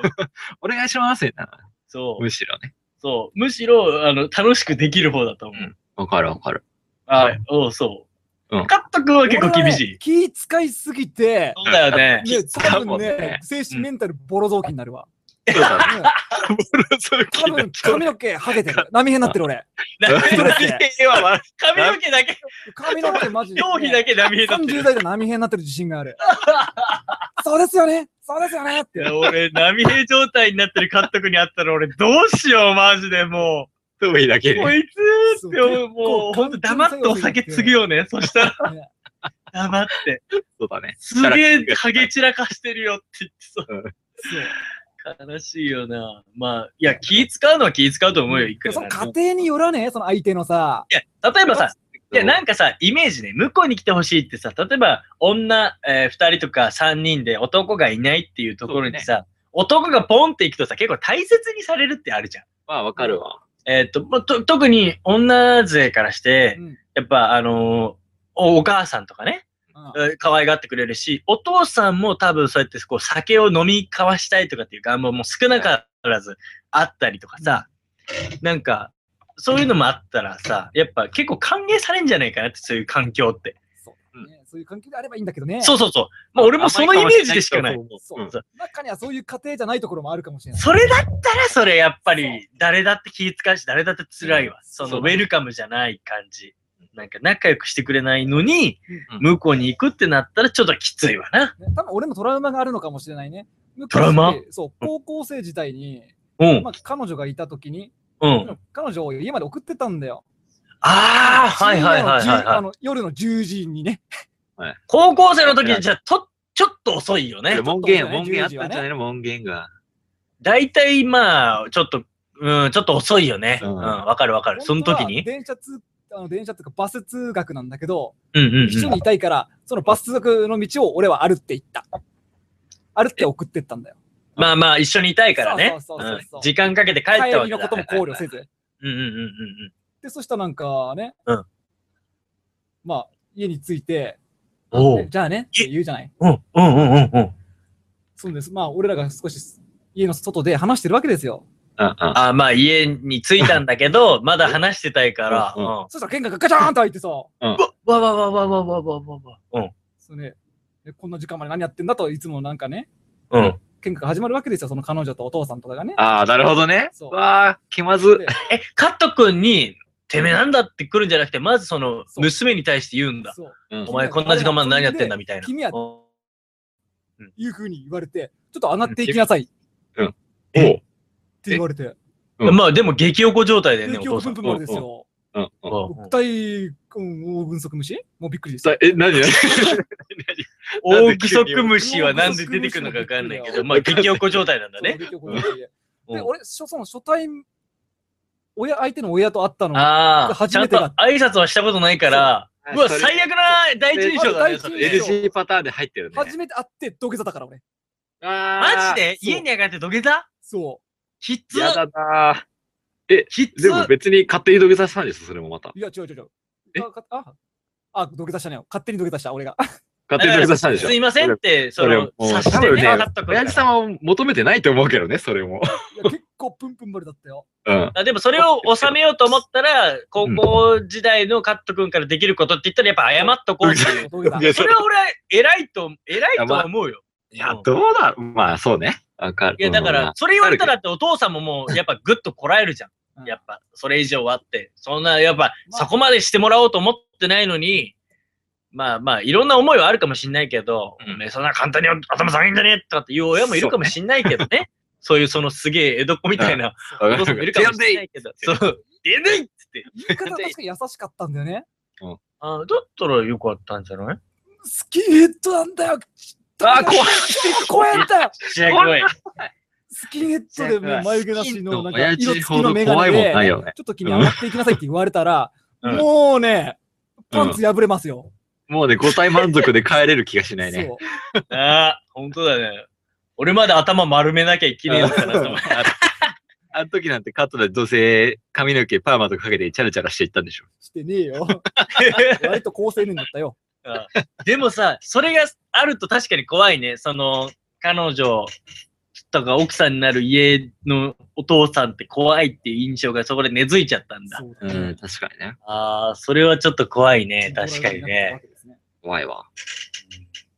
S1: お願いしますみたいな。
S3: そう。
S1: むしろね。
S3: そう。むしろ、あの、楽しくできる方だと思
S1: う。
S3: うん
S1: わかるわかる。
S3: あおう、そう。
S1: うん
S3: カット君は結構厳しい。
S2: 気使いすぎて、
S3: そうだよ ね。
S2: ね、
S1: 使
S2: 多
S1: うもん
S2: 分
S1: ね
S2: ね、精
S3: う
S2: 神
S3: ん
S2: メンタルボロ雑巾になるわ。
S1: そうだね。
S2: うん
S1: ボルゾーキ
S2: 多分髪の毛はげてる。波平になってる俺。
S3: な
S2: ストレスで
S1: は
S3: 髪の毛だけ、
S2: 髪の毛マジで。
S3: 頭皮だけ波平だって
S2: 30
S3: る。
S2: 代で波平になってる自信がある。そうですよねそうですよねっ
S3: い
S2: て。
S3: や 俺、波平状態になってるカット君に会ったら俺、どうしよう、マジでも
S1: 頭皮だけ
S3: う。こ
S1: で。
S3: いつって
S2: そう
S3: もう、ほんと黙ってお酒継ぐよね。そしたら、
S2: ね
S3: 黙って。
S1: そうだね。
S3: すげえ、ハゲ散らかしてるよって言ってそう。
S2: そう
S3: 悲しいよな。まあ、いや、気使うのは気使うと思うよ、いくら
S2: そ
S3: なん
S2: の
S3: でも
S2: 家庭によらねその相手のさ。
S3: いや例えばさ、いや、なんんかさ、イメージね、向こうに来てほしいってさ、例えば、女、え2人とか3人で男がいないっていうところにさ、男がポンって行くとさ、結構大切にされるってあるじゃん。
S1: まあわかるわ。
S3: えーっと、まあと、特に女勢からして
S2: う、ん
S3: やっぱ、あのーおお母さんとかね、えー可愛がってくれるし、お父さんも多分そうやってこう酒を飲み交わしたいとかっていう願望も少なからずあったりとかさ、なんか、そういうのもあったらさ、やっぱ結構歓迎されんじゃないかなって、そういう環境って。
S2: そうねそういう環境であればいいんだけどね。
S3: そうそうそう。まあ俺もそのイメージでしかない。
S2: そう
S1: うん
S2: 中にはそういう家庭じゃないところもあるかもしれない。
S3: それだったらそれやっぱり誰だって気遣うし誰だって辛いわ。そ
S1: そ
S3: の
S1: う
S3: ウ
S1: だね
S3: ェルカムじゃない感じ。なんか仲良くしてくれないのに
S1: うん、
S3: 向こうに行くってなったらちょっときついわな。
S2: ね多分俺のトラウマがあるのかもしれないね。
S3: トラウマ
S2: 昔そう、高校生時代に、
S3: うん
S2: ま。あ、彼女がいたときに、
S3: うん。
S2: 彼女を家まで送ってたんだよ。
S3: ああ、はいはいはい
S2: 深
S3: は
S2: 夜の
S3: い
S2: 10あ
S3: はい。
S2: の夜の10時にね。
S3: 高校生の時にじゃあと、ちょっと遅いよね。
S1: 門限、門限あったんじゃないの門限が。
S3: 大体まあ、ちょっと、うん、ちょっと遅いよね。
S1: う
S3: うんん、わかるわかる。その時に
S2: 本当は電車通あの電車っていうかバス通学なんだけど、
S3: うんうん
S2: 一緒にいたいから、そのバス通学の道を俺は歩って行った。歩って送ってったんだよ。
S3: まあまあ、一緒にいたいからね。
S2: そうそうそうそ
S3: う
S2: う
S3: ん時間かけて帰っ
S2: 帰
S3: たわ
S2: り
S3: け
S2: の
S3: だ。
S2: ことも考慮せず。
S3: うんうんうんうんうん。
S2: で、そしたらなんかね、
S3: うん
S2: まあ、家に着いて、
S3: お
S2: じゃあねって言うじゃない。
S3: うんうんうんうんうん。
S2: そうです。まあ、俺らが少し家の外で話してるわけですよ。
S1: うんうん。
S3: あまあ家に着いたんだけど、 まだ話してたいから。
S1: う
S3: うんん。
S1: うん
S3: わ
S2: そしたら喧嘩がガチャーンと開いてさ、
S3: わわわわわわわわわ。うん。
S2: そうね、えこんな時間まで何やってんだといつもなんかね、
S3: うん。
S2: 喧嘩が始まるわけですよ、その彼女とお父さんとかがね。
S1: ああ、なるほどね。
S2: そう
S1: わあ、気まず。
S3: え、カット君に、てめえなんだって来るんじゃなくて、まずその、
S2: そう
S3: 娘に対して言うんだ。
S2: そう
S1: うん
S3: お前こんな時間まで何やってんだみたいな。
S2: 君は
S3: うん
S2: いうふうに言われて、ちょっと上がっていきなさいって
S1: おう
S2: 言われて、
S1: うん
S3: まあでも激おこ状態だよ
S2: で
S3: ね、お
S2: 記憶
S3: 父さ
S2: 分
S3: ん。
S2: 布までですよ。
S1: うんうん。
S2: 僕体、うん、大分足虫もうびっくりです。
S1: さえ、何何
S3: 大規則虫はなんで出てくるのかわかんないけど、まあ激おこ状態なんだね。
S2: そう激おこ状態で
S3: う
S2: で、
S3: ん
S2: 俺、初その初対親、相手の親と会ったのが、
S3: ああ、ち
S2: 初
S3: ゃ
S2: め
S3: ん
S2: て
S3: と
S2: だ
S3: 挨拶はしたことないから、うわ、最悪な第一印象だね、そ
S2: そう
S3: れ。
S2: 第一印象
S1: LG パターンで入ってるね。
S2: 初めて会って土下座だから俺。
S3: マ
S1: マ
S3: ジで
S2: そう
S3: 家に上がって土下座
S2: そ
S3: きつ
S1: やだなえ、
S3: きつ
S1: でも別に勝手に土下座したんですよ、それもまた。
S2: う。いや、違う違う違う。
S1: え
S2: あかああ、土下座したね。勝手に土下座した、俺が。
S1: 勝手に土下座したんでしょ。
S3: すいませんって、そ
S1: それ
S3: の
S1: も、う
S3: 察し
S1: 多
S3: て
S1: 分
S3: ね、
S1: ね
S3: 分かった、
S1: 親父さんは求めてないと思うけどね、それも。
S2: いや結構プンプン丸だったよ。
S1: うん。
S3: あでもそれを収めようと思ったら、高校時代のカット君からできることって言ったら、やっぱ謝っとこうっていう。
S2: 土下
S1: いや
S3: それは俺、偉いと、偉いとは思うよ。
S1: いや、どうだまあ、そうね。わかる。
S3: いや、だから、それ言われたらってお父さんももう、やっぱグッとこらえるじゃん。
S2: 座。
S3: やっぱ、それ以上はって。そんな、やっぱ、
S2: まあ
S3: そこまでしてもらおうと思ってないのに、まあまあ、いろんな思いはあるかもしんないけど、
S1: うん
S3: おめえそんな簡単に頭下げんじゃねえとかっていう親もいるかもしんないけどね。 そういう、そのすげえ江戸っ子みたい な
S1: うん、
S3: お父さんもいるかもしんないけど、そう、出ねえって言って。
S2: 言い方は確かに優しかったんだよね。
S3: あだったらよかったんじゃない
S2: スキンヘッドなんだよ。
S1: あー怖い
S2: 怖いんだよ。
S3: すごい。
S2: スキンヘッドでもう眉毛なしの、なんか
S1: 親
S2: 色
S1: 父ほ
S2: 付き
S1: ど
S2: のメガ
S1: 怖
S2: ネ
S1: いもん
S2: で、
S1: ないよね。
S2: ちょっと君上がっていきなさいって言われたら、
S3: うん
S2: もうね、パンツ破れますよ。
S1: もうね、五体満足で帰れる気がしないね。
S2: そう。
S3: ああ、ほんとだね。俺まで頭丸めなきゃいけねえのかなと思って。
S1: あの時なんてカットでどうせ髪の毛パーマとかかけてチャラチャラしていったんでしょ。
S2: してねえよ。割と好青年だったよ。
S3: でもさ、それがあると確かに怖いね。その、彼女とか奥さんになる家のお父さんって怖いっていう印象がそこで根付いちゃったんだ。
S2: そう
S1: う
S2: だね
S1: ん、確かにね。
S3: ああ、それはちょっと怖いね。確かにね。。
S1: 怖いわ。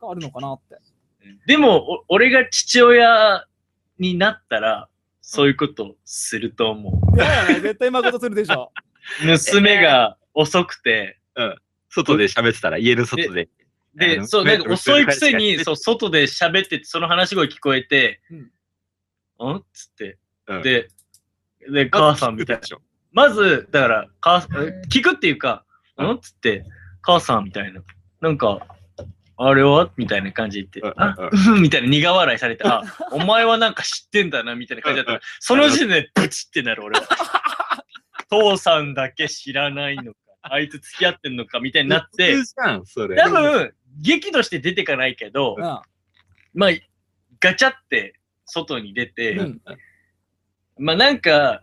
S2: あるのかなって。
S3: でも、お俺が父親になったら、そういうことをすると思う。
S2: いやいや絶対誠するでし ょ。
S3: 娘が遅くて、
S1: 外で喋ってたら、家の外で。あ
S3: で、
S1: の
S3: そう、なんか遅いくせ
S1: う
S3: に、
S1: ん
S3: そう、外で喋ってて、その話し声聞こえて、うん、っつって、
S1: うん
S3: で、で、母さんみたいな。
S1: でしょ。
S3: まず、だから、母さんえ聞くっていうか、
S1: うん
S3: んっつって、母さんみたいな。なんか、あれはみたいな感じで言
S1: うん
S3: って、あ、うん、みたいな苦笑いされて、あ、お前はなんか知ってんだな、みたいな感じだった
S1: う
S3: ら、その時点でブチってなる、俺は。父さんだけ知らないのか、あいつ付き合ってんのか、みたいになっ
S1: 普
S3: て
S1: 通、じゃん、それ。
S3: 多分、激怒して出てかないけど
S2: う、ん。
S3: まあ、ガチャって外に出て、
S2: うん
S3: まあなんか、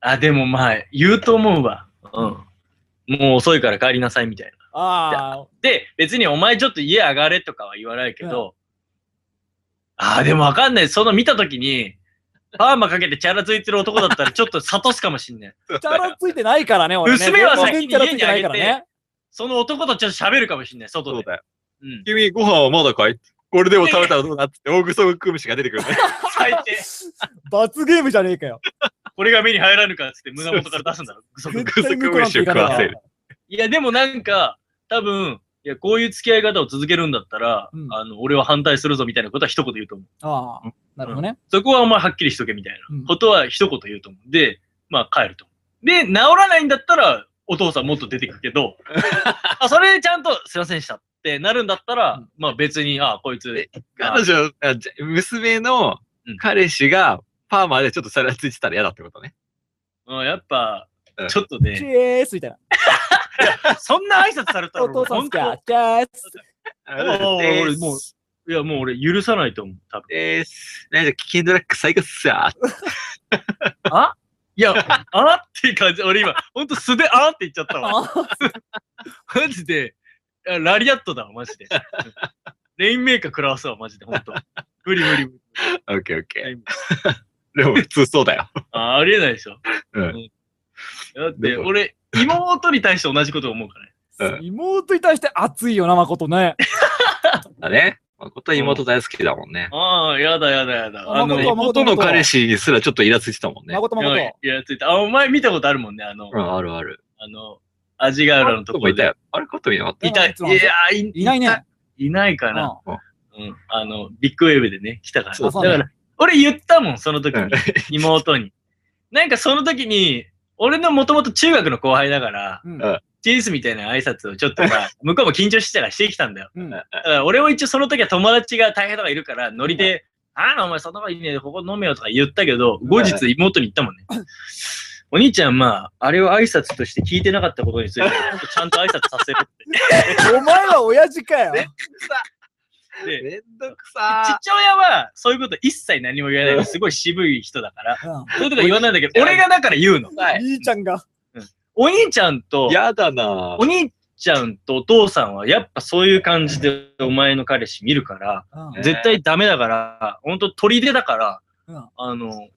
S3: あ、でもまあ、言うと思うわ。うん。もう遅いから帰りなさいみたいな。
S2: あ
S3: で、別にお前ちょっと家上がれとかは言わないけど、ああ、でもわかんない。その見たときに、パーマかけてチャラついてる男だったらちょっと諭すかもしんない。
S2: あ、チャラついてないからね、俺ね。
S3: 娘は先に
S2: 全然チャラついてないからね。
S3: その男とちょっと喋るかもしんない、
S1: そ
S3: 外
S1: う
S3: で。
S1: だよ。
S3: うん。
S1: 君、ご飯はまだかいこれでも食べたらどうだっつって、大ぐそぐくむしが出てくる ね。
S3: 最低。
S2: 罰ゲームじゃねえかよ。
S3: これが目に入らぬかっつって胸元から出すんだろ。ぐそぐそ
S2: 絶対向こうなんていか
S1: 食わ
S2: な
S1: せ
S2: い
S1: る。
S3: いや、でもなんか、多分、いや、こういう付き合い方を続けるんだったら、
S2: うん
S3: あの、俺は反対するぞみたいなことは一言言うと思う。
S2: ああ、なるほどね。
S3: そこはお前はっきりしとけみたいな
S2: うん
S3: ことは一言言うと思う。で、まあ帰ると思う。で、治らないんだったら、お父さんもっと出てくけど、 あそれでちゃんと、すいませんでしたってなるんだったら、
S2: うん
S3: まあ別に、あこいつ、
S1: え彼女、あじゃ娘の彼氏がパーマでちょっとチャラついてたら嫌だってことね。
S3: うん、やっぱ
S1: う、ん
S3: ちょっと
S2: チ
S3: ね、
S2: ェースみたいな。
S3: そんな挨拶されたら、
S2: お父
S3: 俺
S2: さん
S3: 本
S2: す
S3: 当
S2: かチェース。
S3: おー俺もう
S1: う。
S3: いや、もう俺許さないと思う、多分。
S1: えーす、なんか危険ドラッグ最高っすわ。
S3: あいや、あっていう感じ。俺今、ほんと素であって言っちゃったわ。マジで、あラリアットだわ、マジ で。レインメーカー食らわすわ、マジで、ほんと。無理無理無理。
S1: オッケーオッケ
S3: は
S1: ー
S3: い。
S1: でも普通そうだよ。
S3: あありえないでしょ。
S1: うん
S3: だって、
S1: でも
S3: 俺、妹に対して同じこと思うからね。
S1: うん
S2: 妹に対して熱いよな、誠ね。
S1: だね。誠は妹大好きだもんね。
S3: ああ、やだやだやだ。
S2: あ
S3: あの、
S2: 誠
S3: い
S2: は
S1: 妹の彼氏にすらちょっとイラついてたもんね。
S2: 誠
S3: や
S2: 誠
S3: い。や、ついた。あ、お前見たことあるもんね、あの、
S1: うん、あるある。
S3: あの、アジガーラの
S1: と
S3: とこ
S1: こ
S3: ろ
S1: いた
S3: で。
S1: よ。あれ、こといなかった
S3: いた、い
S2: うん
S3: やー、
S2: いないね。
S3: いないかな。うん、あの、ビッグウェーブでね、来たから。
S1: そう
S2: そう
S3: だから、俺言ったもん、その時に、妹に。なんかその時に、俺のもともと中学の後輩だから、
S2: うん
S1: うん
S3: チースみたいな挨拶をちょっとまあ、向こうも緊張してたからしてきたんだよ。
S2: うん
S3: だから俺も一応その時は友達が大変とかいるから、ノリで、あら、お前そんなこといいねここ飲めよとか言ったけど、後日妹に言ったもんね。お兄ちゃん、まあ、あれを挨拶として聞いてなかったことについて、ちゃんと挨拶させろって。
S2: お前は親父かよ。
S3: で
S1: めんどくさ
S3: 父親はそういうこと一切何も言わない、すごい渋い人だから、
S2: う
S3: そういうとこ言わないんだけど、俺がだから言うの。
S2: ん兄ちゃんが。
S3: お兄ちゃんと、
S1: やだな
S3: お兄ちゃんとお父さんはやっぱそういう感じでお前の彼氏見るから、
S2: うん
S1: え
S3: 絶対ダメだから、ほんと砦だから、
S2: うん
S3: あの、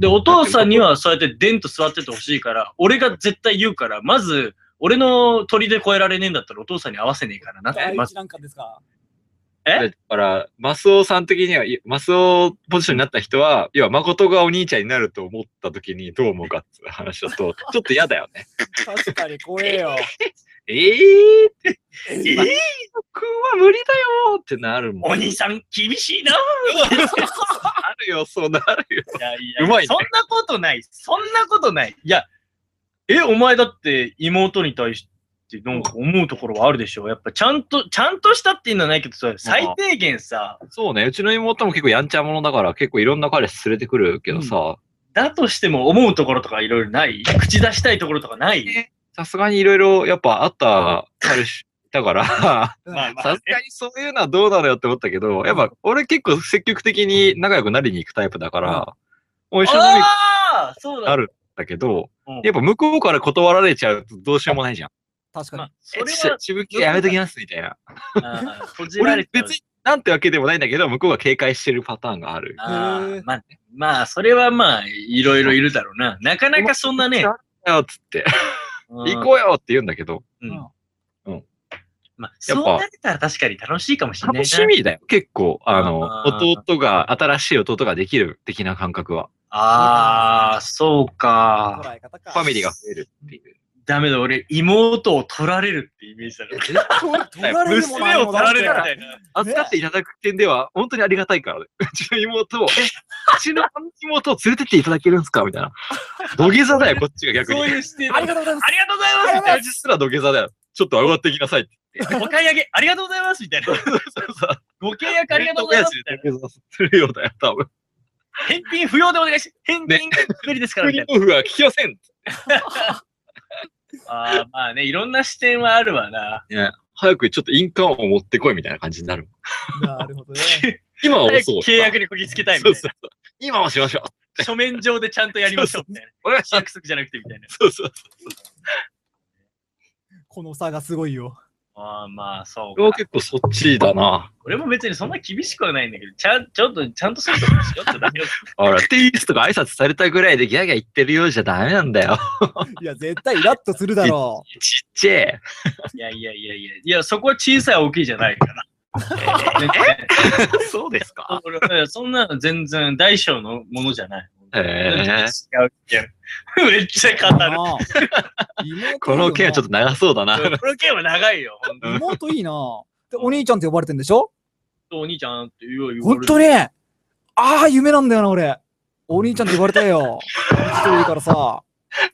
S3: で、お父さんにはそうやってデンと座っててほしいから、俺が絶対言うから、まず、俺の砦越えられねえんだったらお父さんに合わせねえからなって、
S2: 第
S3: ま
S2: 一
S3: ず。
S2: なんかですか。
S1: だから、マスオさん的には、いマスオポジションになった人は、要は、誠がお兄ちゃんになると思った時にどう思うかっていう話だと、ちょっと嫌だよね。
S2: 確かに怖 えよ。
S1: ええーって、えー、僕は無理だよーってなるもん。
S3: お兄さん厳しいな
S1: あるよ、そうなるよ。
S3: いやいや、
S1: うまいね
S3: そんなことない。そんなことない。いや、え、お前だって妹に対してなんか思うところはあるでしょやっぱちゃんと、ちゃんとしたっていうのはないけど、それ最低限さ、
S1: そうね、うちの妹も結構やんちゃ者だから、結構いろんな彼氏連れてくるけどさ、
S3: だとしても思うところとかいろいろない口出したいところとかない
S1: さすがにいろいろやっぱあった彼氏、たから、
S3: まあまあ、
S1: さすがにそういうのはどうなのよって思ったけど、やっぱ俺結構積極的に仲良くなりに行くタイプだから、お一緒になりに行くん
S3: ああーそうだ。
S1: あるだけど、
S3: うん
S1: やっぱ向こうから断られちゃうとどうしようもないじゃん。
S2: 確か
S3: ま
S2: に
S3: あ。、それ
S1: えち
S3: は、
S1: しぶきやめときますみたいな。
S3: あー閉じられ
S1: 俺
S3: て
S1: 別になんてわけでもないんだけど、向こうが警戒してるパターンがある。
S3: あ
S2: へ
S3: ー
S2: ー
S3: まあね、まあ、それはまあ、いろいろいるだろうな。なかなかそんなね、
S1: よっつって、
S3: うん
S1: 行こうよって言うんだけど、
S3: うん
S2: うん
S3: ま
S1: や
S3: あ、
S1: っ
S3: そ
S1: ぱ
S3: うなれたら確かに楽しいかもしれないな。
S1: 楽しみだよ。結構、あの、
S3: あー
S1: 弟が、新しい弟ができる的な感覚は。
S3: ああ、そうか。
S2: 捉え方か。
S1: ファミリーが増えるっていう。
S3: ダメだ、俺、妹を取られるってイメージだから。
S2: 取取られるも
S3: 娘を
S2: 何も
S3: 取られるみ
S2: だ
S3: た
S2: って
S3: いな。
S1: 扱っていただく点では、本当にありがたいからね。 うちの妹 を、え、うちの妹を連れてっていただけるんですかみたいな。土下座だよ、こっちが逆に。
S3: そ
S1: あ
S3: ういう視点
S2: ありがとうございます。
S3: りがとうございますみたい
S1: いつすら土下座だよ。ちょっと上がってきなさいって言って。
S3: な。お買い上げ、ありがとうございますみたいな。ご契約ありがとうございますみたいな。
S1: 土下座するようだよ、多分。
S3: 返品不要でお願いし返品が無理ですから
S1: ク
S3: みた
S1: リ
S3: い
S1: ーフは聞きません
S3: な。 ああ、まあね、いろんな視点はあるわな。
S1: 早くちょっと印鑑を持ってこいみたいな感じになる。
S2: なるほどね。
S1: 今は
S3: 早く
S1: そう。
S3: 契約にこぎつけたいみ
S1: そ
S3: たいう
S1: そう。そ
S3: な
S1: う今はしましょう。
S3: 書面上でちゃんとやりましょうみたいな。
S1: お願いします。
S3: 約束じゃなくてみたいな。
S1: そうそう
S2: この差がすごいよ。
S3: ああ、まあそ
S1: そう。
S3: うか。
S1: 結構そっちだな。
S3: 俺も別にそんな厳しくはないんだけど、ちゃんちょっと、ちゃんとそういうことしようってだけよ。
S1: あら、テイストが挨拶されたぐらいでギャーギャー言ってるようじゃダメなんだよ。
S2: いや、絶対イラッとするだろ
S1: ちっちゃい。
S3: いやいやいやいや、いや、そこは小さい大きいじゃないから。全然
S1: そうですか
S3: 俺 うんそんなの全然大小のものじゃない。
S1: へえ
S3: 違う違う。めっちゃ
S2: う。
S3: 語る。
S2: なあ
S1: この件はちょっと長そうだな。
S3: この件は長いよ、本当に。
S2: 妹いいな。で、お兄ちゃんって呼ばれてんでしょ
S3: お兄ちゃんって言うよ。
S2: 本当にああ、夢なんだよな、俺。お兄ちゃんって呼ばれたいよ。一人いるからさ。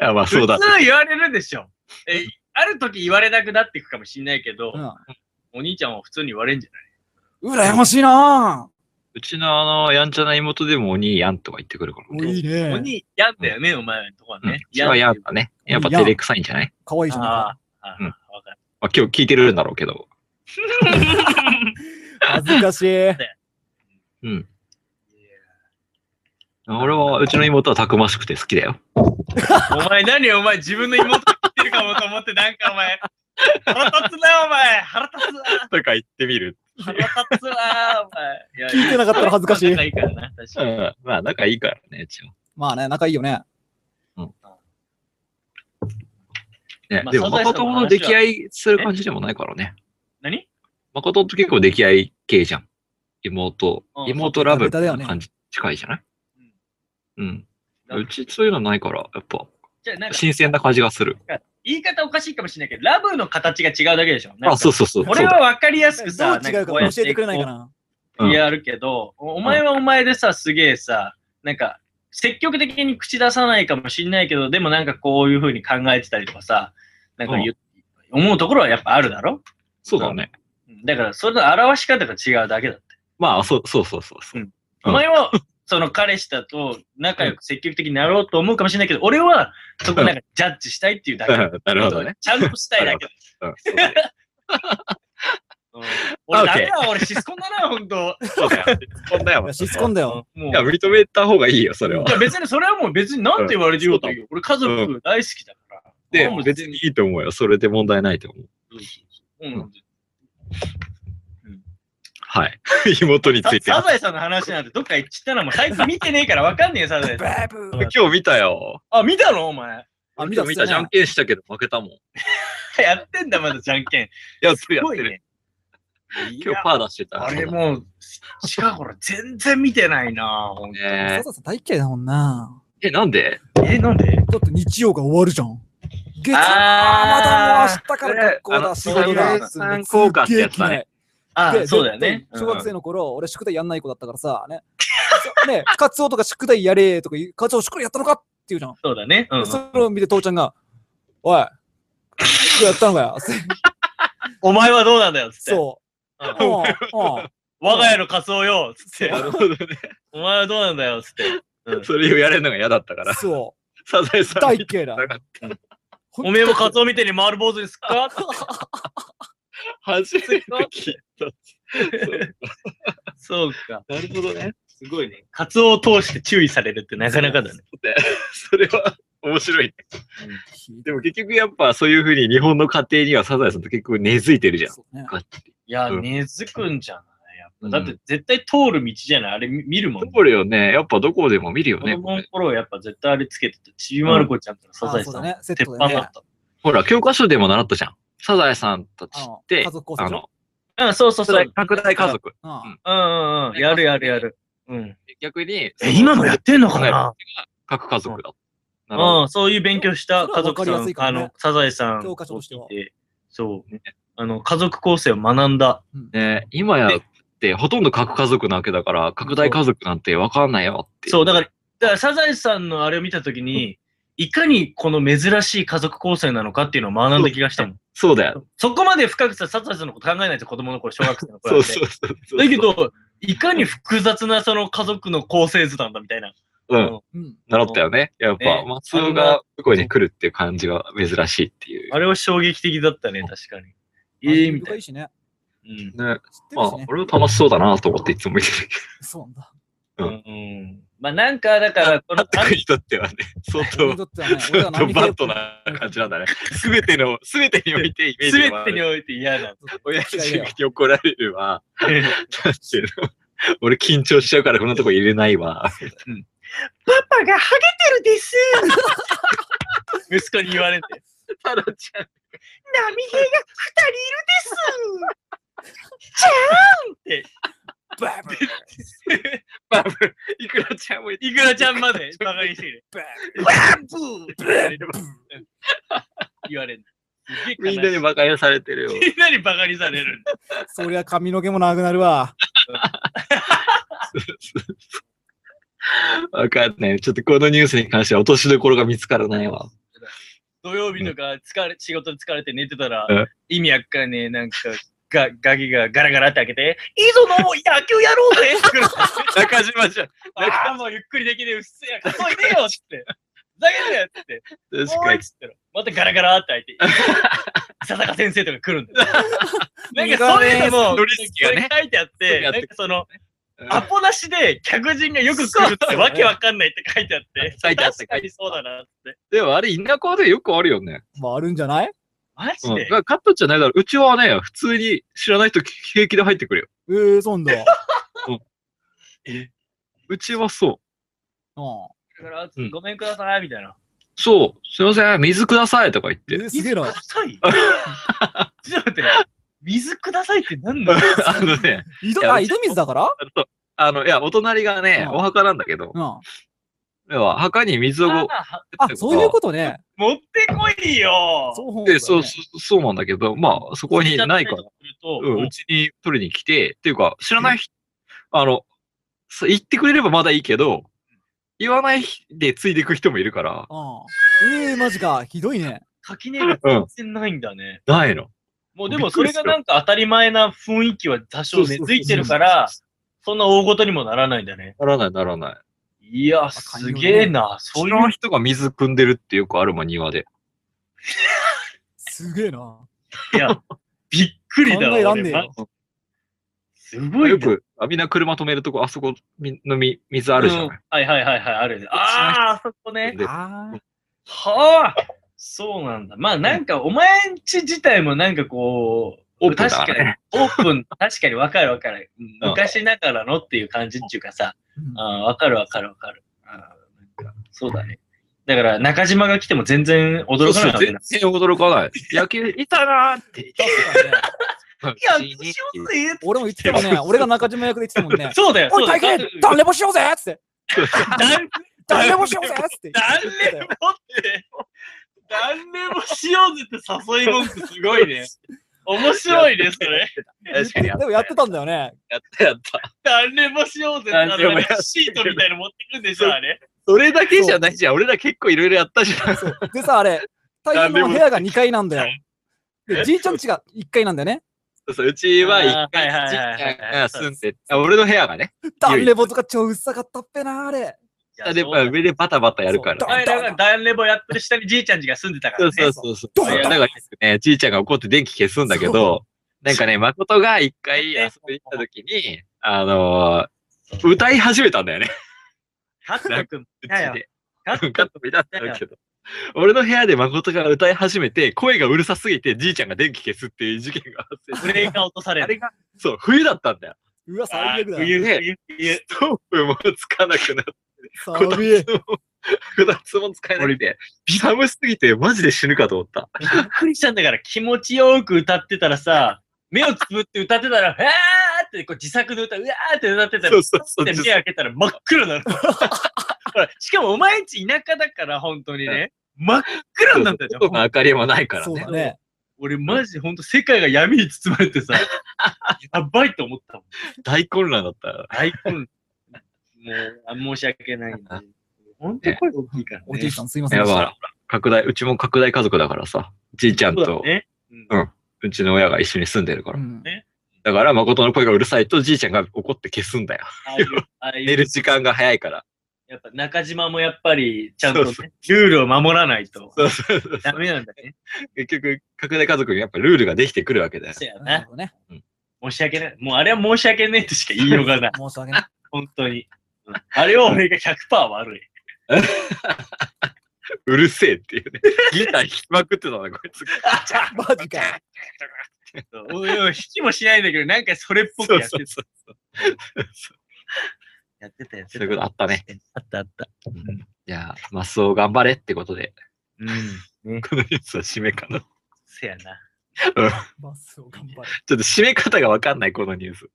S1: あまあそうだ。
S3: 普通言われるでしょ。え、ある時言われなくなっていくかもしれないけど、
S2: う
S3: お兄ちゃんは普通に言われんじゃない
S2: ん。羨ましいな。
S1: うちのあの、やんちゃな妹でもお兄やんとか言ってくるから。
S2: おいい
S3: お
S2: ね。
S3: 兄、やんだよね、お前のとこは
S1: うん
S3: ね。
S1: うちはやんだね。やっぱ照れくさいんじゃない
S2: かわいいじゃん。
S3: ああ、ああ
S1: うん
S3: わかる。
S1: まあ今日聞いてるんだろうけど。
S2: 恥ずかしい。
S1: うん。
S3: い
S1: 俺は、うちの妹はたくましくて好き だよ。
S3: やお前何お前自分の妹言ってるかもと思って、なんかお前、腹立つな、お前。腹立つわ。
S1: とか言ってみる。
S3: 腹立つわ、お前。いや
S2: 聞いてなかったら恥ずかしい
S3: 仲いいからな、確
S1: う
S3: かに。
S1: ん。まあ仲いいからね、うちは。
S2: まあね、仲いいよね。
S1: ね
S3: まあ
S1: でも、
S3: サザエさんの
S1: 誠
S3: 話は
S1: の出来合いする感じでもないからね。
S3: 何
S1: 誠って結構出来合い系じゃん。妹
S3: う、ん
S1: 妹ラブ
S2: ベタだよね
S1: 感じ近いじゃないうん。
S3: うん
S1: うちそういうのないから、やっぱ
S3: じゃあなんか
S1: 新鮮な感じがする。
S3: 言い方おかしいかもしれないけど、ラブの形が違うだけでしょ。なんか
S1: あ、そうそうそう。
S3: こ
S1: そ
S3: れ
S1: うだ
S3: は分かりやす
S2: どう
S3: くさ、
S2: 違う
S3: なんこや
S2: か
S3: っ
S2: 教えてくれないかな。
S1: うん
S3: やるけど、おお前はお前でさ、すげえさ、なんか、積極的に口出さないかもしんないけど、でもなんかこういうふうに考えてたりとかさ、なんか言う思うところはやっぱあるだろ
S1: そうだね。
S3: うんだから、それの表し方が違うだけだって。
S1: まあ、そうそうそうそうそうう。う
S3: ん
S1: ん
S3: お前は、その彼氏だと仲良く積極的になろうと思うかもしれないけど、俺は、そこなんかジャッジしたいっていうだ け。
S1: なるほどね。
S3: ちゃんとしたいだけ。
S1: うんそうだね
S3: うん俺、
S1: オッ
S3: ダ
S1: ケ
S3: メ
S1: ー
S3: だ、俺、シスコンだな、ほんと。
S1: そうだよ。こんだよ
S2: いや、。しつこんだよ。
S3: もう。
S1: いや、認めた方がいいよ、それはい
S3: や別にそれはもう別になんて言われてようという。俺家族大好きだから。
S1: で
S3: も、う
S1: 別にいいと思うよ。それで問題ないと思う。
S3: うん
S1: うんはい。妹につ
S3: さ
S1: いて。
S3: サザエさんの話なんてどっか行っちゃったらもう最近見てねえからわかんねえよサザエさん。
S2: バブー
S1: 今日見たよ。
S3: あ、見たのお前。
S2: あ、見
S1: 見
S2: た
S1: た
S2: っすね
S1: 見た。じゃんけんしたけど負けたもん。
S3: やってんだ、まだじゃんけん。
S1: やってるやっ
S3: すごい
S1: てる。
S3: ね。
S1: 今日
S3: いや
S1: パー出してた。
S3: あれもう、近頃全然見てないなぁ。
S1: ね
S2: さささ大嫌いだもんな。
S1: え。え、なんで
S3: え、なんで
S2: だって日曜が終わるじゃん。月曜
S3: あー
S2: あーまだもう明日から学校
S1: あ
S2: だ、
S1: の
S2: 仕事だ。
S1: そういう参考かってやつだね
S3: あ
S2: すっげえ嫌い。で、
S3: そうだよね
S2: 絶。対小学生
S3: うん
S2: の頃、俺宿題やんない子だったからさ、ね。そね、カツオとか宿題やれとか言う、カツオ宿題やったのかって言うじゃん。
S3: そうだね。うんう
S2: で
S3: ん
S2: それを見て父ちゃんが、おい、宿題やったのかよ。
S3: お前はどうなんだよ、つって。
S2: そうう。うんん、うん。
S3: 我が家の仮装よ、つって
S1: な。るほどね。
S3: お前はどうなんだよ、つって。うん
S1: それをやれるのが嫌だったから。
S2: そ
S1: サザエさ
S2: う。
S1: ん
S2: 大
S1: 見て
S2: 嫌い。
S1: なかった。
S3: おめえもカ
S2: 勝
S3: ツオみてえに丸坊主ですか
S1: 初めて聞いた。そう
S3: そうか。
S1: なるほどね。すごいね。
S3: カツオを通して注意されるってなかなかだね。
S1: でそれは面白いね。でも結局やっぱそういうふうに日本の家庭にはサザエさんって結構根付いてるじゃん。
S2: そうね
S1: こうやって
S3: いや、
S1: うん
S3: 根付くんじゃないやっぱ
S1: うん
S3: だって絶対通る道じゃないあれ見見るもん。
S1: これよね、やっぱどこでも見るよ
S3: 子
S1: ね。
S3: 供
S1: こ
S3: の
S1: れ
S3: 頃やっぱ絶対あれつけてて、ちびまる子ちゃんとサザエ
S2: あそ
S3: さ
S2: うだ
S3: ん、
S2: ね、セッ
S3: 鉄
S2: ト
S3: 板
S2: で
S3: だ
S2: ね
S3: っ。た。
S1: ほら、教科書でも習ったじゃん。サザエさんたち
S2: あ
S1: っ
S2: の
S1: て
S2: 家、族構成
S1: あ
S2: で
S1: の
S2: しょ、
S3: うん、そうそうそう。
S1: 拡大家族。
S2: あ
S1: うん
S3: うんうんうん。やるやるやる。うん。
S1: 逆に、
S3: え、今のやってんのかな
S1: 各家族だ。なるほど
S3: うん、そういう勉強した家族
S2: それは
S3: さん、
S2: 分かりやすいか
S3: あ
S2: らね
S3: の、サザエさんを
S2: 教科書としては
S3: 聞いて、そう、あの、家族構成を学んだ。
S1: ね、今やってほとんど各家族なわけだから、拡大家族なんてわかんないよって。
S3: そう、だから、だからサザエさんのあれを見たときに、いかにこの珍しい家族構成なのかっていうのを学んだ気がしたもん。
S1: そうだよ。
S3: そこまで深くさ、サザエさんのこと考えないですよ、子供の頃、小学生の頃
S1: そ
S3: なん
S1: う
S3: て
S1: そうそうそう。
S3: だけ、ど、いかに複雑なその家族の構成図なんだみたいな。
S1: うん、
S2: うん。
S1: 習ったよね。やっぱ、
S3: ね
S1: 松尾が向こうに来るっていう感じが珍しいっていう。
S3: あれは衝撃的だったね、確かに。ええみたい
S2: いいしね。
S3: な。
S1: ね、
S2: 知って
S1: ま
S2: る
S1: あ
S2: しね、。
S1: 俺は楽しそうだなと思っていつも見てる
S2: そうなんだ。
S3: う
S1: うん
S3: ん。うん。まあ、なんか、だから、この、
S1: けど、僕に とってはね、相
S2: 俺に
S1: 当、
S2: とっては ね、
S1: 相
S2: 俺は
S1: 当
S2: 何
S1: バッ
S2: 系
S1: トな感じなんだね。すべての、すべてにおいてイメー
S3: す
S1: ジ
S3: べ
S1: は
S3: てにおいて嫌 な。
S1: 親父に怒られるわ。
S3: パ
S1: なんていうの俺緊張しちゃうからこんなとこ入れないわ。
S3: パがハゲてるです息子に言われて。
S1: タロちゃん。
S3: 波平が二人いるですじゃーんっ
S2: バーブ
S3: て。
S1: バブ、イクラちゃんもい
S3: いくらちゃんまでバカにして る。
S2: バ
S3: バブー言われる。すげえ悲
S1: み
S3: しい
S1: んなに馬鹿にされてるよ。
S3: みんなにバカにされる。
S2: ーブそりゃ髪の毛もなくなるわ。
S1: わかんない。ちょっとこのニュースに関しては落としどころが見つからないわ。
S3: 土曜日とか疲れ、仕事で疲れて寝てたら
S1: うん、
S3: 意味あっからね、なんか、がガキがガラガラって開けて、いいぞ、どうも、野球やろうぜって 来る。
S1: 中島じゃん。
S3: ああ、もうゆっくりできねえ、うっせえや、急いでよっつって。ふざけんなよっつって。
S1: 確
S3: おー
S1: か
S3: いっ
S1: に。
S3: つったら、またガラガラって開 いて、笹坂先生とか来るんだよ。なんかそういうのも、
S1: ノリスキがね
S3: 書いてあっ
S1: そう
S3: て、
S1: や
S3: な
S1: って
S3: んかその、
S1: うん
S3: アポなしで客人がよく来るってわけわかんないって書いてあって、
S1: 書いてあった
S3: 確かに そうだなって。
S1: でもあれ田舎でよくあるよね。
S2: まああるんじゃない
S3: マジ
S1: うん、だ
S3: で
S1: からカットじゃないだろ。うちはね、普通に知らない人平気で入ってくるよ。
S2: えー、そんだ。
S1: うちはそう。
S2: うん
S3: ガラガラっつっ
S1: う
S3: て
S1: ん
S3: ごめんください、みたいな。
S1: そう、すいません、水くださいとか言っ
S2: え
S1: て。
S2: ー、すげえな。
S3: くださいちょっと待って、水くださいって何なの
S1: あのね、
S2: 井
S1: い
S2: 戸
S1: や
S2: あ井戸水だから
S1: あとあの、いや、お隣がね、
S2: うん
S1: お墓なんだけど、
S2: うん。あ、
S1: 要は墓に水をこう
S3: あ
S2: そういうことね。
S3: 持ってこいよ
S2: そう本
S1: で、
S2: 当
S1: そ
S2: だ
S1: う、
S2: ね
S1: そうそうなんだけど、まあ、そこにないから、
S3: と
S1: うんうちに取りに来て、っていうか、知らない人、あの、そう言ってくれればまだいいけど、言わないでついていく人もいるから、
S2: うん。えー、マジか。ひどいね。
S3: 垣根が全然ないんだね。
S1: ないの。
S3: もうでもそれがなんか当たり前な雰囲気は多少根付いてる
S1: そうそう
S3: か
S1: そう
S3: ら、そんな大ごとにもならないんだね。
S1: ならない、ならない。
S3: いや、すげえな。そ
S1: そうう
S3: いう、
S1: 人が水汲んでるってよくあるもん、庭で。
S2: すげえな。
S3: いや、 びっくりだ
S2: 考え
S3: わ。
S2: らんねえよ
S3: 俺なすごい
S1: よ
S3: ね。
S1: く、あみんな車止めるとこ、あそこみのみ水あるじゃない。
S3: うんはいはいはいはい、あるね。ああ、あそこね。
S1: で
S2: あー
S3: はあ、そうなんだ。まあなんか、お前んち自体もなんかこう、
S1: オープンだ
S3: 確か
S1: か
S3: に
S1: らね、
S3: オープン、確かにわかるわかる。
S1: うん
S3: 昔ながらのっていう感じっていうかさ、
S2: うん
S3: あーわかるわかるわかる。あーなんかそうだね。だから中島が来ても全然驚かないわけだ。
S1: 全然驚かない。野球いたなーって。
S2: 確かにね
S3: 野球しようぜ。
S2: 俺も言ってたもんね。俺が中島役で言ってたもんね
S3: そうだよ、そ
S2: おいう
S3: だ
S2: 大
S3: よ。
S2: 変誰でもしようぜっつって。
S3: 誰
S2: 誰でもしようぜっつって。
S3: 誰もって、誰もしようぜって誘い文句すごいね。面白いね、それ。
S1: 確かにやっ
S2: でもやってたんだよね。
S1: たやった。
S3: 誰もしようぜって、あ
S1: 誰も
S3: の
S1: やってる
S3: シートみたいの持ってくんでしょ、あれ。
S1: それだけじゃないじゃん。俺ら結構いろいろやったじゃん。
S2: そうでさ、あれ、太陽の部屋が2階なんだよ。で、じいちゃん家が1階なんだよね。
S1: そうそううちは一回、
S3: あーはい
S1: じいち
S3: はいはいはい
S1: ゃんが住んで、あ俺の部屋がね、
S2: ダンレボとか超うっさかったっぺな、あれ。
S1: 下で上でバタバタやるから。
S2: そう
S3: 前だからダンレボやってる下にじいちゃんちが住んでたか
S1: そ
S3: ら
S1: うそ
S3: ね
S1: う。そうそう。
S2: ドン
S1: いやだからね、じいちゃんが怒って電気消すんだけど、なんかね、誠が一回遊びに行った時に、あのー歌い始めたんだよね。
S3: タット君、
S1: うち
S3: いやいや
S1: で。
S3: タ
S1: カ
S3: ッ
S1: ッ
S3: ト
S1: ト目立ったけど。俺の部屋で誠が歌い始めて、声がうるさすぎて、じいちゃんが電気消すっていう事件が発生し
S3: ブレーカー落とされ
S1: あ
S3: る。
S1: れが、そう、冬だったんだよ。
S2: うわ、
S3: あ
S2: 最悪だ。
S3: 冬、
S1: ね
S3: 冬、冬
S1: ス。トーブもつかなくなって、こた
S2: 寒い。
S1: つも、こたつも使えなくて、寒すぎて、マジで死ぬかと思った。
S3: びっくりしたんだから気持ちよく歌ってたらさ、目をつぶって歌ってたら、 わーってこう自作で歌う、うわーって歌ってたら、
S1: そうそうそう
S3: パッて目開けたら真っ暗 なの。ほらしかもお前んち田舎だから、本当にね。真っ暗になったじゃ
S1: 外の
S3: ん。
S1: 明かりもないから
S2: そう
S1: ね
S2: だ。ね。
S3: 俺マジで本当世界が闇に包まれて さ、やばいと思ったもん。
S1: 大混乱だったよ。
S3: 大根、もうあ申し訳ないんで。 本当声大きいからね。
S2: おじいさん、すいま
S1: い
S2: せん
S1: や
S2: で
S1: だか
S2: した。
S1: ら、拡大、うちも拡大家族だからさ、じいちゃん
S3: そうだ
S1: と
S3: ね。うん
S1: うんうちの親が一緒に住んでるから。
S2: うん
S1: だから、誠の声がうるさいと、じいちゃんが怒って消すんだよ。
S3: ああいうあ あいう
S1: 寝る時間が早いから。
S3: やっぱ中島もやっぱりちゃんと、ね
S1: そうそ、
S3: ルールを守らないと
S1: そうそうそう
S3: ダメなんだね。
S1: 結局、拡大家族にやっぱルールができてくるわけだよ。
S3: そうや
S2: なる
S3: な。
S2: ほどね。
S3: 申し訳ない。もうあれは申し訳ないとしか言いようがない。
S2: 申し訳ない。
S3: 本当に。うんあれは俺が100%悪い。
S1: うるせえって いうね。ギター弾きまくってたな、こいつ。
S2: マジかよ。
S3: おいおい、引きもしないんだけど、なんかそれっぽく
S1: そう
S3: やってた
S1: そう。そう。
S3: やってたやって
S1: そういうことあったね。
S3: あったあった。
S1: じゃあ、マスオ頑張れってことで、
S3: うん。ね、
S1: このニュースは締めかな。ち
S3: せやな。
S2: バスを頑張れ。
S1: ょっと締め方がわかんない、このニュース。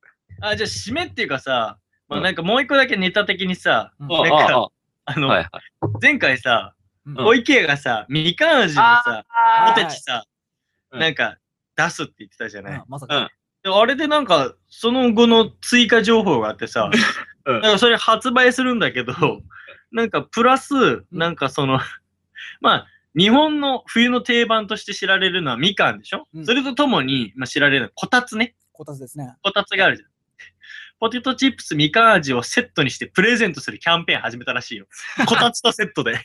S3: あ、じゃあ締めっていうかさ、ま
S1: う
S3: あ
S1: ん
S3: なんかもう一個だけネタ的にさ、
S2: うん
S1: あ
S3: なん
S1: あ、
S3: か、
S1: あ
S3: あ
S1: あ、
S3: の、
S1: はいはい。
S3: 前回さ、
S2: うん
S3: 小池がさ、みかん味のさ、
S2: あー
S3: ポテチさ、
S1: はい
S3: なんか出すって言ってたじゃない。
S2: うんまさ
S1: うん
S2: か。
S3: であれでなんか、その後の追加情報があってさ、
S1: うん
S3: なんかそれ発売するんだけど、なんかプラス、なんかその、まあ、日本の冬の定番として知られるのはみかんでしょ、
S2: うん
S3: それとともに、まあ、知られるのはこたつね。
S2: こたつですね。
S3: こたつがあるじゃん。ポテトチップスみかん味をセットにしてプレゼントするキャンペーン始めたらし いよ。こたつとセットで。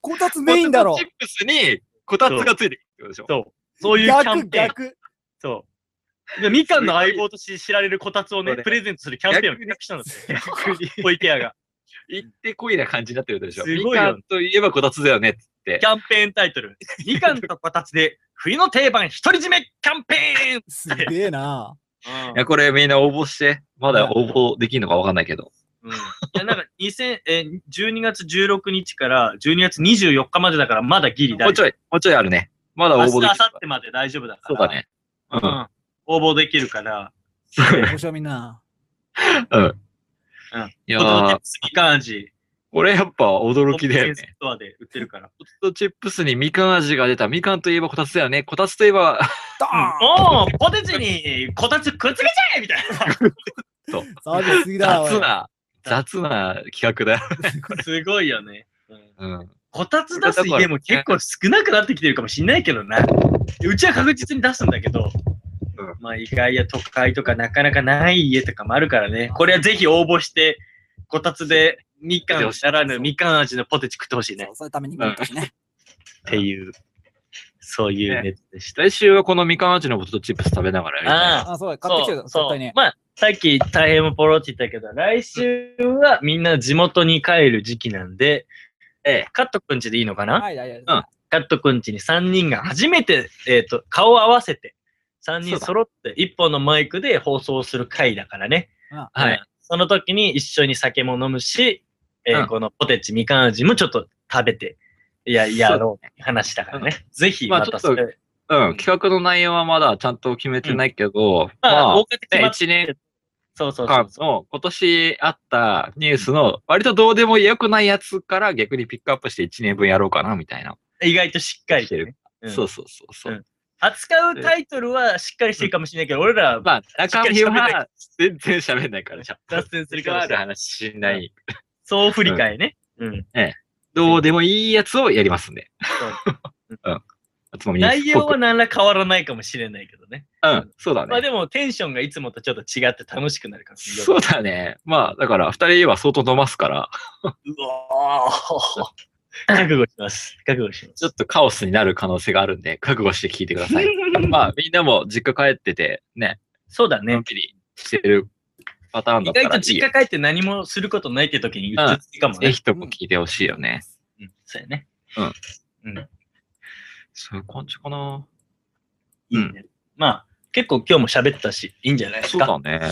S2: こたつメインだろ
S1: ポ。テトチップスにこたつがついてくるってことでしょ。
S3: そう。そういうキャ
S2: 逆、
S3: ンペーン。
S2: 逆。
S3: そう。でみかんの相棒として知られるこたつを
S1: そ
S3: ね、
S1: れ
S3: プレゼントするキャンペーンを企画したんですよ。小池屋が。
S1: 行ってこいな感じになってるでしょ。
S3: すごい
S1: みか
S3: よ
S1: んといえばこたつだよねっつって
S3: キ。ャンペーンタイトル。みかんとこたつで冬の定番独り占めキャンペーン
S2: すげえな。
S1: いや、これみんな応募して、まだ応募できるのかわかんないけど。
S3: うん、いやなんか2000えー12月16日から12月24日までだからまだギリ
S1: も
S3: 大
S1: うち
S3: 丈
S1: ょい、もうちょいあるね。まだ応
S3: 夫。
S1: 募で
S3: 明日、
S1: き
S3: 明
S1: る
S3: 後。日まで大丈夫だから。
S1: そうだね。う。
S3: うんん。応募できるから、
S2: 面白いみんな。
S1: いやー
S3: ポテトチップ、スみかん味、
S1: これやっぱ驚
S3: 本
S1: きだよね。
S3: ストアで売ってるから。
S1: ポテトチップスにみかん味が出た。みかんといえばこたつだよね。こたつといえば、
S2: ドーン
S3: もうポテチにこたつくっつけちゃえみたい
S2: サービスすぎだ。おい
S1: 雑。な、雑な企画だよ。
S3: な。すごいよね。うん
S1: うん。
S3: こたつ出す家も結構少なくなってきてるかもしんないけどな。うちは確実に出すんだけど、
S1: うん
S3: まあ意外や都会とかなかなかない家とかもあるからね。これはぜひ応募して、こたつでみかんならぬみかん味のポテチ食ってほしいね
S2: そう。それために頑張ったしね。
S3: っていう、そういうネタでした。
S1: 来週はこのみかん味のポテトチップス食べながらやるね
S3: あ
S2: あ、そうだ。買ってきて
S3: そ
S2: る。
S3: う、
S2: 絶
S3: そ
S2: 対
S3: う
S2: に。。
S3: まあ、さっき大変もポロって言ったけど、来週はみんな地元に帰る時期なんで、ええ、カットくんちでいいのかな
S2: はい、はい、はい。
S1: うん
S3: カットくんちに3人が初めて、えー、と顔を合わせて3人揃って1本のマイクで放送する回だからね、
S2: うん
S1: はい。
S3: その時に一緒に酒も飲むし、えー
S1: うん
S3: このポテチみかん味もちょっと食べていやいやろうって話だからね、ぜひ
S1: まあ
S3: またそれ、
S1: ちうん。企画の内容はまだちゃんと決めてないけど、
S3: まあ
S1: まあ
S3: 大、方決まっ
S1: 1年
S3: そうそうそう
S1: 間の今年あったニュースの割とどうでもよくないやつから逆にピックアップして1年分やろうかなみたいな。
S3: 意外としっかり、
S1: してる
S3: ねうん
S1: そうそうそうそう。
S3: うん扱うタイトルはしっかりしてるかもしれないけど、俺らは
S1: まあ、中身は全然喋んないから、じゃ あ。
S3: 脱線するかも
S1: あ
S3: し
S1: る
S3: れない。
S1: 話しない。
S3: そう振り返ね。うん。
S1: どうでもいいやつをやりますんで。うん。つまり
S3: 内容は何ら変わらないかもしれないけどね。
S1: うん、そうだ
S3: まあ
S1: ね。
S3: でもテンションがいつもとちょっと違って楽しくなるから。
S1: そうだね。まあ、だから、二人は相当飲ますから、
S3: うわー覚悟します。覚悟します。
S1: ちょっとカオスになる可能性があるんで、覚悟して聞いてくださ い。まあ、みんなも実家帰ってて、ね、
S3: そうだ
S1: の
S3: ね
S1: ん。きりしてるパターンだ
S3: 意
S1: った
S3: 外
S1: ら
S3: と
S1: いい
S3: 実
S1: よ
S3: 家、帰って何もすることないって時に言ってついかも
S1: ぜ
S3: ね。
S1: ひとも聞いてほしいよね。
S3: うん、そうやね。
S1: そういう感じかな。
S3: いいね。まあ、結構今日も喋ったし、いいんじゃないです
S1: そう
S3: か。
S1: だね。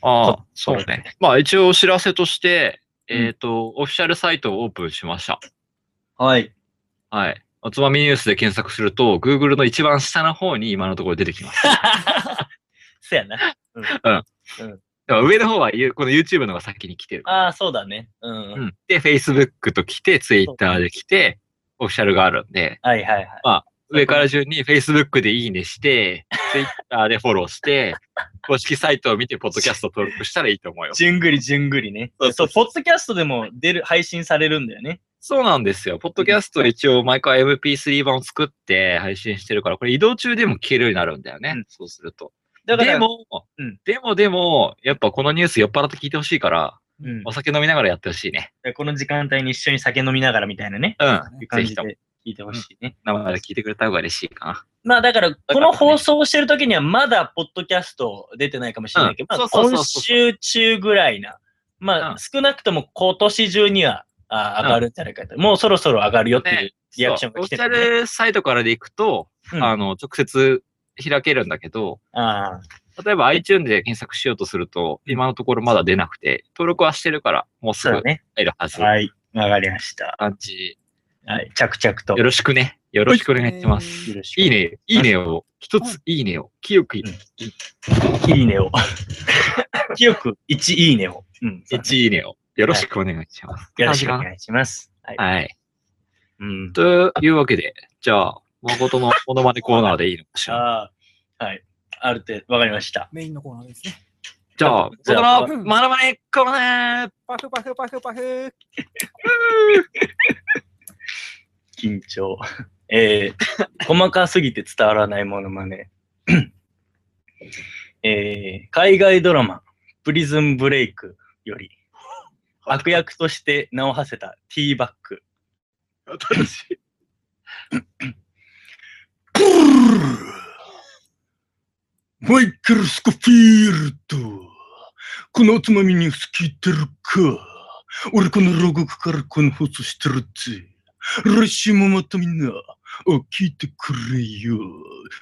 S1: ああ、そうね。まあ一応お知らせとして、えっ、と、オフィシャルサイトをオープンしました。
S3: はい。
S1: はい。おつまみニュースで検索すると、Google の一番下の方に今のところ出てきます。
S3: そうやな。
S1: でも上の方はゆこの YouTube のが先に来てる。
S3: ああ、そうだね。う。
S1: うんん、で、Facebook と来て、Twitter で来て、オフィシャルがあるんで、
S3: はいはいはい。
S1: 上から順に Facebook でいいね して、Twitter でフォローして、公式サイトを見て、ポッドキャスト登録したらいいと 思うよ。
S3: じゅんぐりじゅんぐりね。
S1: そう
S3: そう、ポッドキャストでも出る、配信されるんだよね。
S1: そうなんですよ。ポッドキャスト一応毎回 MP3 版を作って配信してるから、これ移動中でも聞けるようになるんだよね。
S3: うん
S1: そうすると。
S3: だから、
S1: でも、
S3: うん
S1: でもでも、やっぱこのニュース酔っ払って聞いてほしいから、
S3: うん、
S1: お酒飲みながらやってほしいね。
S3: この時間帯に一緒に酒飲みながらみたいなね。
S1: うん。
S3: いう
S1: ぜ
S3: 感
S1: ひ
S3: じ
S1: と
S3: で聞
S1: も
S3: いてほしいね。
S1: 生で聞いてくれた方が嬉しいかな。
S3: まあだから、
S1: ら
S3: この放送をしてる時にはまだポッドキャスト出てないかもしれないけ
S1: う
S3: ど、
S1: ん
S3: まあ
S1: そうそうそ
S3: 今
S1: うそう
S3: 週中ぐらいな、ま
S1: う
S3: あ
S1: ん
S3: 少なくとも今年中にはあ上がるんじゃないかと。もうそろそろ上がるよっていう。リアクションが
S1: そうオフ
S3: 来て
S1: ィシ
S3: る
S1: ャ
S3: ね
S1: ルサイトからで行くと、
S3: うん
S1: あの、直接開けるんだけど、
S3: ああ
S1: 例えば iTunes で検索しようとすると、今のところまだ出なくて、登録はしてるから、もうす
S3: そう
S1: ぐ
S3: だね。
S1: 入るはず。
S3: はい。わかりました。
S1: 感じ。
S3: はい。着々と。
S1: よろしくね。よろしくお願いします。
S3: よろしく
S1: いい。ね、いいねを、一ついいねを、清く
S3: いいねを。清く1いいねを。うん。
S1: 一いいねを、よろしくお願いします。
S3: よろしくお願いします。はい。
S1: はい。
S3: うん。
S1: というわけで、じゃあ、誠のモノマネコーナーでいいのかしら。
S3: ああ。はい。ある程度、わかりました。
S2: メインのコーナーですね。
S1: じゃあ、
S3: じ
S1: 誠
S3: ゃ
S2: あ
S1: のモノマネコーナー
S2: パフパフパフパフ。
S3: 緊張。えー、 細かすぎて伝わらないものまね。 えー、海外ドラマ、プリズンブレイクよ り、悪役として名を馳せたティーバック。
S1: 新しい。
S3: マイケル・スコフィールド。このおつまみニュース聞いてるか俺この牢獄からこの放送してるぜ。来週もまたみんな、お聞いてくれよ。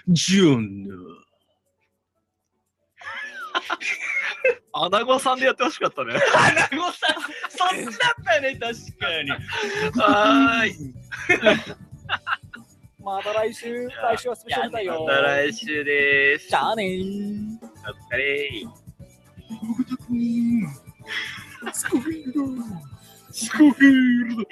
S3: じゃあな。
S1: アナゴさんでやってほしかったね。
S3: アナゴさん、そっちだったよね、確かに。
S1: はーい。
S2: また来週、
S1: や
S2: 来週はスペシャルだよ。
S1: また来週です。
S2: じゃあねー。
S1: お疲れー。
S2: Hum.
S3: スコフィールド。